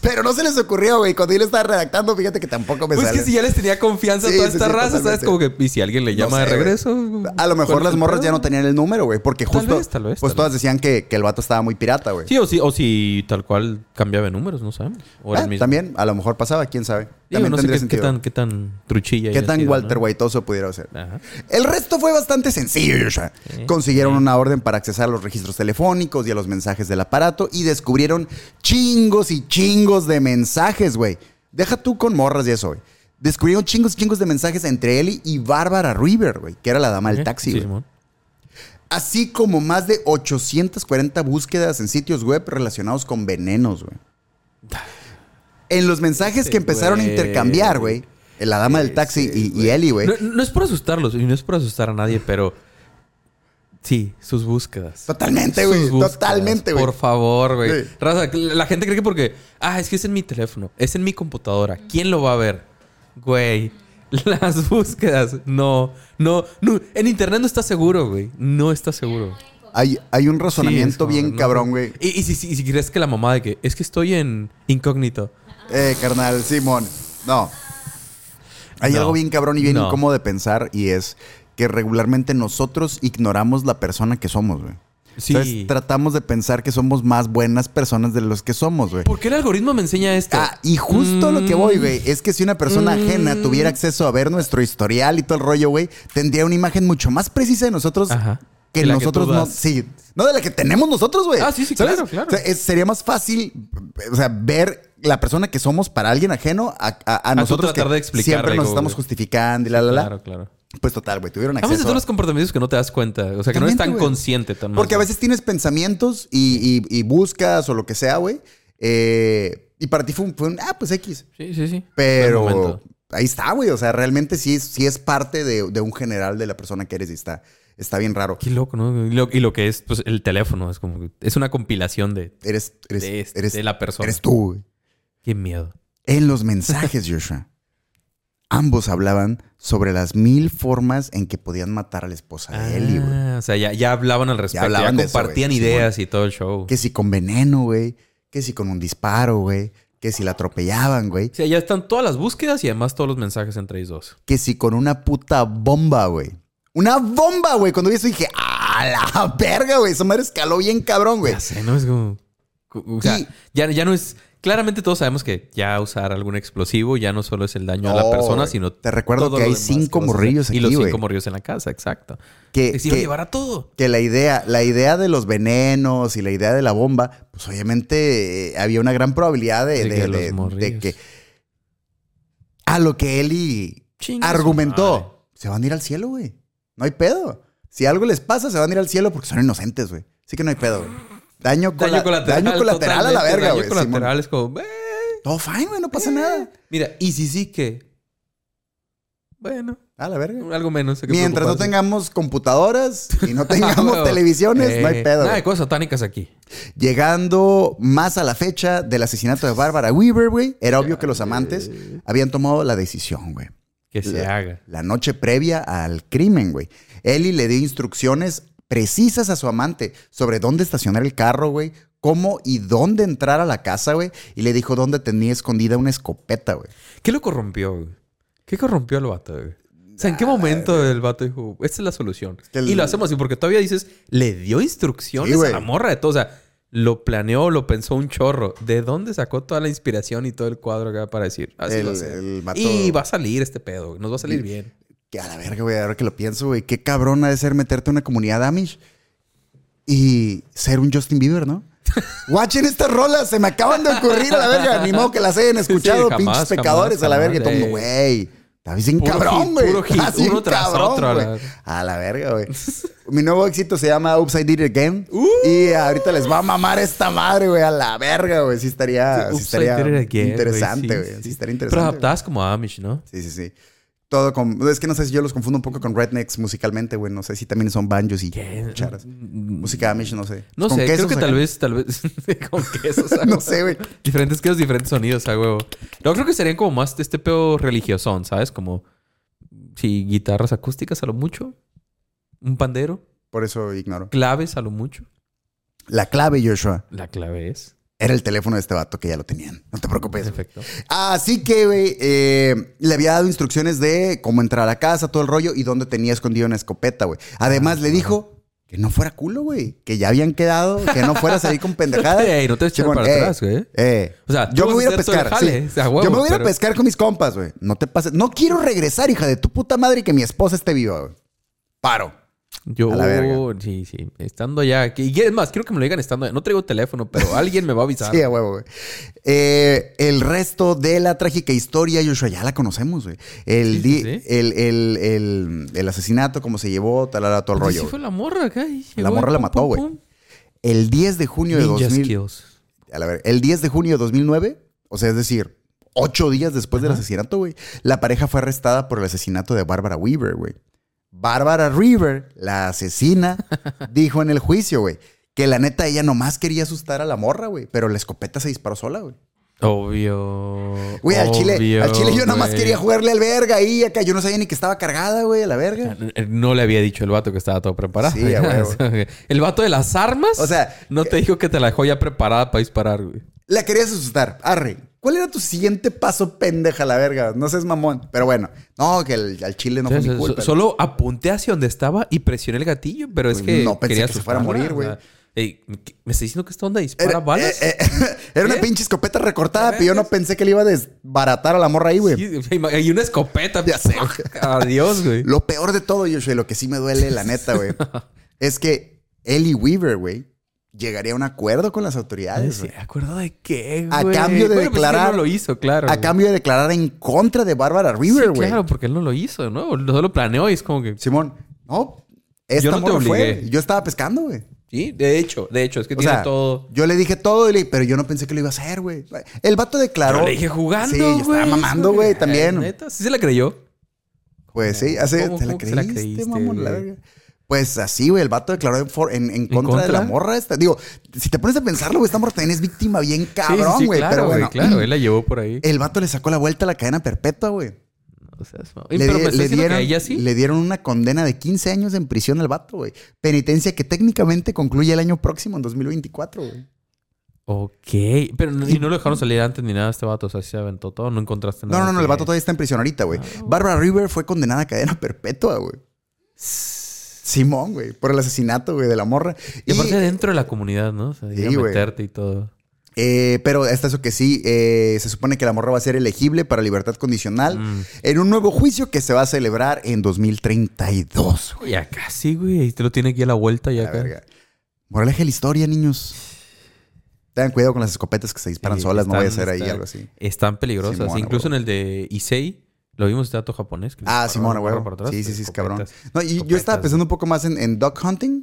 [SPEAKER 3] Pero no se les ocurrió, güey. Cuando yo lo estaba redactando, fíjate que tampoco me
[SPEAKER 4] Pues es
[SPEAKER 3] sale.
[SPEAKER 4] que si ya les tenía confianza
[SPEAKER 3] Sí,
[SPEAKER 4] a toda
[SPEAKER 3] sí,
[SPEAKER 4] esta
[SPEAKER 3] sí,
[SPEAKER 4] raza, ¿sabes?
[SPEAKER 3] totalmente.
[SPEAKER 4] Como que, y si alguien le
[SPEAKER 3] No
[SPEAKER 4] llama
[SPEAKER 3] sé,
[SPEAKER 4] de
[SPEAKER 3] güey.
[SPEAKER 4] regreso.
[SPEAKER 3] A lo mejor
[SPEAKER 4] ¿cuál es
[SPEAKER 3] las
[SPEAKER 4] el
[SPEAKER 3] morras
[SPEAKER 4] pedo?
[SPEAKER 3] ya no tenían el número, güey. Porque
[SPEAKER 4] Tal
[SPEAKER 3] justo.
[SPEAKER 4] vez, tal vez,
[SPEAKER 3] pues
[SPEAKER 4] tal
[SPEAKER 3] todas decían que, que el vato estaba muy pirata, güey.
[SPEAKER 4] Sí, o si, o si tal cual cambiaba de números, no sabemos. O era
[SPEAKER 3] Ah,
[SPEAKER 4] el mismo.
[SPEAKER 3] También, a lo mejor pasaba, quién sabe.
[SPEAKER 4] Digo,
[SPEAKER 3] También
[SPEAKER 4] no sé
[SPEAKER 3] tendría
[SPEAKER 4] qué, qué
[SPEAKER 3] sentido.
[SPEAKER 4] tan, qué tan truchilla.
[SPEAKER 3] ¿Qué
[SPEAKER 4] haya
[SPEAKER 3] tan
[SPEAKER 4] sido,
[SPEAKER 3] Walter
[SPEAKER 4] ¿no?
[SPEAKER 3] Whiteoso pudiera ser?
[SPEAKER 4] Ajá.
[SPEAKER 3] El resto fue bastante sencillo, Joshua.
[SPEAKER 4] Sí.
[SPEAKER 3] Consiguieron una orden para accesar a los registros telefónicos y a los mensajes del aparato y descubrieron chingos y chingos de mensajes, güey. Deja tú con morras y eso, güey. Descubrieron chingos y chingos de mensajes entre él y Bárbara River, güey, que era la dama del
[SPEAKER 4] Ok,
[SPEAKER 3] taxi,
[SPEAKER 4] ¿Eh? sí,
[SPEAKER 3] güey.
[SPEAKER 4] Simón.
[SPEAKER 3] Así como más de 840 búsquedas en sitios web relacionados con venenos, güey. En los mensajes que
[SPEAKER 4] Este
[SPEAKER 3] empezaron a
[SPEAKER 4] güey.
[SPEAKER 3] intercambiar, güey, la dama del taxi
[SPEAKER 4] Sí,
[SPEAKER 3] y, y Eli, güey.
[SPEAKER 4] No, no es por asustarlos y no es por asustar a nadie, pero sí, sus búsquedas.
[SPEAKER 3] Totalmente, güey.
[SPEAKER 4] Sus búsquedas,
[SPEAKER 3] Totalmente, güey.
[SPEAKER 4] Por favor, güey.
[SPEAKER 3] Sí.
[SPEAKER 4] Raza, la gente cree que porque, ah, es que es en mi teléfono, es en mi computadora, ¿quién lo va a ver? Güey, las búsquedas, no, no, no. En internet no está seguro, güey. No está seguro.
[SPEAKER 3] Hay, hay un
[SPEAKER 4] Sí, es
[SPEAKER 3] razonamiento
[SPEAKER 4] como,
[SPEAKER 3] bien
[SPEAKER 4] no.
[SPEAKER 3] cabrón, güey.
[SPEAKER 4] Y, y si, si- y si crees que la mamá de que es que estoy en incógnito.
[SPEAKER 3] Eh, carnal, Simón. No. Hay
[SPEAKER 4] No.
[SPEAKER 3] algo bien cabrón y bien
[SPEAKER 4] No.
[SPEAKER 3] incómodo de pensar y es que regularmente nosotros ignoramos la persona que somos, güey.
[SPEAKER 4] Sí.
[SPEAKER 3] Entonces, tratamos de pensar que somos más buenas personas de los que somos, güey.
[SPEAKER 4] ¿Por qué el algoritmo me enseña esto?
[SPEAKER 3] Ah, y justo lo que
[SPEAKER 4] Mm.
[SPEAKER 3] voy, güey, es que si una persona ajena tuviera acceso a ver nuestro historial y todo el rollo, güey, tendría una imagen mucho más precisa de nosotros
[SPEAKER 4] Ajá.
[SPEAKER 3] que
[SPEAKER 4] De la que
[SPEAKER 3] nosotros
[SPEAKER 4] tú
[SPEAKER 3] no.
[SPEAKER 4] das.
[SPEAKER 3] Sí, no de la que tenemos nosotros, güey.
[SPEAKER 4] Ah, sí, sí, claro, claro.
[SPEAKER 3] O sea, es- sería más fácil, o sea, ver la persona que somos para alguien ajeno a, a- a
[SPEAKER 4] tú
[SPEAKER 3] nosotros que
[SPEAKER 4] tratar de explicarle
[SPEAKER 3] siempre nos
[SPEAKER 4] algo,
[SPEAKER 3] estamos
[SPEAKER 4] güey.
[SPEAKER 3] justificando y la, la, la.
[SPEAKER 4] Claro, claro.
[SPEAKER 3] Pues total, güey, tuvieron
[SPEAKER 4] A veces
[SPEAKER 3] acceso.
[SPEAKER 4] son los comportamientos que no te das cuenta. O sea, que
[SPEAKER 3] Totalmente,
[SPEAKER 4] no eres tan
[SPEAKER 3] güey.
[SPEAKER 4] consciente tan más,
[SPEAKER 3] Porque a
[SPEAKER 4] güey.
[SPEAKER 3] veces tienes pensamientos y, y- y buscas o lo que sea, güey. eh, y para ti fue un, fue un, ah, pues X.
[SPEAKER 4] Sí, sí, sí. Buen
[SPEAKER 3] Pero
[SPEAKER 4] momento.
[SPEAKER 3] ahí está, güey. O sea, realmente sí, es- sí es parte de, de un general de la persona que eres y está, está bien raro.
[SPEAKER 4] Qué loco, ¿no? Y lo, y lo que es, pues, el teléfono. Es como... que- Es una compilación de...
[SPEAKER 3] Eres, eres,
[SPEAKER 4] De este-
[SPEAKER 3] eres,
[SPEAKER 4] de la persona.
[SPEAKER 3] Eres tú, güey.
[SPEAKER 4] Qué miedo.
[SPEAKER 3] En los mensajes, Joshua, ambos hablaban sobre las mil formas en que podían matar a la esposa de Eli, güey.
[SPEAKER 4] Ah, o sea, ya, ya hablaban al respecto. Ya,
[SPEAKER 3] hablaban de eso,
[SPEAKER 4] compartían
[SPEAKER 3] güey.
[SPEAKER 4] ideas y todo el show.
[SPEAKER 3] Que si con veneno, güey. Que si con un disparo, güey. Que si la atropellaban, güey.
[SPEAKER 4] O sea, ya están todas las búsquedas y además todos los mensajes entre ellos dos.
[SPEAKER 3] Que si con una puta bomba, güey. Una bomba, güey. Cuando vi eso dije, ¡a la verga, güey! Esa madre escaló bien cabrón, güey.
[SPEAKER 4] Ya sé, ¿no? Es como... O sea,
[SPEAKER 3] Y-
[SPEAKER 4] ya, ya no es... Claramente todos sabemos que ya usar algún explosivo ya no solo es el daño a
[SPEAKER 3] No,
[SPEAKER 4] la persona,
[SPEAKER 3] güey.
[SPEAKER 4] sino...
[SPEAKER 3] Te recuerdo
[SPEAKER 4] todo
[SPEAKER 3] que
[SPEAKER 4] lo
[SPEAKER 3] hay
[SPEAKER 4] demás
[SPEAKER 3] cinco
[SPEAKER 4] vas a hacer.
[SPEAKER 3] morrillos
[SPEAKER 4] Y los
[SPEAKER 3] aquí, güey.
[SPEAKER 4] cinco morrillos en la casa, exacto.
[SPEAKER 3] Que,
[SPEAKER 4] Que se iba a
[SPEAKER 3] que-
[SPEAKER 4] llevar a todo.
[SPEAKER 3] que la idea, la idea de los venenos y la idea de la bomba, pues obviamente eh, había una gran probabilidad de,
[SPEAKER 4] Sí,
[SPEAKER 3] de-
[SPEAKER 4] que
[SPEAKER 3] de-
[SPEAKER 4] los
[SPEAKER 3] de
[SPEAKER 4] morrillos.
[SPEAKER 3] que a lo que Eli
[SPEAKER 4] Chinga su madre.
[SPEAKER 3] argumentó, se van a ir al cielo, güey. No hay pedo. Si algo les pasa, se van a ir al cielo porque son inocentes, güey. Así que no hay pedo, güey. Daño, cola-
[SPEAKER 4] Daño colateral.
[SPEAKER 3] daño colateral a la
[SPEAKER 4] totalmente,
[SPEAKER 3] verga, güey.
[SPEAKER 4] Daño
[SPEAKER 3] Simón.
[SPEAKER 4] colateral es como. "Eh,
[SPEAKER 3] Todo fine, güey, no pasa nada.
[SPEAKER 4] Mira, y si sí que. Bueno,
[SPEAKER 3] A la verga.
[SPEAKER 4] algo menos. hay que
[SPEAKER 3] Mientras no
[SPEAKER 4] preocuparse.
[SPEAKER 3] tengamos computadoras y no
[SPEAKER 4] Ah,
[SPEAKER 3] tengamos
[SPEAKER 4] huevo.
[SPEAKER 3] televisiones, no hay
[SPEAKER 4] Eh,
[SPEAKER 3] pedo.
[SPEAKER 4] Nada
[SPEAKER 3] güey.
[SPEAKER 4] de cosas satánicas aquí.
[SPEAKER 3] Llegando más a la fecha del asesinato de Bárbara Weaver, güey, era obvio que los amantes habían tomado la decisión, güey.
[SPEAKER 4] Que se
[SPEAKER 3] La-
[SPEAKER 4] haga.
[SPEAKER 3] La noche previa al crimen, güey. Ellie le dio instrucciones precisas a su amante sobre dónde estacionar el carro, güey, cómo y dónde entrar a la casa, güey, y le dijo dónde tenía escondida una escopeta, güey.
[SPEAKER 4] ¿Qué lo corrompió, güey? ¿Qué corrompió al vato, güey? O sea, ¿en qué momento el vato dijo, esta es la solución?
[SPEAKER 3] que el-
[SPEAKER 4] Y lo hacemos así, porque todavía dices, le dio
[SPEAKER 3] Sí,
[SPEAKER 4] instrucciones
[SPEAKER 3] güey.
[SPEAKER 4] a la morra de todo. O sea, lo planeó, lo pensó un chorro. ¿De dónde sacó toda la inspiración y todo el cuadro acá para decir? Así
[SPEAKER 3] El-
[SPEAKER 4] va a ser"?
[SPEAKER 3] el vato-
[SPEAKER 4] Y va a salir este pedo, güey. nos va a salir bien.
[SPEAKER 3] Que a la verga, güey, ahora que lo pienso, güey, qué cabrón ha de ser meterte a una comunidad Amish y ser un Justin Bieber, ¿no? Guachen estas rolas, se me acaban de ocurrir a la verga. Ni modo que las hayan escuchado,
[SPEAKER 4] Sí, jamás,
[SPEAKER 3] pinches pecadores
[SPEAKER 4] jamás,
[SPEAKER 3] a la verga. y
[SPEAKER 4] jamás,
[SPEAKER 3] todo el mundo,
[SPEAKER 4] ey.
[SPEAKER 3] güey. Está bien
[SPEAKER 4] Puro
[SPEAKER 3] cabrón,
[SPEAKER 4] hit,
[SPEAKER 3] güey.
[SPEAKER 4] puro hit,
[SPEAKER 3] Está bien
[SPEAKER 4] uno tras
[SPEAKER 3] cabrón,
[SPEAKER 4] otro, a la
[SPEAKER 3] güey.
[SPEAKER 4] verga.
[SPEAKER 3] A la verga, güey. Mi nuevo éxito se llama Upside Did Again.
[SPEAKER 4] Uh.
[SPEAKER 3] y ahorita les va a mamar esta madre, güey. A la verga, güey. Sí estaría, ah, sí
[SPEAKER 4] Oops, I
[SPEAKER 3] estaría
[SPEAKER 4] did it again,
[SPEAKER 3] interesante,
[SPEAKER 4] güey,
[SPEAKER 3] güey. Sí,
[SPEAKER 4] sí.
[SPEAKER 3] estaría
[SPEAKER 4] Pero
[SPEAKER 3] interesante.
[SPEAKER 4] adaptadas como Amish, ¿no?
[SPEAKER 3] Sí, sí, sí. Todo con. Es que no sé si yo los confundo un poco con rednecks musicalmente, güey. No sé si también son banjos y cucharas. Música Amish, no sé.
[SPEAKER 4] Mm, No
[SPEAKER 3] Mm, pues Con
[SPEAKER 4] sé,
[SPEAKER 3] quesos
[SPEAKER 4] creo que tal
[SPEAKER 3] acá.
[SPEAKER 4] vez, tal vez con quesos. a
[SPEAKER 3] No
[SPEAKER 4] huevo.
[SPEAKER 3] sé, güey.
[SPEAKER 4] Diferentes quesos, diferentes sonidos, a huevo. No, creo que serían como más de este pedo religiosón, ¿sabes? Como si guitarras acústicas a lo mucho, un pandero,
[SPEAKER 3] Por eso ignoro.
[SPEAKER 4] Claves a lo mucho.
[SPEAKER 3] La clave, Joshua,
[SPEAKER 4] La clave es.
[SPEAKER 3] era el teléfono de este vato que ya lo tenían. No te preocupes.
[SPEAKER 4] Perfecto.
[SPEAKER 3] Así que, güey, eh, le había dado instrucciones de cómo entrar a la casa, todo el rollo y dónde tenía escondido una escopeta, güey.
[SPEAKER 4] Ah,
[SPEAKER 3] Además, le dijo que no fuera culo, güey. Que ya habían quedado, que no fueras ahí con pendejadas.
[SPEAKER 4] Ey, no te eches
[SPEAKER 3] Simón,
[SPEAKER 4] para
[SPEAKER 3] eh,
[SPEAKER 4] atrás, güey.
[SPEAKER 3] Eh,
[SPEAKER 4] O sea, tú
[SPEAKER 3] yo me
[SPEAKER 4] vas
[SPEAKER 3] voy a ir a
[SPEAKER 4] hacer todo el
[SPEAKER 3] pescar.
[SPEAKER 4] jale,
[SPEAKER 3] sí.
[SPEAKER 4] o sea, huevo,
[SPEAKER 3] yo me voy a ir a
[SPEAKER 4] pero-
[SPEAKER 3] pescar con mis compas, güey. No te pases. No quiero regresar, hija de tu puta madre, y que mi esposa esté viva, güey. Paro.
[SPEAKER 4] Yo,
[SPEAKER 3] A la verga.
[SPEAKER 4] sí, sí. Estando allá. que- Y es más, quiero que me lo digan estando allá. No traigo teléfono, pero alguien me va a avisar.
[SPEAKER 3] Sí, a huevo, güey. Eh, el resto de la trágica historia, Joshua, ya la conocemos, güey. El,
[SPEAKER 4] Sí,
[SPEAKER 3] di-
[SPEAKER 4] sí, sí.
[SPEAKER 3] El, el- el- el asesinato, cómo se llevó, talala, todo el
[SPEAKER 4] Pues
[SPEAKER 3] rollo.
[SPEAKER 4] sí,
[SPEAKER 3] güey.
[SPEAKER 4] fue la morra acá. y
[SPEAKER 3] La
[SPEAKER 4] llegó y
[SPEAKER 3] morra la
[SPEAKER 4] pum,
[SPEAKER 3] mató,
[SPEAKER 4] pum,
[SPEAKER 3] güey.
[SPEAKER 4] pum.
[SPEAKER 3] El 10 de junio de
[SPEAKER 4] Ninja
[SPEAKER 3] 2000.
[SPEAKER 4] skills.
[SPEAKER 3] A la verga, el 10 de junio de 2009, o sea, es decir, ocho días después del asesinato, güey, la pareja fue arrestada por el asesinato de Bárbara Weaver, güey. Bárbara Weaver, la asesina, dijo en el juicio, güey, que la neta ella nomás quería asustar a la morra, güey, pero la escopeta se disparó sola, güey.
[SPEAKER 4] Obvio.
[SPEAKER 3] Güey, al chile,
[SPEAKER 4] obvio,
[SPEAKER 3] al chile yo nomás
[SPEAKER 4] güey.
[SPEAKER 3] quería jugarle al verga ahí, acá yo no sabía ni que estaba cargada, güey, a la verga.
[SPEAKER 4] Ah, No le había dicho el vato que estaba todo preparado.
[SPEAKER 3] Sí, a huevo.
[SPEAKER 4] el vato de las armas.
[SPEAKER 3] O sea, eh,
[SPEAKER 4] no te dijo que te la dejó ya preparada para disparar, güey.
[SPEAKER 3] La querías asustar. Arre, ¿cuál era tu siguiente paso, pendeja, la verga? No seas mamón. Pero bueno, no, que el- al chile no fue
[SPEAKER 4] Entonces,
[SPEAKER 3] mi
[SPEAKER 4] so-
[SPEAKER 3] culpa.
[SPEAKER 4] solo apunté hacia donde estaba y presioné el gatillo, pero es que
[SPEAKER 3] Pues No pensé
[SPEAKER 4] quería
[SPEAKER 3] que se fuera a
[SPEAKER 4] asustarla,
[SPEAKER 3] morir, güey.
[SPEAKER 4] o sea, ey, ¿qué- ¿Me está diciendo que esta onda dispara balas?
[SPEAKER 3] eh, eh, era una
[SPEAKER 4] ¿Qué?
[SPEAKER 3] pinche escopeta recortada,
[SPEAKER 4] ¿Qué
[SPEAKER 3] pero yo no pensé que le iba a desbaratar a la morra ahí, güey.
[SPEAKER 4] Sí, o sea, ima- y una escopeta.
[SPEAKER 3] Ya sé.
[SPEAKER 4] Adiós, güey.
[SPEAKER 3] Lo peor de todo, Joshua, y lo que sí me duele, la neta, güey, es que Ellie Weaver, güey, llegaría a un acuerdo con las autoridades,
[SPEAKER 4] Sí,
[SPEAKER 3] güey.
[SPEAKER 4] ¿de acuerdo de qué,
[SPEAKER 3] A
[SPEAKER 4] güey?
[SPEAKER 3] cambio de
[SPEAKER 4] Bueno, pues es que
[SPEAKER 3] declarar-
[SPEAKER 4] él no lo hizo, claro.
[SPEAKER 3] A
[SPEAKER 4] güey.
[SPEAKER 3] cambio de declarar en contra de Bárbara
[SPEAKER 4] Sí,
[SPEAKER 3] River, güey.
[SPEAKER 4] claro, porque él no lo hizo, ¿no? No lo planeó y es como que...
[SPEAKER 3] Simón, no, esta
[SPEAKER 4] Yo no te
[SPEAKER 3] morra fue.
[SPEAKER 4] obligué.
[SPEAKER 3] Yo estaba pescando, güey.
[SPEAKER 4] Sí, de hecho, de hecho, es que
[SPEAKER 3] O
[SPEAKER 4] tiene
[SPEAKER 3] sea,
[SPEAKER 4] todo...
[SPEAKER 3] yo le dije todo, y le- pero yo no pensé que lo iba a hacer, güey. El vato declaró.
[SPEAKER 4] Pero le dije jugando,
[SPEAKER 3] Sí,
[SPEAKER 4] güey.
[SPEAKER 3] yo estaba mamando,
[SPEAKER 4] Ay,
[SPEAKER 3] güey, también.
[SPEAKER 4] Neta, sí se la creyó.
[SPEAKER 3] Pues sí, hace,
[SPEAKER 4] ¿Cómo-
[SPEAKER 3] te la
[SPEAKER 4] cómo que se la
[SPEAKER 3] creíste,
[SPEAKER 4] creíste,
[SPEAKER 3] mamón, la
[SPEAKER 4] güey?
[SPEAKER 3] verga. Pues así, güey, el vato declaró en, for- en- en contra, de
[SPEAKER 4] contra?
[SPEAKER 3] la morra esta. Digo, si te pones a pensarlo, güey, esta morra también es víctima bien
[SPEAKER 4] Sí, sí,
[SPEAKER 3] cabrón, güey.
[SPEAKER 4] sí,
[SPEAKER 3] pero
[SPEAKER 4] claro,
[SPEAKER 3] bueno, Eh,
[SPEAKER 4] claro, él la llevó por ahí.
[SPEAKER 3] el vato le sacó la vuelta a la cadena perpetua, güey.
[SPEAKER 4] O sea, es-
[SPEAKER 3] Le,
[SPEAKER 4] Ey,
[SPEAKER 3] di-
[SPEAKER 4] pero me está
[SPEAKER 3] le
[SPEAKER 4] diciendo
[SPEAKER 3] dieron,
[SPEAKER 4] que a ella sí.
[SPEAKER 3] le dieron una condena de 15 años en prisión al vato, güey. Penitencia que técnicamente concluye el año próximo, en 2024, güey.
[SPEAKER 4] Ok, pero no- y no lo dejaron salir antes ni nada este vato, o sea, se aventó todo, no encontraste nada.
[SPEAKER 3] No, no, no,
[SPEAKER 4] que-
[SPEAKER 3] el vato todavía está en prisión ahorita, güey.
[SPEAKER 4] Ah.
[SPEAKER 3] Barbara River fue condenada a cadena perpetua, güey. Simón, güey, por el asesinato, güey, de la morra.
[SPEAKER 4] Y aparte dentro de la comunidad, ¿no? O sea, ir a
[SPEAKER 3] Sí, güey.
[SPEAKER 4] meterte y todo.
[SPEAKER 3] Eh, pero hasta eso que sí, eh, se supone que la morra va a ser elegible para libertad condicional
[SPEAKER 4] Mm.
[SPEAKER 3] en un nuevo juicio que se va a celebrar en 2032.
[SPEAKER 4] Uy, Ya casi, güey, y te lo tiene aquí a la vuelta ya
[SPEAKER 3] La
[SPEAKER 4] acá.
[SPEAKER 3] verga. Moraleja de la historia, niños. Tengan cuidado con las escopetas que se disparan
[SPEAKER 4] Sí,
[SPEAKER 3] solas, no voy a
[SPEAKER 4] están-
[SPEAKER 3] hacer ahí
[SPEAKER 4] están-
[SPEAKER 3] algo así.
[SPEAKER 4] Están peligrosas,
[SPEAKER 3] Simona,
[SPEAKER 4] incluso
[SPEAKER 3] güey.
[SPEAKER 4] en el de Issei, lo vimos este dato japonés. que le
[SPEAKER 3] Ah,
[SPEAKER 4] disparó
[SPEAKER 3] Simón,
[SPEAKER 4] la
[SPEAKER 3] güey.
[SPEAKER 4] barra para atrás,
[SPEAKER 3] Sí, sí, sí, es cabrón.
[SPEAKER 4] escopetas.
[SPEAKER 3] No, y yo
[SPEAKER 4] escopetas,
[SPEAKER 3] estaba
[SPEAKER 4] güey.
[SPEAKER 3] pensando un poco más en, en Duck Hunting,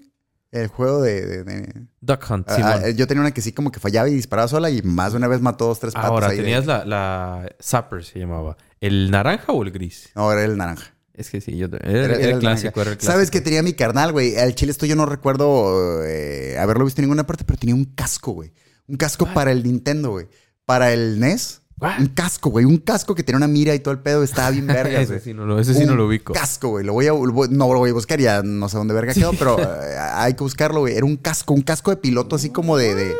[SPEAKER 3] el juego de. de- de-
[SPEAKER 4] Duck Hunt,
[SPEAKER 3] Ah,
[SPEAKER 4] Simón.
[SPEAKER 3] ah, yo tenía una que sí, como que fallaba y disparaba sola, y más de una vez mató dos, tres patos.
[SPEAKER 4] Ahora,
[SPEAKER 3] ahí de-
[SPEAKER 4] tenías la, la Zapper, se llamaba. ¿El naranja o el gris?
[SPEAKER 3] No, era el naranja.
[SPEAKER 4] Es que sí, yo era, era
[SPEAKER 3] Era- era
[SPEAKER 4] el
[SPEAKER 3] el
[SPEAKER 4] clásico,
[SPEAKER 3] manga.
[SPEAKER 4] era el clásico.
[SPEAKER 3] ¿Sabes qué tenía mi carnal, güey? Al chile esto yo no recuerdo eh, haberlo visto en ninguna parte, pero tenía un casco, güey. Un casco para el Nintendo, güey. Para el NES.
[SPEAKER 4] What?
[SPEAKER 3] Un casco, güey. Un casco que tenía una mira y todo el pedo. Estaba bien verga,
[SPEAKER 4] ese
[SPEAKER 3] güey.
[SPEAKER 4] sí no lo, ese sí no
[SPEAKER 3] Un
[SPEAKER 4] lo ubico.
[SPEAKER 3] Casco, güey. Lo voy a, lo voy- no lo voy a buscar, ya no sé dónde verga quedó, pero eh, hay que buscarlo, güey. Era un casco, un casco de piloto así como de. de-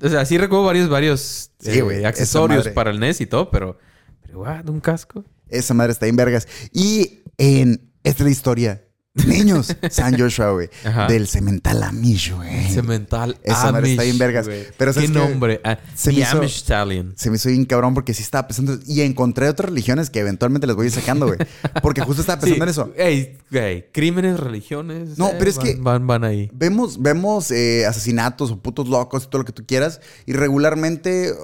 [SPEAKER 4] O sea, sí recuerdo varios, varios
[SPEAKER 3] Sí,
[SPEAKER 4] eh,
[SPEAKER 3] güey, esa
[SPEAKER 4] accesorios
[SPEAKER 3] madre.
[SPEAKER 4] para el NES y todo, pero... Pero, what, ¿Un casco?
[SPEAKER 3] Esa madre está bien vergas. Y en esta es la historia. Niños, San Joshua, güey.
[SPEAKER 4] Ajá.
[SPEAKER 3] Del cemental Amish, güey.
[SPEAKER 4] Cemental
[SPEAKER 3] Esa madre está
[SPEAKER 4] Amish,
[SPEAKER 3] bien vergas.
[SPEAKER 4] Ah, güey.
[SPEAKER 3] Pero
[SPEAKER 4] ¿Qué
[SPEAKER 3] ¿sabes qué?
[SPEAKER 4] nombre? Ah,
[SPEAKER 3] Se me
[SPEAKER 4] The
[SPEAKER 3] hizo-
[SPEAKER 4] Amish Stallion.
[SPEAKER 3] Se me hizo bien cabrón porque sí estaba pensando. Y encontré otras religiones que eventualmente les voy a ir sacando, güey. Porque justo estaba pensando en eso.
[SPEAKER 4] Ey, güey, crímenes, religiones.
[SPEAKER 3] No, pero es
[SPEAKER 4] van-
[SPEAKER 3] que-
[SPEAKER 4] Van, van ahí.
[SPEAKER 3] Vemos, vemos eh, asesinatos o putos locos y todo lo que tú quieras. Y regularmente. eh,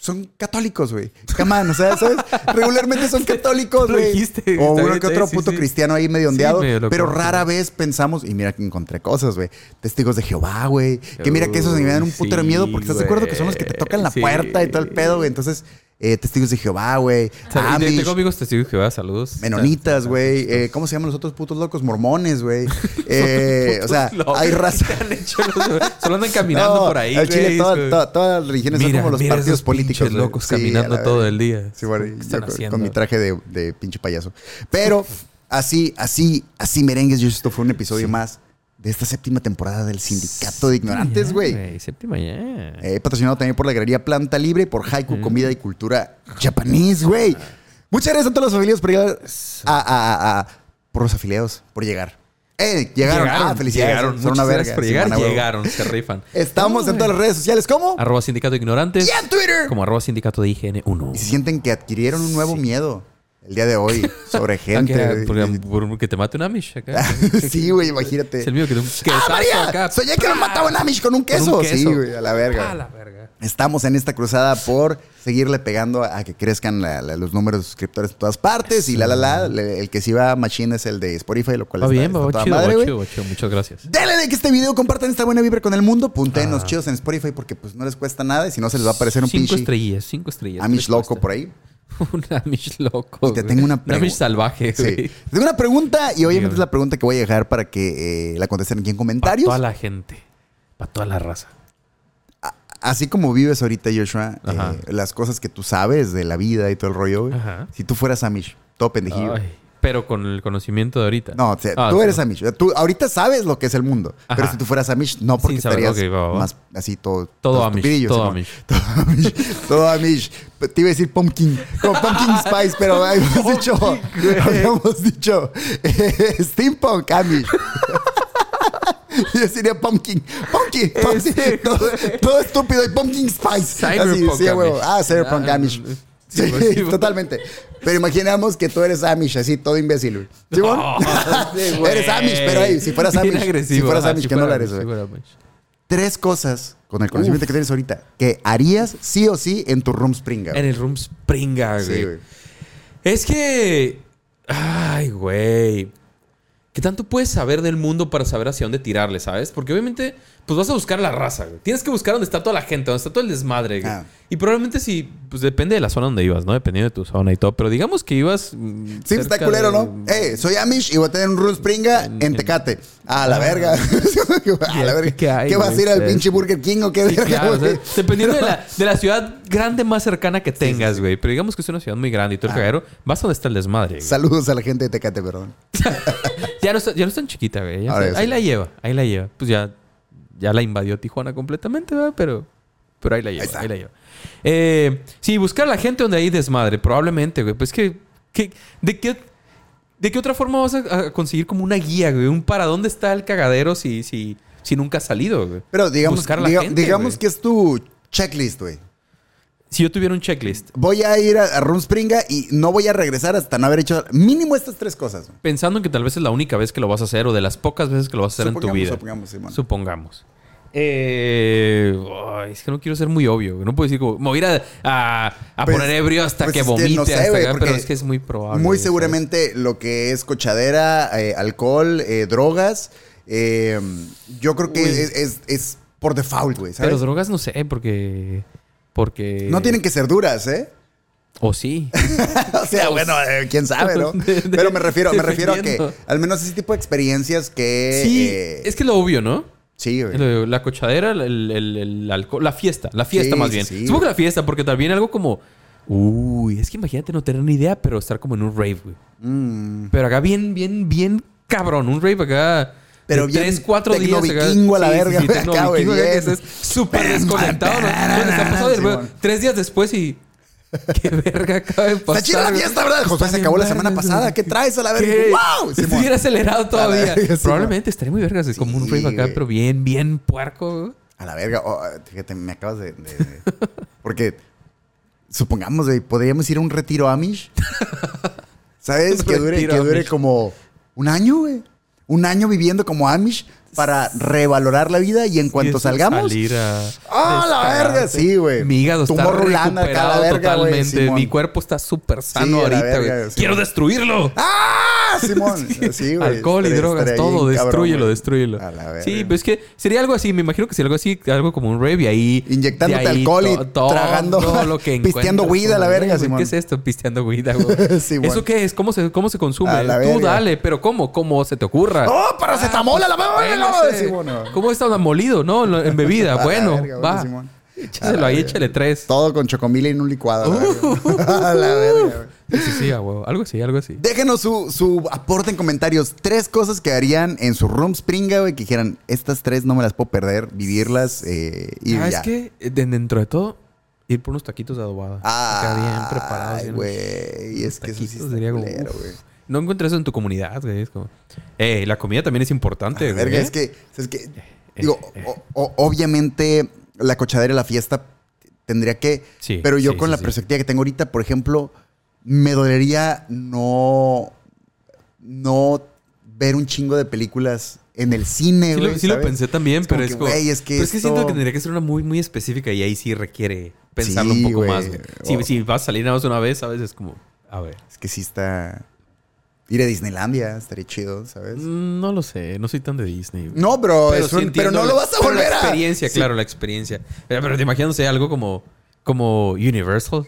[SPEAKER 3] son católicos, güey. Come on, o sea, ¿sabes? Regularmente son católicos,
[SPEAKER 4] Lo
[SPEAKER 3] güey.
[SPEAKER 4] dijiste,
[SPEAKER 3] O
[SPEAKER 4] está
[SPEAKER 3] uno
[SPEAKER 4] bien,
[SPEAKER 3] que otro
[SPEAKER 4] sí,
[SPEAKER 3] puto
[SPEAKER 4] sí.
[SPEAKER 3] cristiano ahí medio ondeado.
[SPEAKER 4] medio loco,
[SPEAKER 3] pero
[SPEAKER 4] sí.
[SPEAKER 3] rara vez pensamos, y mira que encontré cosas, güey. Testigos de Jehová, güey. Que mira que esos me dan un puto de
[SPEAKER 4] Sí,
[SPEAKER 3] miedo porque estás de acuerdo que son los que te
[SPEAKER 4] güey,
[SPEAKER 3] tocan la
[SPEAKER 4] sí.
[SPEAKER 3] puerta y todo el pedo, güey. Entonces, eh, testigos de Jehová, güey.
[SPEAKER 4] O sea, y te-
[SPEAKER 3] Amish,
[SPEAKER 4] tengo amigos testigos que va, saludos.
[SPEAKER 3] Menonitas, güey. Eh, ¿Cómo se llaman los otros putos locos? Mormones, güey. Eh, o sea,
[SPEAKER 4] Locos.
[SPEAKER 3] hay raza.
[SPEAKER 4] ¿Qué han hecho los- Solo andan caminando
[SPEAKER 3] No,
[SPEAKER 4] por ahí.
[SPEAKER 3] al Chile,
[SPEAKER 4] güey,
[SPEAKER 3] toda-
[SPEAKER 4] güey.
[SPEAKER 3] toda- todas las religiones son como los
[SPEAKER 4] mira
[SPEAKER 3] partidos
[SPEAKER 4] esos
[SPEAKER 3] políticos.
[SPEAKER 4] pinches
[SPEAKER 3] güey.
[SPEAKER 4] locos
[SPEAKER 3] Sí, a
[SPEAKER 4] caminando
[SPEAKER 3] la
[SPEAKER 4] todo
[SPEAKER 3] verga.
[SPEAKER 4] el día.
[SPEAKER 3] Sí, bueno,
[SPEAKER 4] ¿Qué
[SPEAKER 3] yo
[SPEAKER 4] están
[SPEAKER 3] con-
[SPEAKER 4] haciendo?
[SPEAKER 3] con mi traje de, de pinche payaso. Pero Así, así, así merengues. Yo esto fue un episodio más de esta séptima temporada del Sindicato de Ignorantes, güey.
[SPEAKER 4] Séptima ya.
[SPEAKER 3] Eh, patrocinado también por la Galería Planta Libre y por Haiku Comida y Cultura Japonés, güey. Muchas gracias a todos los afiliados por llegar. A, a- a- a- por los afiliados, por llegar. Eh, llegaron. ah, felicidades.
[SPEAKER 4] Llegaron.
[SPEAKER 3] Son una
[SPEAKER 4] Muchas
[SPEAKER 3] verga.
[SPEAKER 4] gracias por llegar.
[SPEAKER 3] Simona, güey.
[SPEAKER 4] llegaron, se rifan.
[SPEAKER 3] Estamos en todas las redes sociales. ¿Cómo?
[SPEAKER 4] Arroba sindicato de ignorantes.
[SPEAKER 3] Y en Twitter.
[SPEAKER 4] Como arroba sindicato de IGN1.
[SPEAKER 3] Y si sienten que adquirieron un nuevo miedo el día de hoy sobre gente.
[SPEAKER 4] Ah, que-
[SPEAKER 3] güey.
[SPEAKER 4] por- por- por- que te mate un Amish acá.
[SPEAKER 3] sí, güey,
[SPEAKER 4] es el
[SPEAKER 3] imagínate.
[SPEAKER 4] mío que te un
[SPEAKER 3] ¡Ah,
[SPEAKER 4] quesazo
[SPEAKER 3] María!
[SPEAKER 4] acá.
[SPEAKER 3] Soñé que me mataba un Amish con un queso.
[SPEAKER 4] un
[SPEAKER 3] Sí,
[SPEAKER 4] queso.
[SPEAKER 3] güey, a la verga.
[SPEAKER 4] A la verga.
[SPEAKER 3] Estamos en esta cruzada por seguirle pegando a que crezcan la- la- los números de suscriptores en todas partes. Y la, la, la. le- el que sí va machine es el de Spotify, lo cual
[SPEAKER 4] Va
[SPEAKER 3] está-
[SPEAKER 4] bien,
[SPEAKER 3] está
[SPEAKER 4] va
[SPEAKER 3] toda
[SPEAKER 4] chido,
[SPEAKER 3] madre,
[SPEAKER 4] va
[SPEAKER 3] güey.
[SPEAKER 4] chido, va chido. Muchas gracias.
[SPEAKER 3] Dale like a este video, compartan esta buena vibra con el mundo, puntenos
[SPEAKER 4] Ah.
[SPEAKER 3] chidos en Spotify porque pues no les cuesta nada y si no se les va a aparecer un
[SPEAKER 4] cinco
[SPEAKER 3] pinche
[SPEAKER 4] estrellas, cinco estrellas.
[SPEAKER 3] Amish
[SPEAKER 4] ¿Qué les
[SPEAKER 3] loco por ahí.
[SPEAKER 4] cuesta? un Amish loco.
[SPEAKER 3] Y te
[SPEAKER 4] güey.
[SPEAKER 3] tengo una
[SPEAKER 4] Un Amish
[SPEAKER 3] pregunta.
[SPEAKER 4] salvaje,
[SPEAKER 3] Sí.
[SPEAKER 4] güey.
[SPEAKER 3] Tengo una pregunta y obviamente
[SPEAKER 4] Dígame.
[SPEAKER 3] es la pregunta que voy a dejar para que eh, la contesten aquí en
[SPEAKER 4] Para
[SPEAKER 3] comentarios.
[SPEAKER 4] toda la gente. Para toda la raza.
[SPEAKER 3] Así como vives ahorita, Joshua, eh,
[SPEAKER 4] Ajá.
[SPEAKER 3] las cosas que tú sabes de la vida y todo el rollo, güey.
[SPEAKER 4] Ajá.
[SPEAKER 3] Si tú fueras Amish, todo pendejillo.
[SPEAKER 4] Ay, pero con el conocimiento de ahorita.
[SPEAKER 3] No, o sea,
[SPEAKER 4] Ah,
[SPEAKER 3] tú
[SPEAKER 4] sí.
[SPEAKER 3] eres Amish. Tú ahorita sabes lo que es el mundo.
[SPEAKER 4] Ajá.
[SPEAKER 3] Pero si tú fueras Amish, no, porque
[SPEAKER 4] Sin saber,
[SPEAKER 3] estarías
[SPEAKER 4] ok, va, va, va.
[SPEAKER 3] más así todo.
[SPEAKER 4] Todo
[SPEAKER 3] todo
[SPEAKER 4] Amish,
[SPEAKER 3] estupidillo,
[SPEAKER 4] todo
[SPEAKER 3] Simón.
[SPEAKER 4] Amish.
[SPEAKER 3] Todo Amish. Todo Amish. Te iba a decir pumpkin. Como pumpkin spice, pero habíamos dicho. habíamos dicho. eh, steampunk Amish. Yo sería pumpkin. Pumpkin. pumpkin. todo, todo estúpido y pumpkin spice. Así,
[SPEAKER 4] Cyberpunk
[SPEAKER 3] sí, a huevo.
[SPEAKER 4] Amish.
[SPEAKER 3] Ah, cyberpunk
[SPEAKER 4] Ah,
[SPEAKER 3] Amish.
[SPEAKER 4] eh,
[SPEAKER 3] Sí,
[SPEAKER 4] sí, güey, sí, güey.
[SPEAKER 3] totalmente. Pero imaginamos que tú eres Amish, así todo imbécil, güey. ¿Sí, güey?
[SPEAKER 4] Ah, Sí, güey.
[SPEAKER 3] Eres Amish, pero hey, si fueras
[SPEAKER 4] Bien
[SPEAKER 3] Amish,
[SPEAKER 4] agresivo,
[SPEAKER 3] si fueras
[SPEAKER 4] ajá,
[SPEAKER 3] Amish,
[SPEAKER 4] si
[SPEAKER 3] que no
[SPEAKER 4] fuera
[SPEAKER 3] lo eres,
[SPEAKER 4] Amish, si
[SPEAKER 3] güey.
[SPEAKER 4] fuera Amish.
[SPEAKER 3] Tres cosas con el conocimiento que tienes ahorita que harías sí o sí en tu room springa.
[SPEAKER 4] En el room springa, güey.
[SPEAKER 3] Sí, güey.
[SPEAKER 4] Es que. Ay, güey. ¿Qué tanto puedes saber del mundo para saber hacia dónde tirarle, sabes? Porque obviamente, pues vas a buscar la raza, güey. Tienes que buscar dónde está toda la gente, dónde está todo el desmadre, güey.
[SPEAKER 3] Ah.
[SPEAKER 4] Y probablemente si, pues depende de la zona donde ibas, ¿no? Dependiendo de tu zona y todo. Pero digamos que ibas. mm,
[SPEAKER 3] Sí, está
[SPEAKER 4] cerca
[SPEAKER 3] culero,
[SPEAKER 4] de-
[SPEAKER 3] ¿no? Eh, soy Amish y voy a tener un room springa en,
[SPEAKER 4] en- Ah.
[SPEAKER 3] Tecate. A la verga. a la verga.
[SPEAKER 4] ¿Qué
[SPEAKER 3] ¿Qué,
[SPEAKER 4] hay,
[SPEAKER 3] vas a
[SPEAKER 4] güey?
[SPEAKER 3] ir al
[SPEAKER 4] Ustedes.
[SPEAKER 3] pinche Burger King o qué
[SPEAKER 4] Sí,
[SPEAKER 3] verga,
[SPEAKER 4] claro, o
[SPEAKER 3] güey?
[SPEAKER 4] sea, dependiendo de, la, de la ciudad grande más cercana que tengas, güey. Pero digamos que es una ciudad muy grande y tú
[SPEAKER 3] Ah.
[SPEAKER 4] el cagadero, vas a donde está el desmadre. güey.
[SPEAKER 3] Saludos a la gente de Tecate, perdón.
[SPEAKER 4] Ya no, está- ya no es tan chiquita, güey. Ya
[SPEAKER 3] Ahora Ah,
[SPEAKER 4] está-
[SPEAKER 3] ya
[SPEAKER 4] ahí
[SPEAKER 3] sí.
[SPEAKER 4] la lleva, ahí la lleva. Pues ya, ya la invadió Tijuana completamente, ¿verdad? Pero, pero ahí la lleva,
[SPEAKER 3] está.
[SPEAKER 4] ahí, la lleva. Eh, sí, buscar a la gente donde hay desmadre, probablemente, güey. Pues que, que- ¿de qué, de qué otra forma vas a, a conseguir como una guía, güey? Un para dónde está el cagadero si, si, si nunca has salido, güey.
[SPEAKER 3] Pero digamos,
[SPEAKER 4] Buscar a la
[SPEAKER 3] diga-
[SPEAKER 4] gente,
[SPEAKER 3] digamos
[SPEAKER 4] güey.
[SPEAKER 3] que es tu checklist, güey.
[SPEAKER 4] Si yo tuviera un checklist,
[SPEAKER 3] Voy a ir a, a Room Springa y no voy a regresar hasta no haber hecho mínimo estas tres cosas. güey.
[SPEAKER 4] pensando en que tal vez es la única vez que lo vas a hacer o de las pocas veces que lo vas a hacer en tu
[SPEAKER 3] Supongamos,
[SPEAKER 4] vida.
[SPEAKER 3] supongamos, Simón.
[SPEAKER 4] Supongamos. Eh, ay, es que no quiero ser muy obvio. güey. No puedo decir como, me voy a ir a, a- a
[SPEAKER 3] Pues-
[SPEAKER 4] poner ebrio hasta
[SPEAKER 3] pues
[SPEAKER 4] que
[SPEAKER 3] es que no
[SPEAKER 4] vomite.
[SPEAKER 3] sé,
[SPEAKER 4] hasta
[SPEAKER 3] güey,
[SPEAKER 4] acá, pero
[SPEAKER 3] porque
[SPEAKER 4] es que es muy probable.
[SPEAKER 3] Muy
[SPEAKER 4] ¿sabes?
[SPEAKER 3] seguramente lo que es cochadera, eh, alcohol, eh, drogas, eh, yo creo que es, es- es por default, güey. ¿sabes?
[SPEAKER 4] Pero drogas no sé, porque. Porque.
[SPEAKER 3] no tienen que ser duras, ¿eh?
[SPEAKER 4] O sí.
[SPEAKER 3] o sea, bueno, eh, quién sabe, ¿no?
[SPEAKER 4] De- de-
[SPEAKER 3] Pero me refiero, me refiero a que
[SPEAKER 4] dependiendo.
[SPEAKER 3] al menos ese tipo de experiencias que...
[SPEAKER 4] sí.
[SPEAKER 3] eh,
[SPEAKER 4] es que lo obvio, ¿no?
[SPEAKER 3] sí, güey.
[SPEAKER 4] Lo- La cochadera, el, el- el alcohol, la fiesta, la fiesta
[SPEAKER 3] Sí,
[SPEAKER 4] más
[SPEAKER 3] sí,
[SPEAKER 4] bien.
[SPEAKER 3] sí,
[SPEAKER 4] Supongo que
[SPEAKER 3] güey.
[SPEAKER 4] la fiesta, porque también algo como. Uy, es que imagínate no tener ni idea, pero estar como en un rave, güey.
[SPEAKER 3] Mm.
[SPEAKER 4] Pero acá bien, bien, bien cabrón. Un rave acá.
[SPEAKER 3] Pero
[SPEAKER 4] Pero
[SPEAKER 3] bien
[SPEAKER 4] bien. 3, 4 días.
[SPEAKER 3] tecnovikingo a la verga, güey, acá,
[SPEAKER 4] tecnovikingo,
[SPEAKER 3] güey,
[SPEAKER 4] acá, que
[SPEAKER 3] bien.
[SPEAKER 4] estás súper desconectado. ¿no?
[SPEAKER 3] Simón.
[SPEAKER 4] Bueno, está pasado el juego. Tres días después y. ¿Qué verga acaba de pasar?
[SPEAKER 3] Está chida la
[SPEAKER 4] güey?
[SPEAKER 3] fiesta, ¿verdad?
[SPEAKER 4] Está
[SPEAKER 3] José se
[SPEAKER 4] bien
[SPEAKER 3] acabó la
[SPEAKER 4] verga,
[SPEAKER 3] semana
[SPEAKER 4] güey.
[SPEAKER 3] pasada. ¿Qué traes a la verga?
[SPEAKER 4] ¿Qué?
[SPEAKER 3] ¡Wow! Simón.
[SPEAKER 4] Estuviera acelerado todavía.
[SPEAKER 3] verga, Simón.
[SPEAKER 4] Probablemente estaría muy vergas. Es como un
[SPEAKER 3] Sí,
[SPEAKER 4] rave acá,
[SPEAKER 3] güey.
[SPEAKER 4] pero bien, bien puerco. güey.
[SPEAKER 3] A la verga. Oh, fíjate, me acabas de. de- de- porque, supongamos, güey, podríamos ir a un retiro Amish. ¿Sabes?
[SPEAKER 4] Un
[SPEAKER 3] que dure,
[SPEAKER 4] retiro
[SPEAKER 3] que dure
[SPEAKER 4] Amish.
[SPEAKER 3] como un año, güey. Un año viviendo como Amish para revalorar la vida y en cuanto
[SPEAKER 4] eso,
[SPEAKER 3] salgamos.
[SPEAKER 4] Salir a.
[SPEAKER 3] ¡Ah, la
[SPEAKER 4] descargarte.
[SPEAKER 3] verga! Sí, güey.
[SPEAKER 4] Mi hígado está
[SPEAKER 3] Tumor rulando acá, la
[SPEAKER 4] recuperado
[SPEAKER 3] verga, güey,
[SPEAKER 4] totalmente.
[SPEAKER 3] Simón.
[SPEAKER 4] Mi cuerpo está súper sano
[SPEAKER 3] Sí, a la
[SPEAKER 4] ahorita,
[SPEAKER 3] verga,
[SPEAKER 4] güey.
[SPEAKER 3] Simón.
[SPEAKER 4] ¡Quiero destruirlo!
[SPEAKER 3] ¡Ah! Simón. Sí, güey.
[SPEAKER 4] Alcohol y
[SPEAKER 3] Estaría-
[SPEAKER 4] drogas,
[SPEAKER 3] estaría
[SPEAKER 4] todo,
[SPEAKER 3] bien cabrón,
[SPEAKER 4] destrúyelo,
[SPEAKER 3] güey.
[SPEAKER 4] destrúyelo.
[SPEAKER 3] A la verga.
[SPEAKER 4] Sí, pues es que sería algo así, me imagino que sería algo así, algo como un rave y ahí.
[SPEAKER 3] Inyectándote
[SPEAKER 4] de ahí
[SPEAKER 3] alcohol y
[SPEAKER 4] to- todo
[SPEAKER 3] tragando,
[SPEAKER 4] lo que
[SPEAKER 3] pisteando
[SPEAKER 4] encuentras,
[SPEAKER 3] weed a la
[SPEAKER 4] güey,
[SPEAKER 3] verga,
[SPEAKER 4] güey,
[SPEAKER 3] Simón.
[SPEAKER 4] ¿Qué es esto? Pisteando guida, güey.
[SPEAKER 3] Simón.
[SPEAKER 4] ¿Eso qué es? ¿Cómo se, cómo se consume?
[SPEAKER 3] A la
[SPEAKER 4] Tú
[SPEAKER 3] verga.
[SPEAKER 4] dale, pero ¿cómo? ¿Cómo se te ocurra?
[SPEAKER 3] ¡Oh, paracetamol a la verga! no!
[SPEAKER 4] Ah, Bueno, ese-
[SPEAKER 3] Simón, no.
[SPEAKER 4] ¿Cómo está molido? No, En la- en
[SPEAKER 3] A
[SPEAKER 4] bebida.
[SPEAKER 3] la
[SPEAKER 4] bueno,
[SPEAKER 3] verga, bueno,
[SPEAKER 4] va.
[SPEAKER 3] Simón.
[SPEAKER 4] Échaselo ahí, échale tres. Uh.
[SPEAKER 3] Todo con chocomil en un licuado. a la verga. A la verga, güey.
[SPEAKER 4] Sí, sí, sí, a huevo. Algo así, algo así.
[SPEAKER 3] Déjenos su, su aporte en comentarios. Tres cosas que harían en su room springa, güey, que dijeran, estas tres no me las puedo perder, vivirlas eh, y
[SPEAKER 4] ¿Sabes
[SPEAKER 3] ya.
[SPEAKER 4] qué? Eh, de- Dentro de todo, ir por unos taquitos de adobada. Acá bien preparados.
[SPEAKER 3] Ay,
[SPEAKER 4] bien-
[SPEAKER 3] Ah, güey. Es que eso sí
[SPEAKER 4] Taquitos,
[SPEAKER 3] está
[SPEAKER 4] diría como,
[SPEAKER 3] culero,
[SPEAKER 4] uf.
[SPEAKER 3] güey.
[SPEAKER 4] No encuentras eso en tu comunidad, güey. Es como... Eh, la comida también es importante, güey.
[SPEAKER 3] Ah,
[SPEAKER 4] ¿eh?"
[SPEAKER 3] Verga, es que, es que, digo, o- o- obviamente la cochadera y la fiesta tendría que,
[SPEAKER 4] Sí,
[SPEAKER 3] pero yo
[SPEAKER 4] sí,
[SPEAKER 3] con
[SPEAKER 4] sí,
[SPEAKER 3] la
[SPEAKER 4] sí.
[SPEAKER 3] perspectiva que tengo ahorita, por ejemplo, me dolería no, no ver un chingo de películas en el cine,
[SPEAKER 4] Sí,
[SPEAKER 3] güey.
[SPEAKER 4] lo, sí lo
[SPEAKER 3] ¿sabes?
[SPEAKER 4] pensé también,
[SPEAKER 3] Es como
[SPEAKER 4] pero es
[SPEAKER 3] que,
[SPEAKER 4] como...
[SPEAKER 3] güey, es que
[SPEAKER 4] pero es que siento
[SPEAKER 3] esto-
[SPEAKER 4] que tendría que ser una muy, muy específica y ahí sí requiere pensarlo
[SPEAKER 3] Sí,
[SPEAKER 4] un poco
[SPEAKER 3] güey.
[SPEAKER 4] más. güey. Si,
[SPEAKER 3] Oh.
[SPEAKER 4] si vas a salir nada más una vez, ¿sabes? Es como... A ver.
[SPEAKER 3] Es que sí está... Ir a Disneylandia estaría chido, ¿sabes?
[SPEAKER 4] Mm, No lo sé. No soy tan de Disney. güey.
[SPEAKER 3] No, bro, es
[SPEAKER 4] sí
[SPEAKER 3] un- pero
[SPEAKER 4] entiendo
[SPEAKER 3] no
[SPEAKER 4] la-
[SPEAKER 3] lo vas a
[SPEAKER 4] pero
[SPEAKER 3] volver
[SPEAKER 4] La
[SPEAKER 3] a...
[SPEAKER 4] experiencia, claro, la experiencia. Eh, Pero te imaginas, no sé, algo como, como Universal.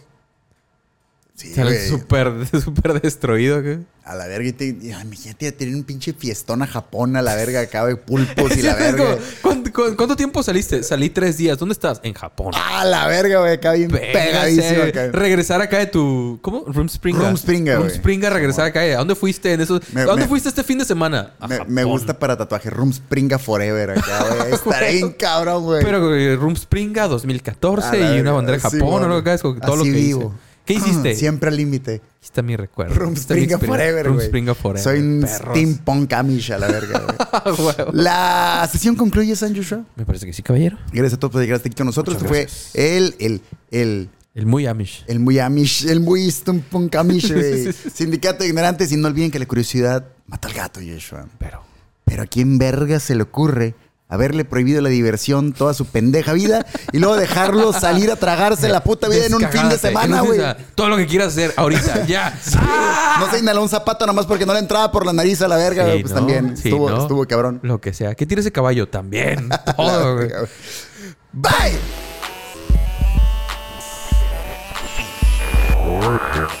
[SPEAKER 3] Sí,
[SPEAKER 4] Sale
[SPEAKER 3] güey.
[SPEAKER 4] súper súper destruido. güey.
[SPEAKER 3] A la verga, y te, y, ay, mi gente ya tiene un pinche fiestón a Japón, a la verga, acá de pulpos Pues, y la
[SPEAKER 4] Es
[SPEAKER 3] verga.
[SPEAKER 4] como, ¿cuánto, cu- cuánto tiempo saliste? Salí tres días. ¿Dónde estás? En Japón.
[SPEAKER 3] A la verga, güey, acá bien
[SPEAKER 4] Véngase,
[SPEAKER 3] Ah, pegadísimo.
[SPEAKER 4] güey.
[SPEAKER 3] Acá.
[SPEAKER 4] Regresar acá de tu... ¿Cómo? Room Springa.
[SPEAKER 3] Room Springa,
[SPEAKER 4] Room
[SPEAKER 3] güey.
[SPEAKER 4] Springa, regresar acá. ¿A dónde fuiste en esos...
[SPEAKER 3] Me-
[SPEAKER 4] ¿A dónde
[SPEAKER 3] me-
[SPEAKER 4] fuiste este fin de semana? A
[SPEAKER 3] Me,
[SPEAKER 4] Japón.
[SPEAKER 3] me gusta para tatuaje, Room Springa Forever acá, güey. Estaré bien cabrón, güey.
[SPEAKER 4] Pero güey, Room Springa
[SPEAKER 3] A
[SPEAKER 4] 2014
[SPEAKER 3] la
[SPEAKER 4] y una
[SPEAKER 3] verga,
[SPEAKER 4] bandera de
[SPEAKER 3] sí,
[SPEAKER 4] Japón
[SPEAKER 3] güey.
[SPEAKER 4] o algo acá. Es como todo lo
[SPEAKER 3] Así
[SPEAKER 4] que
[SPEAKER 3] vivo. Mm,
[SPEAKER 4] hice. ¿Qué hiciste?
[SPEAKER 3] Siempre al límite.
[SPEAKER 4] Aquí está mi recuerdo.
[SPEAKER 3] Room
[SPEAKER 4] Aquí está mi
[SPEAKER 3] Springa
[SPEAKER 4] experiencia.
[SPEAKER 3] Forever,
[SPEAKER 4] Room
[SPEAKER 3] güey.
[SPEAKER 4] Springa Forever.
[SPEAKER 3] Soy un
[SPEAKER 4] perros.
[SPEAKER 3] steampunk Amish a la verga, güey.
[SPEAKER 4] Ah, huevo.
[SPEAKER 3] La sesión concluye, San Joshua.
[SPEAKER 4] Me parece que sí, caballero.
[SPEAKER 3] Gracias a todos por llegar hasta aquí con nosotros. Este
[SPEAKER 4] Muchas
[SPEAKER 3] fue el, el, el
[SPEAKER 4] El muy Amish.
[SPEAKER 3] El muy Amish, el muy steampunk Amish, güey. Sindicato de ignorantes. Y no olviden que la curiosidad mata al gato, Yeshua.
[SPEAKER 4] Pero.
[SPEAKER 3] Pero a quién verga se le ocurre haberle prohibido la diversión toda su pendeja vida y luego dejarlo salir a tragarse la puta vida en un fin de
[SPEAKER 4] Descagarte.
[SPEAKER 3] semana,
[SPEAKER 4] Entonces,
[SPEAKER 3] güey.
[SPEAKER 4] a- Todo lo que quieras hacer ahorita, ya. ¡Ah!
[SPEAKER 3] No se inhaló un zapato nomás porque no le entraba por la nariz a la verga,
[SPEAKER 4] Sí,
[SPEAKER 3] güey. Pues
[SPEAKER 4] ¿no?
[SPEAKER 3] también
[SPEAKER 4] Sí,
[SPEAKER 3] estuvo,
[SPEAKER 4] ¿no?
[SPEAKER 3] estuvo cabrón.
[SPEAKER 4] Lo que sea. ¿Qué tira ese caballo? También. Todo, güey.
[SPEAKER 3] Bye.
[SPEAKER 5] Orca.